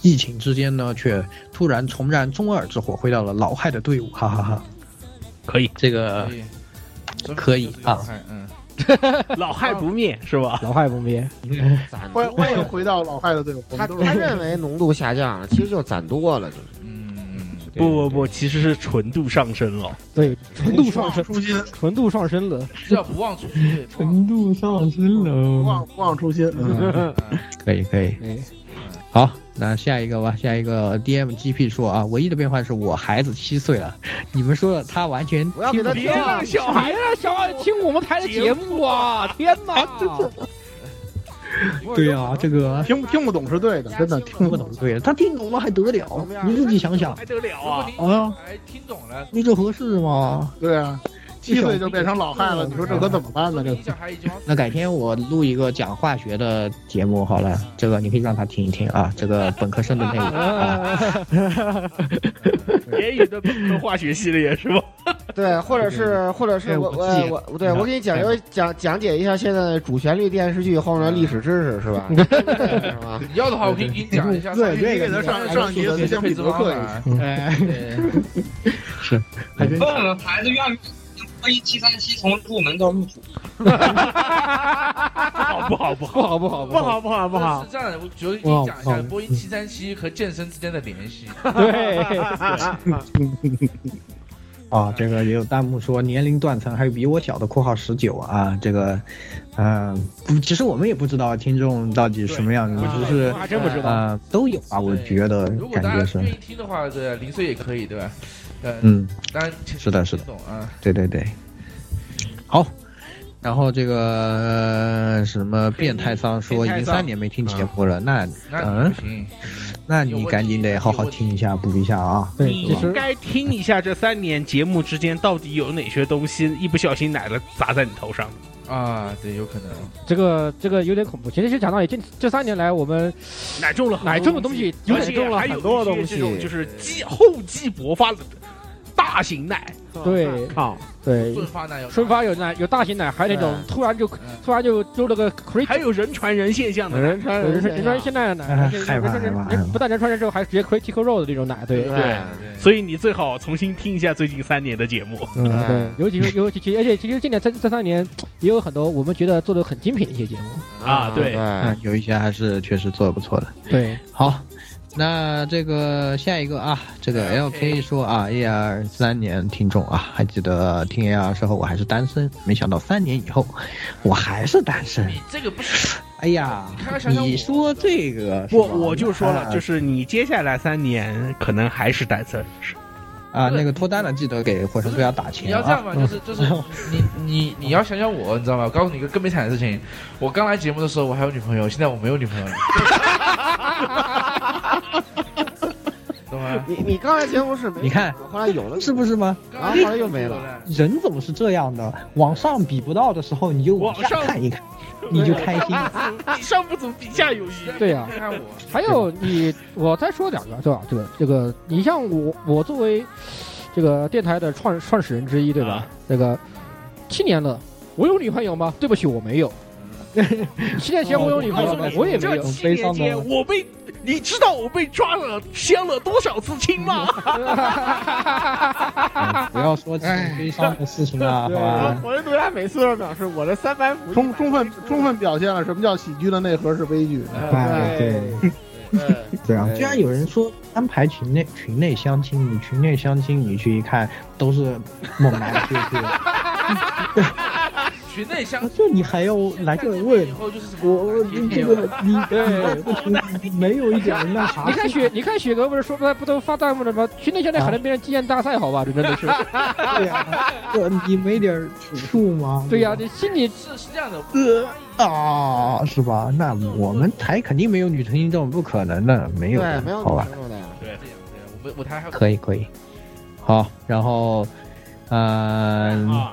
疫情之间呢，却突然重燃中二之火，回到了老亥的队伍，哈哈哈可以，这个可以啊，嗯，老亥不灭是吧？老亥不灭，我我也回到老亥的队伍，我他们都是他认为浓度下降了，其实就攒多了，就是。不不不，其实是纯度上升了。对，纯度上升，纯度上升了，要不忘初心，程度上升不了。忘不忘初心。嗯 可以可以，好，那下一个吧，下一个 DMGP 说啊，唯一的变化是我孩子七岁了，你们说的他完全不要给他听听了懂小孩啊，小孩听我们台的节目啊！天哪，对呀、这个 听听不懂是对的，真的听不懂是对的。他听懂了还得了？你自己想想，还得了啊！啊，听懂了，那这合适吗？对啊，七岁就变成老汉了，你说这可怎么办呢？这小孩已经那改天我录一个讲化学的节目好了，这个你可以让他听一听啊，这个本科生的内容啊。言语的 本科化学系列是吧？对，或者是，或者哎是我我我我，对我给你讲一讲讲解一下现在的主旋律电视剧后面的历史知识是嗯吧？ 你要的话，我可以给你讲一下。对你这个能上上节目像彼得克一样哎，是，还真问问孩子愿不愿意七三七从入门到入土？ 不好不好不好不好不好不好是这样的，我觉得你讲一下波音七三七和健身之间的联系。啊，这个也有弹幕说年龄断层，还有比我小的（括号十九）啊，这个，嗯、不，其实我们也不知道听众到底什么样子，只是哎还真不知道呃都有啊，我觉得如果感大觉家是，愿意听的话，对，零岁也可以，对吧？呃，嗯，当然是的，是的听，懂啊。对对对，好。然后这个、呃什么变态桑说已变态经桑三年没听节目了，那那嗯不，行，嗯那你赶紧得好好听一下，补一下啊。你应该听一下这三年节目之间到底有哪些东西一不小心奶了砸在你头上啊？对，有可能。 这个这个有点恐怖。其实是讲道理，这这三年来 我们奶中了，奶中的东西有而点且中了还有很多一些东西这种就是继厚积薄发的大型奶，对啊， 对，顺发奶有顺发有奶有大型奶，还有那种嗯突然就突然就就那个 crazy，还有人传人现象的奶人传人人传现在的奶，哎而且害怕不是害怕人不但人传人之后，还直接 critical role 的这种奶，对哎对，所以你最好重新听一下最近三年的节目。嗯，对，尤其是尤其其而且其实今年这这三年也有很多我们觉得做的很精品的一些节目啊对嗯， 有一些还是确实做的不错的。对，好，那这个下一个啊，这哎个 LK 说啊，AR 三年听众啊，还记得听 AR 时候我还是单身，没想到三年以后我还是单身。这个不是，哎呀，你说这个是吧，我我就说哎了，就是是你接下来三年可能还是单身，啊，那个脱单的记得给火神对要打钱啊。嗯你要这样吧，就是就是你你你要想想我，你知道吗？我告诉你一个更悲惨的事情，我刚来节目的时候我还有女朋友，现在我没有女朋友了，懂吗？你你刚才节目是没，你看，后来有了，是不是吗？然后后来又没了。人总是这样的，往上比不到的时候，你就往往上下看一看，你就开心。 比上不足，比下有余。对呀啊看看我，还有你，我再说两个，对吧？这个这个，你像我，我作为这个电台的创创始人之一，对吧？这个七年了，我有女朋友吗？对不起，我没有。 七年前我有女朋友吗？我也没这有。七年间，我被你知道我被抓了相了多少次亲吗？不要说这哎种悲伤的事情啊了，好吧？啊我的独家每次都表示我的三百五充充分充分表现了什么叫喜剧的内核是悲剧。哎，对，对啊，居然有人说安排群内群内相亲，你群内相亲，你去一看都是猛男 QQ，群内相啊就你还要来这里问以后就是我我你这个你对你不行，没有一点那啥。你看雪，你看雪哥不是说不不都发弹幕了吗？去那现在还能变成纪念大赛，好吧？这真的是。对呀、这你没点指数吗？对呀、你心里是是这样的，呃啊，是吧？那我们台肯定没有女同听众，不可能的，没有的，对，没有好吧女？朋友的。对对我们我台还有可以可以，好，然后，嗯、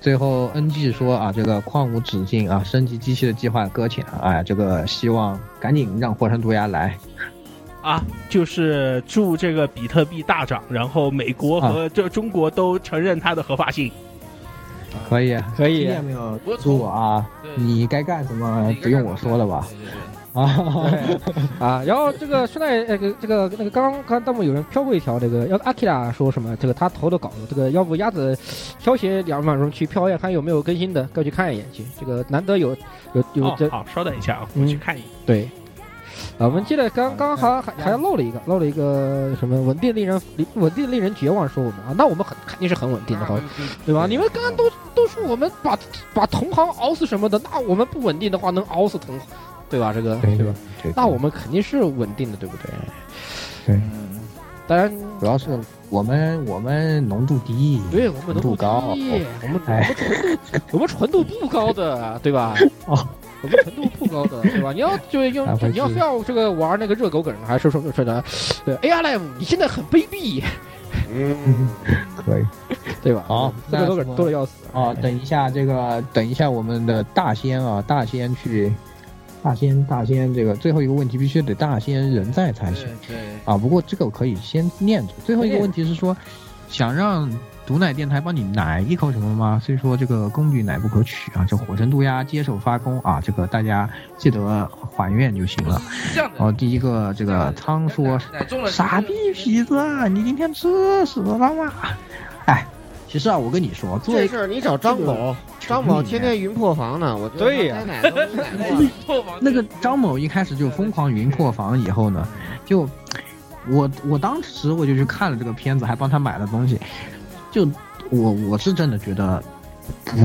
最后 NG 说啊，这个矿无止境啊，升级机器的计划搁浅啊，哎这个希望赶紧让火山毒牙来。啊，就是祝这个比特币大涨，然后美国啊和这中国都承认它的合法性。可以可以啊 听见没有，苏啊我啊，你该干什么不用我说了吧？啊啊！然后这个顺带呃，这个这个那个刚刚刚弹幕有人飘过一条，这个要呃阿基拉说什么？这个他投的稿子，这个要不鸭子挑些两秒钟去飘一下，看有没有更新的，快去看一眼去。这个难得有有有哦这、好，稍等一下啊，嗯我去看一眼。对。啊，我们记得刚刚好像还还漏了一个，漏了一个什么稳定令人稳定令人绝望，说我们啊，那我们很肯定是很稳定的，好，啊对吧？你们刚刚都都说我们把把同行熬死什么的，那我们不稳定的话能熬死同行，对吧？这个对吧？ 那我们肯定是稳定的，对不对？对，当然主要是我们我们浓度低，对我们浓度高，低我们哎，我们纯度不高的，对 吧？哦，我们纯度不高的，对吧？你要啊就是用哪回事你要非要这个玩那个热狗梗，还是说说的，对 AI Live，你现在很卑鄙，嗯，可以，对吧？好，这个那都什是么多的要死哦。等一下，这个等一下，我们的大仙啊，大仙去，大仙大仙，这个最后一个问题必须得大仙人在才行。对，啊，不过这个我可以先念着。最后一个问题是说，想让毒奶电台帮你奶一口什么吗？虽说这个工具奶不可取啊，这火神渡鸦接受发功啊，这个大家记得还愿就行了。这样的然后第一个这个仓说奶中了，傻逼痞子，啊你今天吃屎了吗？哎，其实啊，我跟你说，做这事儿你找张某，张某天天云破防呢，我觉得对该呀奶都奶过了。那个张某一开始就疯狂云破防，以后呢，就我我当时我就去看了这个片子，还帮他买了东西，就我我是真的觉得不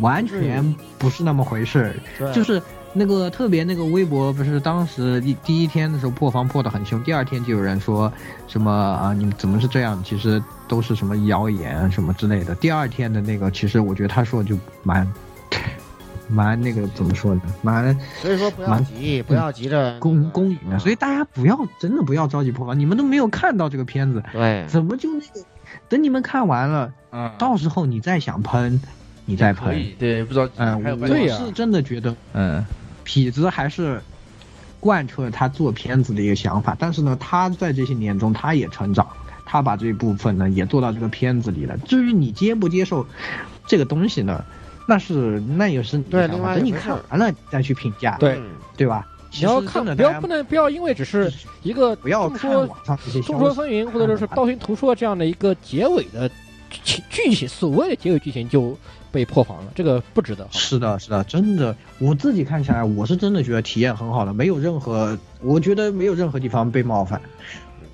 完全不是那么回事儿啊对就是那个特别那个微博不是当时第第一天的时候破防破的很凶，第二天就有人说什么啊你们怎么是这样？其实都是什么谣言什么之类的。第二天的那个，其实我觉得他说的就蛮 蛮那个怎么说呢？蛮所以说不要蛮急，不要急着公嗯公允啊，所以大家不要真的不要着急破防，你们都没有看到这个片子，对，怎么就那个？等你们看完了，嗯，到时候你再想喷，你再可喷，以，对，不着急，嗯，还有半我小时是真的觉得，嗯，痞子还是贯彻了他做片子的一个想法，但是呢，他在这些年中他也成长，他把这一部分呢也做到这个片子里了。至于你接不接受这个东西呢，那是那也是你的对想另法，外等你一回事看儿完了再去评价，对对吧？你要看，不要不能能不要因为只是一个不要说网上这些众消说息嗯纷纭，或者说是道听途说这样的一个结尾的剧剧情，所谓的结尾剧情就被破防了，这个不值得。是的，是的，真的，我自己看起来，我是真的觉得体验很好的，没有任何，我觉得没有任何地方被冒犯，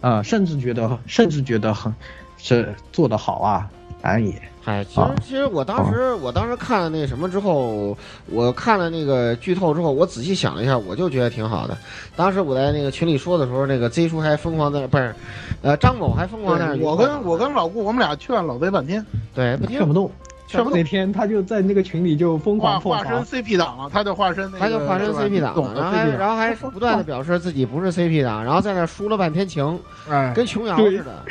啊、甚至觉得，甚至觉得很，是做得好啊，当然也，啊哎，其实其实我当时我当时看了那什么之后，我看了那个剧透之后，我仔细想了一下，我就觉得挺好的。当时我在那个群里说的时候，那个 Z 叔还疯狂在那不是，呃，张某还疯狂在那对儿。我跟我跟老顾，我们俩劝老贼半天，对不听劝不动，劝不动那。天他就在那个群里就疯化狂破化身防， CP 党了，他就化身那个，他就化身是吧 CP 党懂了，的然后还 CP 党然后还不断的表示自己不是 CP 党，然后在那儿输了半天情，跟琼瑶似的，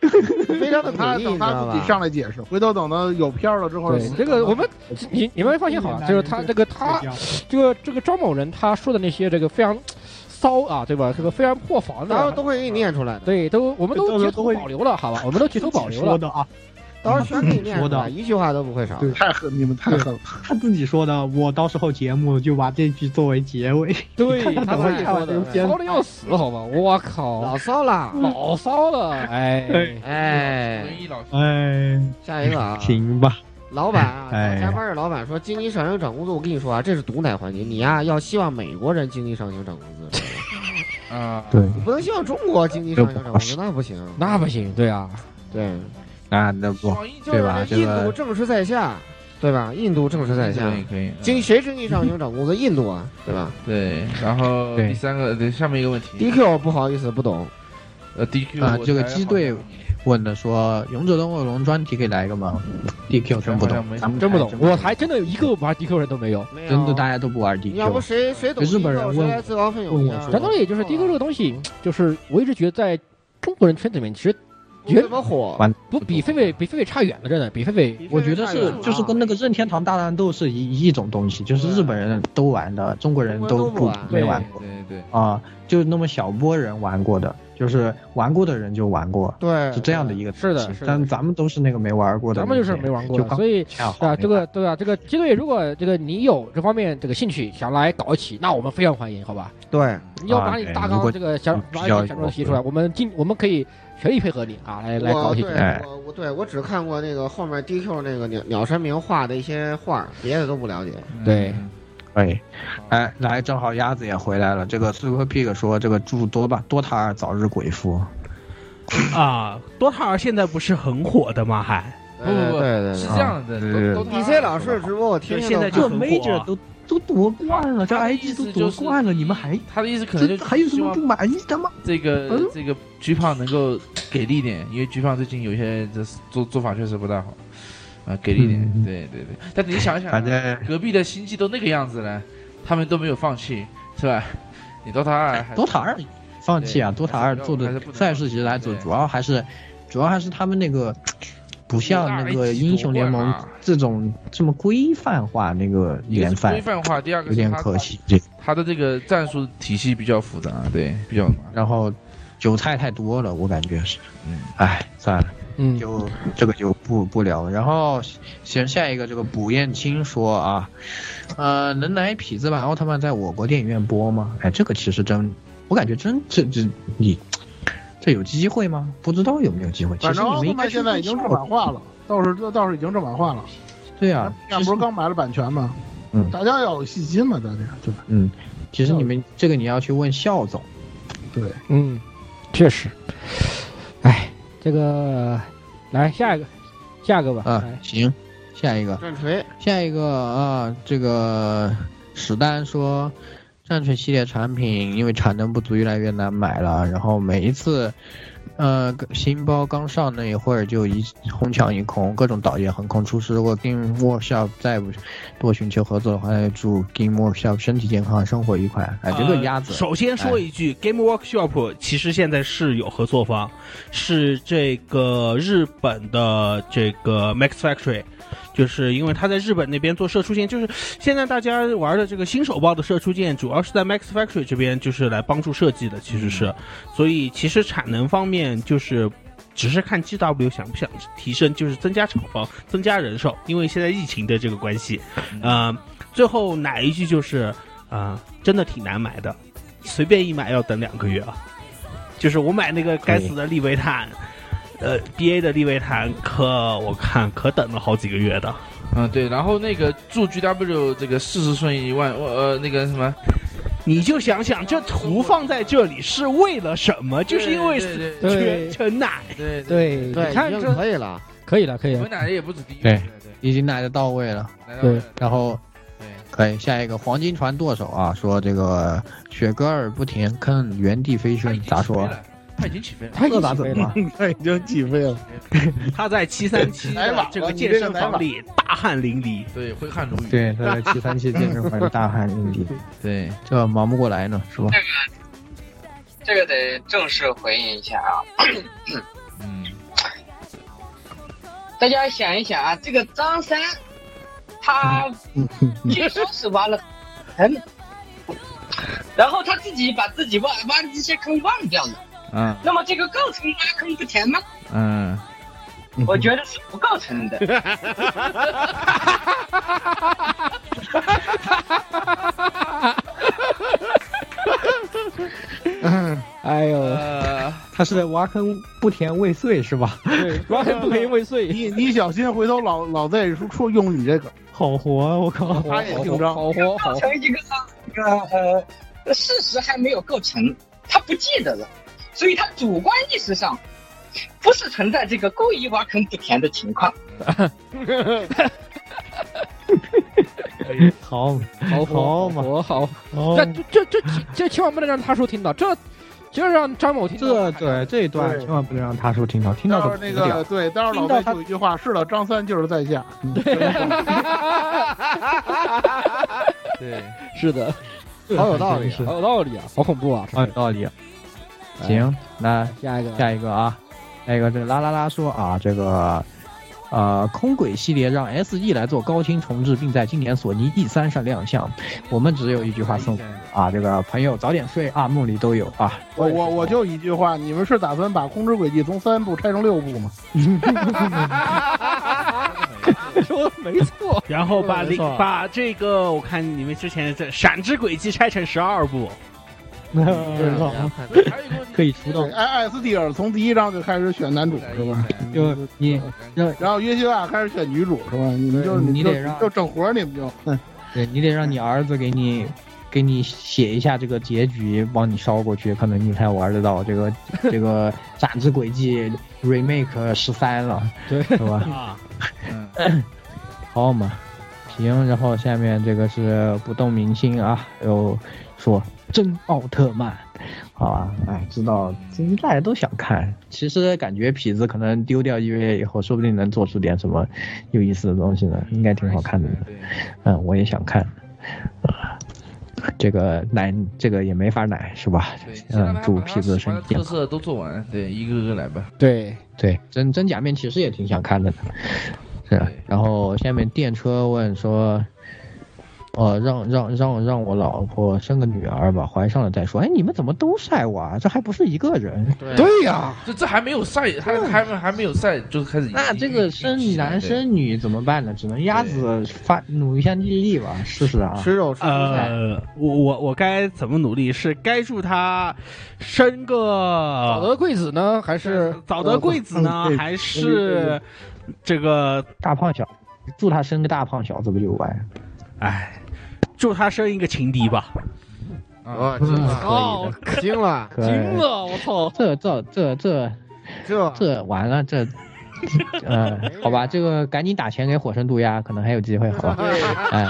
非常的等他诡异，你等知他道自己吧？上来解释，回头等到有片儿了之后对，，这个我们你你们放心好啊，就是他这个他这个这个张某人他说的那些这个非常骚啊，对吧？这个非常破防的，啊然后都会给你念出来的，对，都我们到都时候截都图会保留了，好吧？我们都截图保留了说的啊，到时候全给你念出说来，的一句话都不会少。对太狠，你们太狠了。他自己说的，我到时候节目就把这句作为结 尾，对，你看他他会会说看完这个的，片骚子的要死，好吧？我靠，老骚了，老骚了，哎哎，哎，下一个 啊，行吧，老板啊，哎加班的老板说经济上行涨工资，我跟你说啊，这是毒奶环节，你呀、要希望美国人经济上行涨工资，知 道吗啊，对，你不能希望中国经济上行涨工资，那不行，那不行，对啊，对，啊，那不对吧？这印度个正是在下，对吧？印度正是在下可以，可以，经谁经济上行涨工资？印度啊，对吧对，然后第三个，对，下面一个问题， ？DQ 不好意思，不懂。呃，DQ 啊，我这个才机好队问的说，《勇者斗恶龙》专题可以来一个吗？DQ 真不懂，咱们真不还懂，我还真的有一个玩 DQ 人都没有，真的大家都不玩 DQ。要不谁谁懂日本人 DQ，谁问来自告奋勇问一我下？说然后也就是 DQ 这个东西，就是我一直觉得在中国人圈子里面，其实原怎么火？不比狒狒比狒狒差远了，真的比狒狒。我觉得是啊就是跟那个任天堂大乱斗是一一种东西，就是日本人都玩的，中国人都中国人都不不玩没玩过对对啊，就那么小波人玩过的，就是玩过的人就玩过，对是这样的一个是的东西是的但咱们都是那个没玩过的咱那些，们就是没玩过就的，刚所以恰好啊，这个对啊，这个机队，如果这个你有这方面这个兴趣，想来搞一起，那我们非常欢迎，好吧？对，你要啊把你对大如纲果这个想把你较想有说提出来，我们尽我们可以全力配合你啊，来来搞我起对哎来。我我对我只看过那个后面 DQ 那个鸟鸟山明画的一些画，别的都不了解。对，哎，哎，来，正好鸭子也回来了。这个 Super Pig 说，这个祝多吧多塔尔早日鬼夫。啊，多塔尔现在不是很火的吗？还不不不哎对对对是这样的对都 DC 老师直播我听就听现在就都很看火啊都都夺冠了，这 IG 都夺冠了，你们还他的意思可能就还有什希么望不满意的吗？这个嗯这个菊胖能够给力一点，因为菊胖最近有一些这做做法确实不大好，啊，给力一点，对对对。但你想想啊，嗯反正隔壁的星际都那个样子了，他们都没有放弃，是吧？你 DOTA 二还，DOTA 二放弃啊，DOTA 二做的赛事其实来说，主要还是主要还是他们那个。不像那个英雄联盟这种这么规范化那个联赛，规范化，第二个有是点他可惜。这他的这个战术体系比较复杂，对，比较然后韭菜太多了，我感觉是，嗯，哎，算了，嗯，就这个就不不聊了。然后行，下一个这个卜彦青说啊，呃，能来痞子版奥特曼在我国电影院播吗？哎，这个其实真，我感觉真这这你这有机会吗？不知道有没有机会。其反实正你奥们特应该曼去现在已经正版化了，倒是倒是已经正版化了。对啊，咱们不是刚买了版权吗？嗯大家要有信心嘛，大家对吧？嗯，其实你们这个你要去问校总。对，嗯，确实。哎，这个来下一个，下一个吧。哎啊哎来，行，下一个战锤，下一个啊，这个史丹说，战锤系列产品因为产能不足，越来越难买了。然后每一次，呃，新包刚上那一会儿就一哄抢一空，各种倒爷横空出世。如果 Game Workshop 再不多寻求合作的话，那就祝 Game Workshop 身体健康，生活愉快。哎，这个呃鸭子，首先说哎一句、g a m e Workshop 其实现在是有合作方，是这个日本的这个 Max Factory。就是因为他在日本那边做射出舰，就是现在大家玩的这个新手包的射出舰，主要是在 Max Factory 这边就是来帮助设计的，其实是，所以其实产能方面就是只是看 GW 想不想提升，就是增加厂房、增加人手，因为现在疫情的这个关系，呃，最后哪一句就是啊、呃真的挺难买的，随便一买要等两个月啊。就是我买那个该死的利维坦，呃，BA 的利维坦，可我看可等了好几个月的。嗯，对，然后那个祝 GW 这个事事顺意，万呃那个什么，你就想想，这图放在这里是为了什么？就是因为对对缺对缺奶。对对，对你看已经这可以了，可以了，可以我了。奶也不止第一，对，已经来的到位了。对，然后，可以下一个黄金船舵手啊，说这个雪格尔不停坑，原地飞升，咋说？他已经起飞了，他已经起 飞了，他已经起飞了。 他在七三七来晚了这个健身房里大汗淋漓，对，挥汗如雨。 对，他在七三七健身房里大汗淋 漓，对，这忙不过来呢，是吧？这个得正式回应一下啊。嗯， 大家想一想啊，这个张三，他据说是挖了很，然后他自己把自己挖挖的这些坑忘掉了。啊嗯那么这个构成挖坑不填吗？嗯，我觉得是不构成的。 哎呦，呃他是在挖坑不填未遂是吧？ 完全不可以未遂。你你小心，回头老老在说说用你这个。好活啊，我靠！他也姓张，好活构成一个一个呃事实还没有构成，他不记得了，所以他主观意识上不是存在这个故意挖坑不填的情况。好，好嗯好嘛，好好，哦这这这这这千万不能让他叔听到，这就让张某听到。这对这一段对千万不能让他叔听到，听到到可时候那不得个了对，到时候老魏有一句话，是的，张三就是在 下。对，是的， 对好有道理还啊，真是好有道理啊，好恐怖啊！啊，有道理。行，那下一个下一个啊，那个这啦啦啦说啊，这个呃空轨系列让 SE 来做高清重置，并在今年索尼 E 3上亮相。我们只有一句话送啊，这个朋友早点睡啊，梦里都有啊。我我我就一句话，你们是打算把《空之轨迹》从三部拆成六部吗？ 说没 错，然后把零把这个，我看你们之前这《闪之轨迹》拆成十二部， 嗯可以出动。艾艾斯蒂尔从第一章就开始选男主是吧？就你，然后约西亚开始选女主是吧？你们就你你就得让嗯就整活儿你们就。对你得让你儿子给你给你写一下这个结局，帮你捎过去，可能你才玩得到这个这个 《斩之轨迹》remake 十三了，对，是啊吧？好嘛，行，然后下面这个是不动明星啊，又说真奥特曼，好吧，哎，知道，其实大家都想看，其实感觉痞子可能丢掉 EVA 以后，说不定能做出点什么有意思的东西呢，应该挺好看的，嗯，我也想看，啊、这个奶，这个也没法奶是吧？嗯，祝痞子身体健特康。色都做完，对，一个个来吧。对对，真真假面骑士也挺想看的呢。是啊，然后下面电车问说，呃，让让让让我老婆生个女儿吧，怀上了再说。哎，你们怎么都晒我啊？这还不是一个人？对呀，这这还没有晒，还还没还没有晒，就开始。那这个生男对生女怎么办呢？只能鸭子发努一下毅力吧，试试啊。呃，我我我该怎么努力？是该祝他生个早得贵子呢，还是呃呃早得贵子嗯呢，还是这个大胖小？祝他生个大胖小子不就完？哎，祝他生一个情敌吧。啊，这个哦，惊了，可以我 操！这这这这这这完了这。 呃，好吧，这个赶紧打钱给火神渡鸦，可能还有机会，好吧？哎，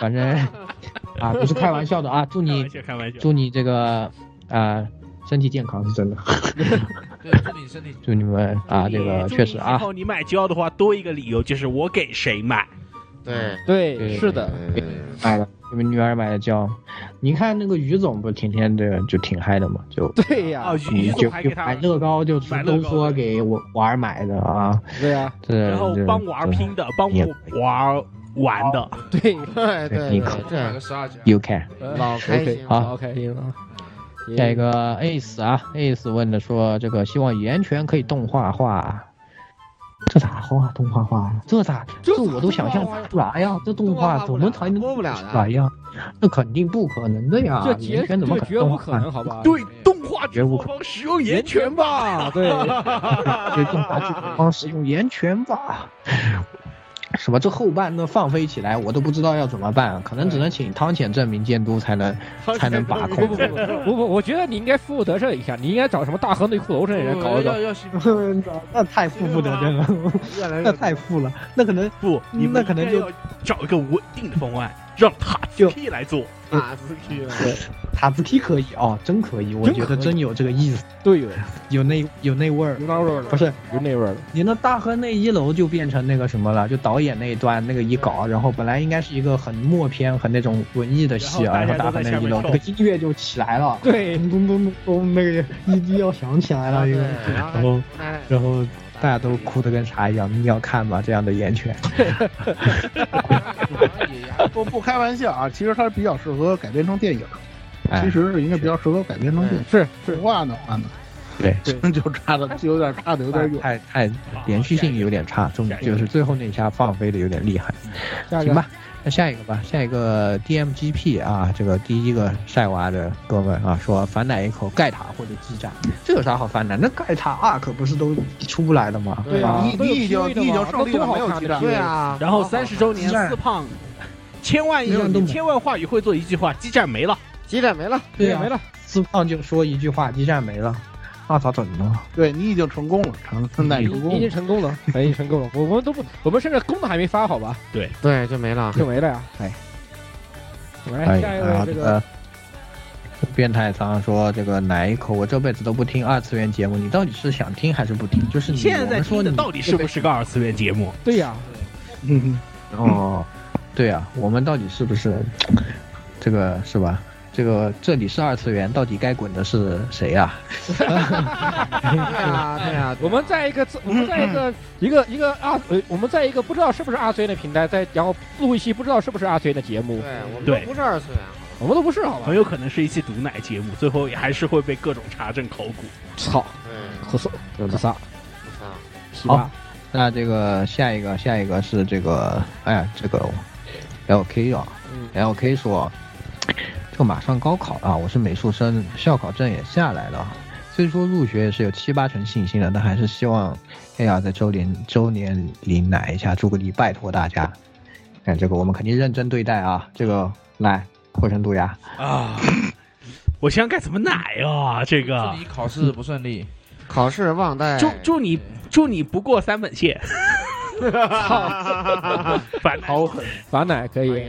反正啊，不是开玩笑的啊，祝你开玩笑祝你这个啊身体健康是真的，祝你身体祝你们啊这个确实以啊，后你买胶的话，多一个理由就是我给谁买。对对，是的，买了你们女儿买的胶，你看那个于总不是天天这个就挺嗨的嘛，就对哦呀，啊，你于就总还就给他买乐高就买乐都高说给我娃儿买的啊，对呀，这然后这帮玩这拼的，帮我玩玩的，对对对哎你可嗯这个十二家， You can，嗯老开心了好，老开心了。下一个 Ace 啊，Ace 问的说，这个希望言权可以动画化，这咋画动画化呀？这咋这我都想象不出来呀？这动画怎么才能播不了来呀？这肯定不可能的呀！这绝言啊权怎么这绝动无画啊可能，好吧？对，动画绝哦无可哦方使用言权 吧。对，能，这动画制作方使用言权吧？什么？这后半段放飞起来，我都不知道要怎么办，可能只能请汤浅证明监督才能才能把控。不不不不不，我觉得你应该负负得正一下，你应该找什么大河内库楼这些嗯人 搞一搞要。要 那太负负得正了，那 太负了，那可能不，你们那可能嗯应该就要找一个稳定的方案，让塔就 P 来做。啊塔斯 P 塔斯 P 可以哦，真可以，我觉得真有这个意思。对，有那有那味儿，有那味儿了不是有那味儿了。你那大河那一楼就变成那个什么了，就导演那一段那个一搞，然后本来应该是一个很默片、很那种文艺的戏啊，然然后后大大家都在下河那一面楼跳那个音乐就起来了，对，咚咚咚咚，那个一一要响起来啊了，一个，然后哎然后大家都哭得跟啥一样，你要看吗？这样的言权。不不开玩笑啊，其实它比较适合改编成电影，哎其实是应该比较适合改编成电影。是是，话呢话呢，对， 就差的就有点差的有点远。太太连续性有点差，重就是最后那一下放飞的有点厉害。哎行吧，那下一个吧，下一个 DMGP 啊，这个第一个晒娃的哥们啊，说反奶一口盖塔或者基站，这有啥好反奶？那盖塔二可不是都出不来的吗？对啊啊吧？你你已经你已经胜利了，没有鸡蛋。啊然后三十周年四胖，千万没有人动你千万话语会做一句话，基站没了，基站没了，对啊呀、没了。四胖就说一句话，基站没了，那咋整呢？对你已经成功了，成嗯成奶成已功经。成 功了，哎已经成功了。我我们都不，我们甚至功都还没发，好吧？对对，就没了，就没了呀。哎，哎来下一位这个呃变态常说这个奶一口，我这辈子都不听二次元节目，你到底是想听还是不听？就是你现在说听的你到底是不是个二次元节目？对呀，嗯，哦，对啊，我们到底是不是这个是吧？这个这里是二次元，到底该滚的是谁啊呀、对啊，对啊，嗯我们在一个自我们在一个一个一个二呃，我们在一个不知道是不是二次元的平台，在然后录一期不知道是不是二次元的节目。对，我们都对不是二啊次元，我们都不是，好吧？哎很有可能是一期毒奶节目，最后也还是会被各种查证考古。操，可骚，可骚，可好，那这个下一个下一个是这个，哎呀，这个 L K 啊、l K 说，这马上高考了啊，我是美术生，校考证也下来了，虽说入学是有七八成信心的，但还是希望哎呀在周年周年临来一下，祝个礼，拜托大家。哎，这个我们肯定认真对待啊，这个来货真度呀。啊，我想想该怎么奶啊？这个你考试不顺利，考试忘带，祝祝你祝你不过三本 线。操， 反好狠，反奶可以，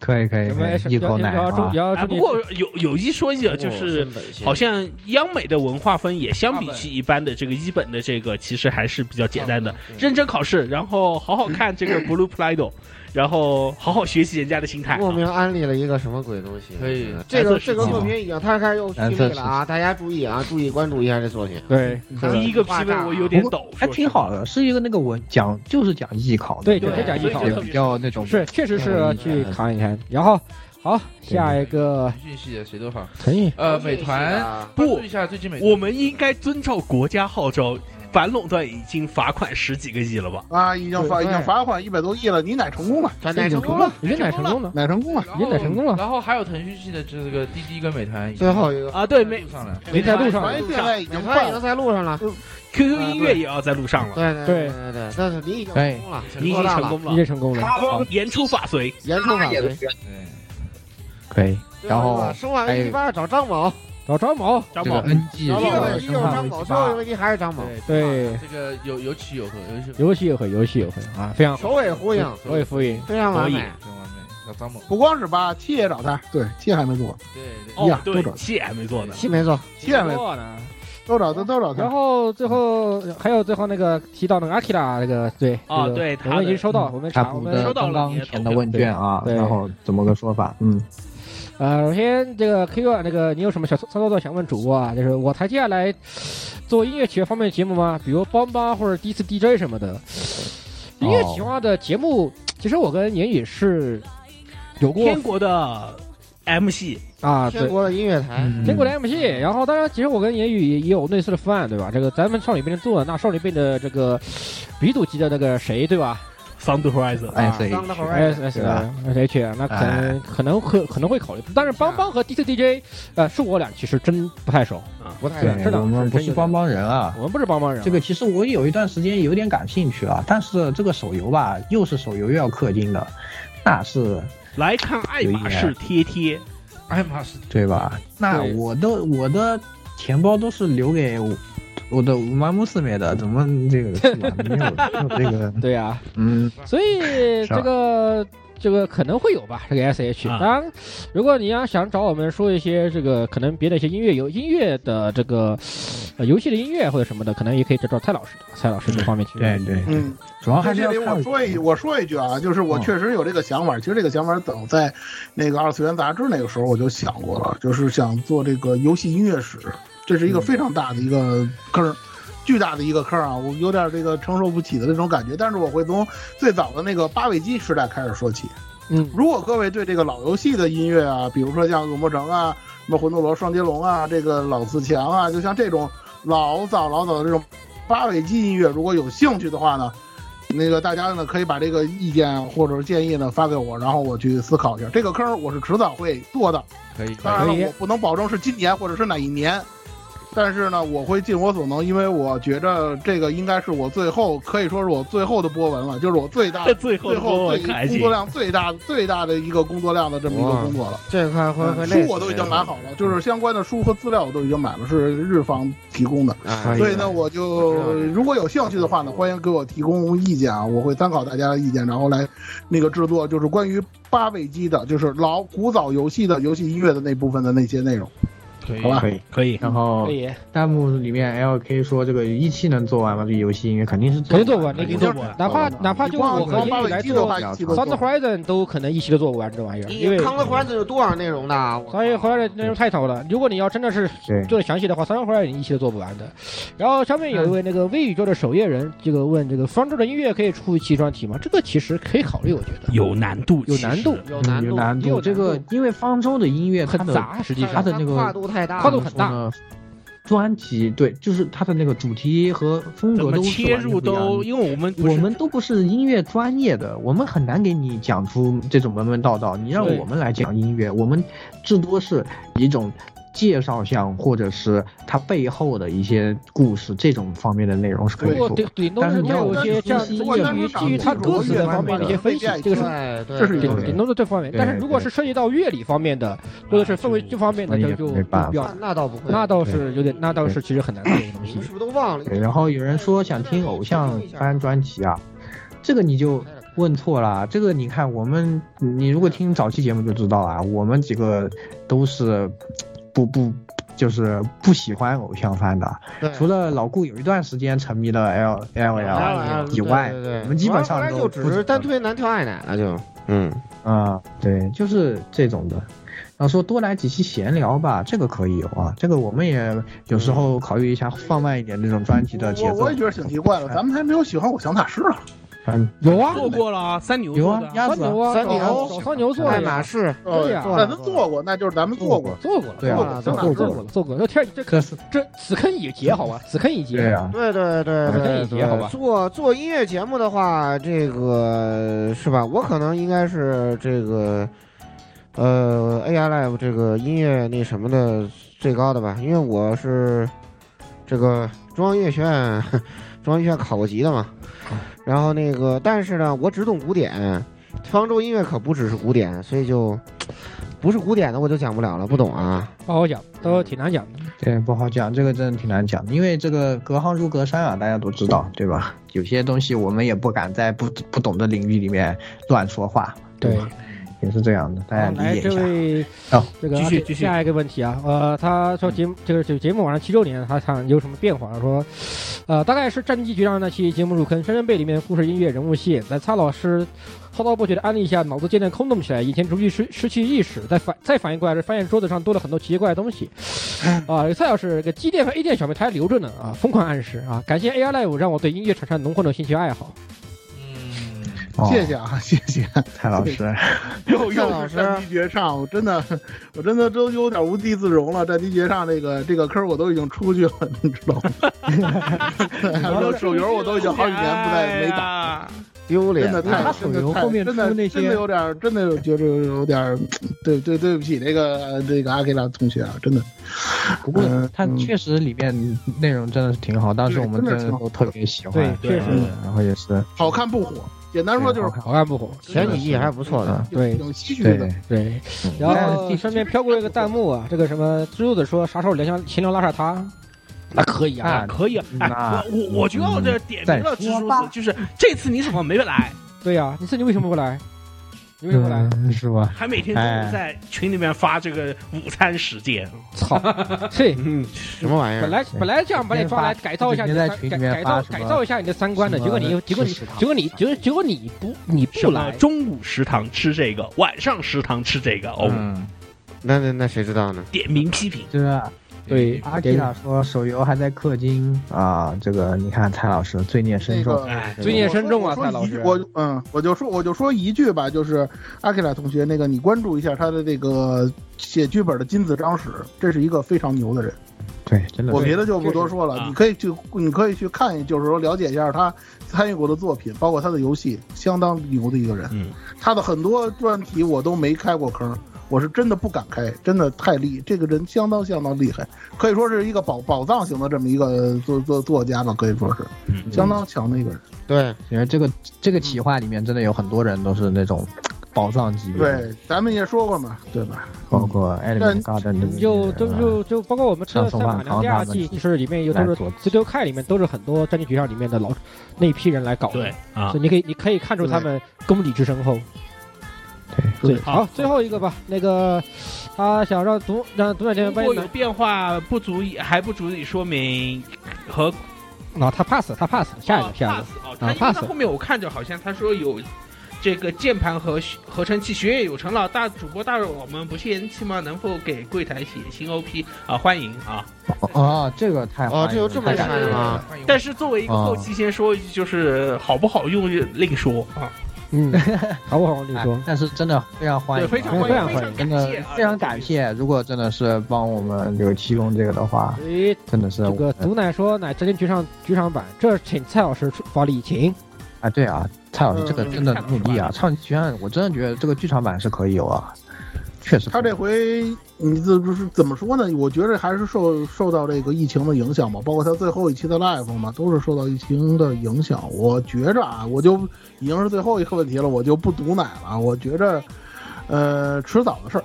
可以可以有可没有以，一口奶也要注啊也！要啊，注不意过有有一说一啊，就是好像央美的文化分也相比起一般的这个一本的这个，其实还是比较简单的。认真考试，然后好好看这个 Blue Plido，然后好好学习人家的心态。莫名安利了一个什么鬼东西？可以这个蓝色这时个期作嘛哎品已经他开始有蓝批色位时了啊！大家注意啊，注意关注一下这作品。啊对第嗯一个批位我有点抖，啊还挺好的，是一个那个我讲就是讲艺考的，对就是讲艺考的比较那种是确实嗯是去看一看，然后好下一个腾讯系的谁都好。可以呃，美团不一下最近美团我们应该遵照国家号召，反垄断已经罚款十几个亿了吧？啊，已经罚已对经罚款一百多亿了，你奶成功了，咱奶成功了人奶成功了，奶成功了，然后然后还有腾讯系的这个滴滴跟美团，最后一个啊，对，没上来，没在路上美团哎现在已经他快已了经在路上了， QQ 音乐也要在路上了。对对对对对，但是你已经成功了，你已经做大成功了，哎你已经成功了好言出法随，言出法随。可以。然后生化还危有机八找张某，哎找张某，张这个 NG 第一个问这题就是张某，最后一个问题还是张某。对，这个有有起有合，有起有合游戏也会，游戏也会啊，非常好首尾呼应，首尾呼应，非常完美。非常完美。那张某，不光是八，七也找他，对，七还没做，哦一样对都找，戏还没做呢，七没做，七也没做呢，都找他，都找他然。后最后还有最后那个提到那个阿基拉那个对哦这个对他我们已经的收到，我们他查我补们的刚刚填的问卷啊，对然后怎么个说法？嗯，呃，首先这个 Q 啊，那个你有什么小操操作想问主播啊？就是我台接下来做音乐企划方面的节目吗？比如帮帮或者第一次 DJ 什么的。音乐企划的节目，其实我跟言语是有过天国的 MC 啊，对天，国的音乐台，嗯天国的 MC。然后当然，其实我跟言语也也有类似的方案，对吧？这个咱们少女变做了，那少女变的这个鼻祖级的那个谁，对吧？ Sound Horizon 啊 SH Sound 对 Horizon，吧 S H，那可能可能会可能会考虑，但是邦邦和 D C D J，呃，是我俩其实真不太熟啊，不太对熟，真的我们不是帮帮人啊，我们不是帮帮人。这个其实我有一段时间有点感兴趣啊，但是这个手游吧，又是手游又要氪金的，那是来看爱马仕贴贴，爱马仕对吧？那对我的我的钱包都是留给我我的五妈姆四妹的，怎么这个是吧没有没 有这个？对呀、嗯，所以啊这个这个可能会有吧，这个 S H。当然，如果你要想找我们说一些这个可能别的一些音乐游音乐的这个、呃、游戏的音乐或者什么的，可能也可以找找蔡老师，蔡老师这方面其实对对，嗯，主要还是这要里看嗯我说一我说一句啊，就是我确实有这个想法。其实这个想法早在那个二次元杂志那个时候我就想过了，就是想做这个游戏音乐史，这是一个嗯非常大的一个坑儿。巨大的一个坑儿啊，我有点这个承受不起的那种感觉，但是我会从最早的那个八位机时代开始说起。嗯，如果各位对这个老游戏的音乐啊，比如说像《恶魔城》啊、什么《魂斗罗》《双截龙》啊、这个老四强啊，就像这种老早老早的这种八尾机音乐，如果有兴趣的话呢，那个大家呢可以把这个意见或者是建议呢发给我，然后我去思考一下。这个坑儿我是迟早会做的，可以，当然了，我不能保证是今年或者是哪一年，但是呢，我会尽我所能，因为我觉着这个应该是我最后可以说是我最后的波纹了，就是我最大最后后的波纹最还行工作量最大最大的一个工作量的这么一个工作了。这块会会嗯书我都已经买好了，就是相关的书和资料我都已经买了，是日方提供的哎。所以呢，我就如果有兴趣的话呢，欢迎给我提供意见啊，我会参考大家的意见，然后来那个制作就是关于八位机的，就是老古早游戏的游戏音乐的那部分的那些内容。可以好吧，可以可以然后可以哦弹幕里面 L K 说这个一七能做完吗？这游戏因为肯定是肯定做不完，肯肯定定做做不不完完。哪怕哪怕就是我和你光英语来做把它记录到 South Horizon 都可能一期都做不完这玩意儿，因你为康德环子有多少内容的啊？我所哎以回来的内容太少了。如果你要真的是对做的详细的话，三张回来你一期都做不完的。然后下面有一嗯位那个微宇宙的守夜人，这个问这个方舟的音乐可以出一期专题吗？这个其实可以考虑，我觉得有难度，有难度，嗯有难度，难有这个因为方舟的音乐很杂实际上它的那个它跨度太大怎么跨度很大说呢。专题对，就是它的那个主题和风格怎都么切入都因为我们我们都不是音乐专业的，我们很难给你讲出这种门门道道。你让对我们来讲音乐，我们至多是一种介绍项或者是它背后的一些故事这种方面的内容是可以不过做顶的。顶多但是是没你要有一些这样分基析于一些基于他歌词的方面的一些分析，这个是对这是对顶对顶多是这方面。但是如果是涉及到乐理方面的，或者是氛围这方面的，那就也就没就办法不要。那倒不会，那倒是有点，那倒是其实很难做这个东西。是不是都忘了？对然后有人说想听偶像翻专辑啊，这个你就问错了。这个你看我们，你如果听早期节目就知道了，我们几个都是不不就是不喜欢偶像番的对，除了老顾有一段时间沉迷了 L L 啊 L 以外对对，对我们基本上后来都就不只是单推南条爱奶了，就嗯啊，对，就是这种的。然后说多来几期闲聊吧，这个可以有啊，这个我们也有时候考虑一下，放慢一点这种专题的节我奏。我也觉得挺奇怪的，咱们还没有喜欢偶像大师啊。嗯，有啊，做过了啊，三牛有做啊的，鸭子牛啊，三三牛牛，三牛做爱的马仕对呀，咱们做过，那就是咱们做过，做过了，对啊做做过了，过做了过了，做过了。这天这这是这此坑已结，好吧，此坑已结。对啊对对对啊这对一节好吧对，做做音乐节目的话，这个是吧？我可能应该是这个，呃，AI Live 这个音乐那什么的最高的吧，因为我是这个中央音乐学院，中央音乐学院考过级的嘛。啊然后那个，但是呢，我只懂古典，方舟音乐可不只是古典，所以就不是古典的我就讲不了了，不懂啊。不好讲，都挺难讲的。对，不好讲，这个真的挺难讲，因为这个隔行如隔山啊，大家都知道，对吧？有些东西我们也不敢在不不懂的领域里面乱说话，对吧，也是这样的，大家好，来哎理解这一下。位哦，这个继续啊继续下一个问题啊，呃，他说嗯节目这个这个节目晚上七周年，他想有什么变化？说，呃，大概是战地局长那期节目入坑，深深被里面故事、音乐、人物吸引，在擦老师滔滔不绝的安利下，脑子渐渐空洞起来，以前逐渐失失去意识，再反再反应过来是发现桌子上多了很多奇奇怪怪的东西。嗯啊、蔡老师，这个 G 店和 A 店小妹他还留着呢啊，疯狂暗示啊，感谢 AR Live 让我对音乐产生浓厚的兴趣爱好。哦谢谢啊，谢谢蔡老师。又蔡又老是师战地绝唱，我真的，我真的都有点无地自容了。战地绝唱这个这个坑我都已经出去了，你知道吗？有手游我都已经好几年不再没打，打，丢真脸。的太真的太真的真的有点真的有觉得有点对对对不起这个呃这个阿给拉同学啊，真的。不过它确实里面内容真的是挺好，当时我们真的都特别喜欢，对确实嗯然后也是好看不火，简单说就是好看不火，前几季还不错的，对，挺唏嘘的对。对，然后身边飘过一个弹幕啊，这个什么蜘蛛子说啥时候连上闲聊拉上他，那可以啊，可以啊。那哎，我我我就要这点名了，嗯蜘蛛丝，就是这次你怎么没来？对呀、你说你为什么不来？你为什么不来？嗯是吧？还每天中哎午在群里面发这个午餐时间，操， 嘿，什么玩意儿？本来本来这样把你抓来改造一下你的三改改造改造一下你的三观的，结果你结果你结果你结果结果你不你什不么来，中午食堂吃这个，晚上食堂吃这个，哦，嗯那那那谁知道呢？点名批评，对吧？对，啊阿基拉说手游还在氪金啊，这个你看蔡老师罪孽深重，这个罪孽深重啊我说蔡老师我嗯，我就说我就说一句吧，就是阿克拉同学，那个你关注一下他的这个写剧本的金子张史，这是一个非常牛的人。对，真的我是别的就不多说了，你可以去，你可以去看，就是说了解一下他参与过的作品，包括他的游戏，相当牛的一个人。嗯，他的很多专题我都没开过坑，我是真的不敢开，真的太厉，这个人相当相当厉害，可以说是一个宝宝藏型的这么一个作作作家吧，可以说是相当强的一个人。对，因为这嗯个这个企划里面真的有很多人都是那种宝藏级别，对，咱们也说过嘛，嗯对吧？包括 Element Garden 的就就就就包括我们吃的赛马娘第二季，就是里面有都是来佐 Studio K 里面都是很多战地局上里面的老那一批人来搞的，对啊所以你可以你可以看出他们功底之深厚。对，好，最后一个吧。那个，他想让独让独眼电如影扮果演有男，变化，不足以还不足以说明和啊，他 pass，他 pass，下一个，下一 pass 哦，个，他啊因为他 pass，后面我看着好像他说有这个键盘和学合成器，学业有成了，大主播大我们不嫌弃吗？能否给柜台写新 OP 啊？欢迎啊！哦，这个太哦，这有这么看的吗？啊但是作为一个后哦期，先说一句，就是好不好用另说啊。嗯， 好不好？你说，哎但是真的非常欢迎啊，对非常欢迎非常感真的谢啊非常感谢。如果真的是帮我们有提供这个的话，诶，真的是这个我毒奶说奶直接局上局上版，这请蔡老师出发力请。啊，对啊，蔡老师嗯这个真的努力啊！唱剧院，我真的觉得这个剧场版是可以有啊，确实。他这回你这不是怎么说呢？我觉得还是受受到这个疫情的影响嘛，包括他最后一期的 live 嘛，都是受到疫情的影响。我觉着啊，我就已经是最后一个问题了，我就不毒奶了。我觉着，呃，迟早的事儿，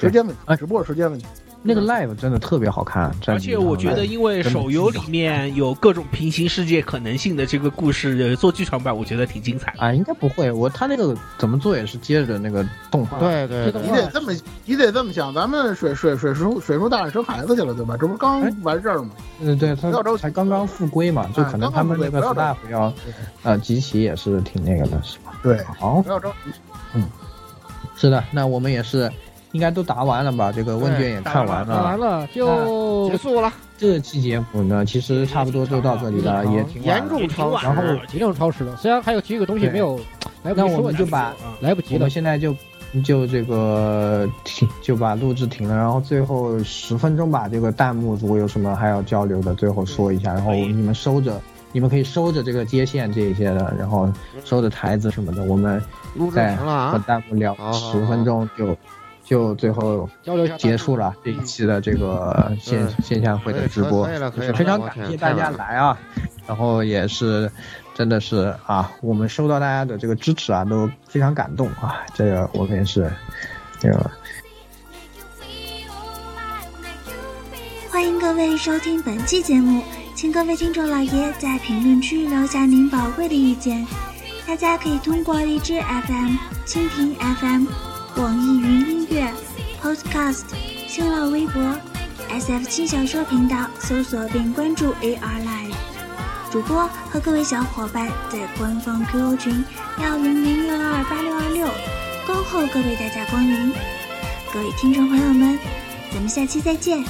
时间问题，直播时间问题。那个 live 真的特别好看，而且我觉得，因为手游里面有各种平行世界可能性的这个故事，呃做剧场版我觉得挺精彩的。啊，应该不会，我他那个怎么做也是接着那个动画，你得这么你得这么想，咱们水水水叔水叔大人生孩子去了，对吧？这不是刚完事儿吗？嗯，对，他不要着急才刚刚复归嘛，就可能他们那个不要 staff 着急要呃集齐也是挺那个的，是吧？对，好不，要着急。是的，那我们也是应该都答完了吧？这个问卷也看完打完了。了就啊结束了，这期节目呢，其实差不多就到这里了，也嗯挺晚严了重啊超时，然后严重超时了。虽然还有几个东西没有来不那及说，我啊们就把来不及我了们。现在就就这个停，就把录制停了，然后最后十分钟吧，这个弹幕如果有什么还要交流的，最后说一下，然后你们收着。你们可以收着这个接线这一些的，然后收着台子什么的，我们录制再成了啊和弹幕聊好十分钟就就最后交流一下弹幕结束了这嗯一期的这个线嗯线下会的直播，可以了可以了非常可以了感我谢天大太家晚了来啊，然后也是真的是啊，我们收到大家的这个支持啊，都非常感动啊，这个我们也是这个欢迎各位收听本期节目，请各位听众老爷在评论区留下您宝贵的意见。大家可以通过荔枝 FM、蜻蜓 FM、网易云音乐、Podcast、新浪微博、SF 轻小说频道搜索并关注 AR Live。主播和各位小伙伴在官方 QQ 群幺零零六二八六二六，恭候各位大驾光临。各位听众朋友们，咱们下期再见。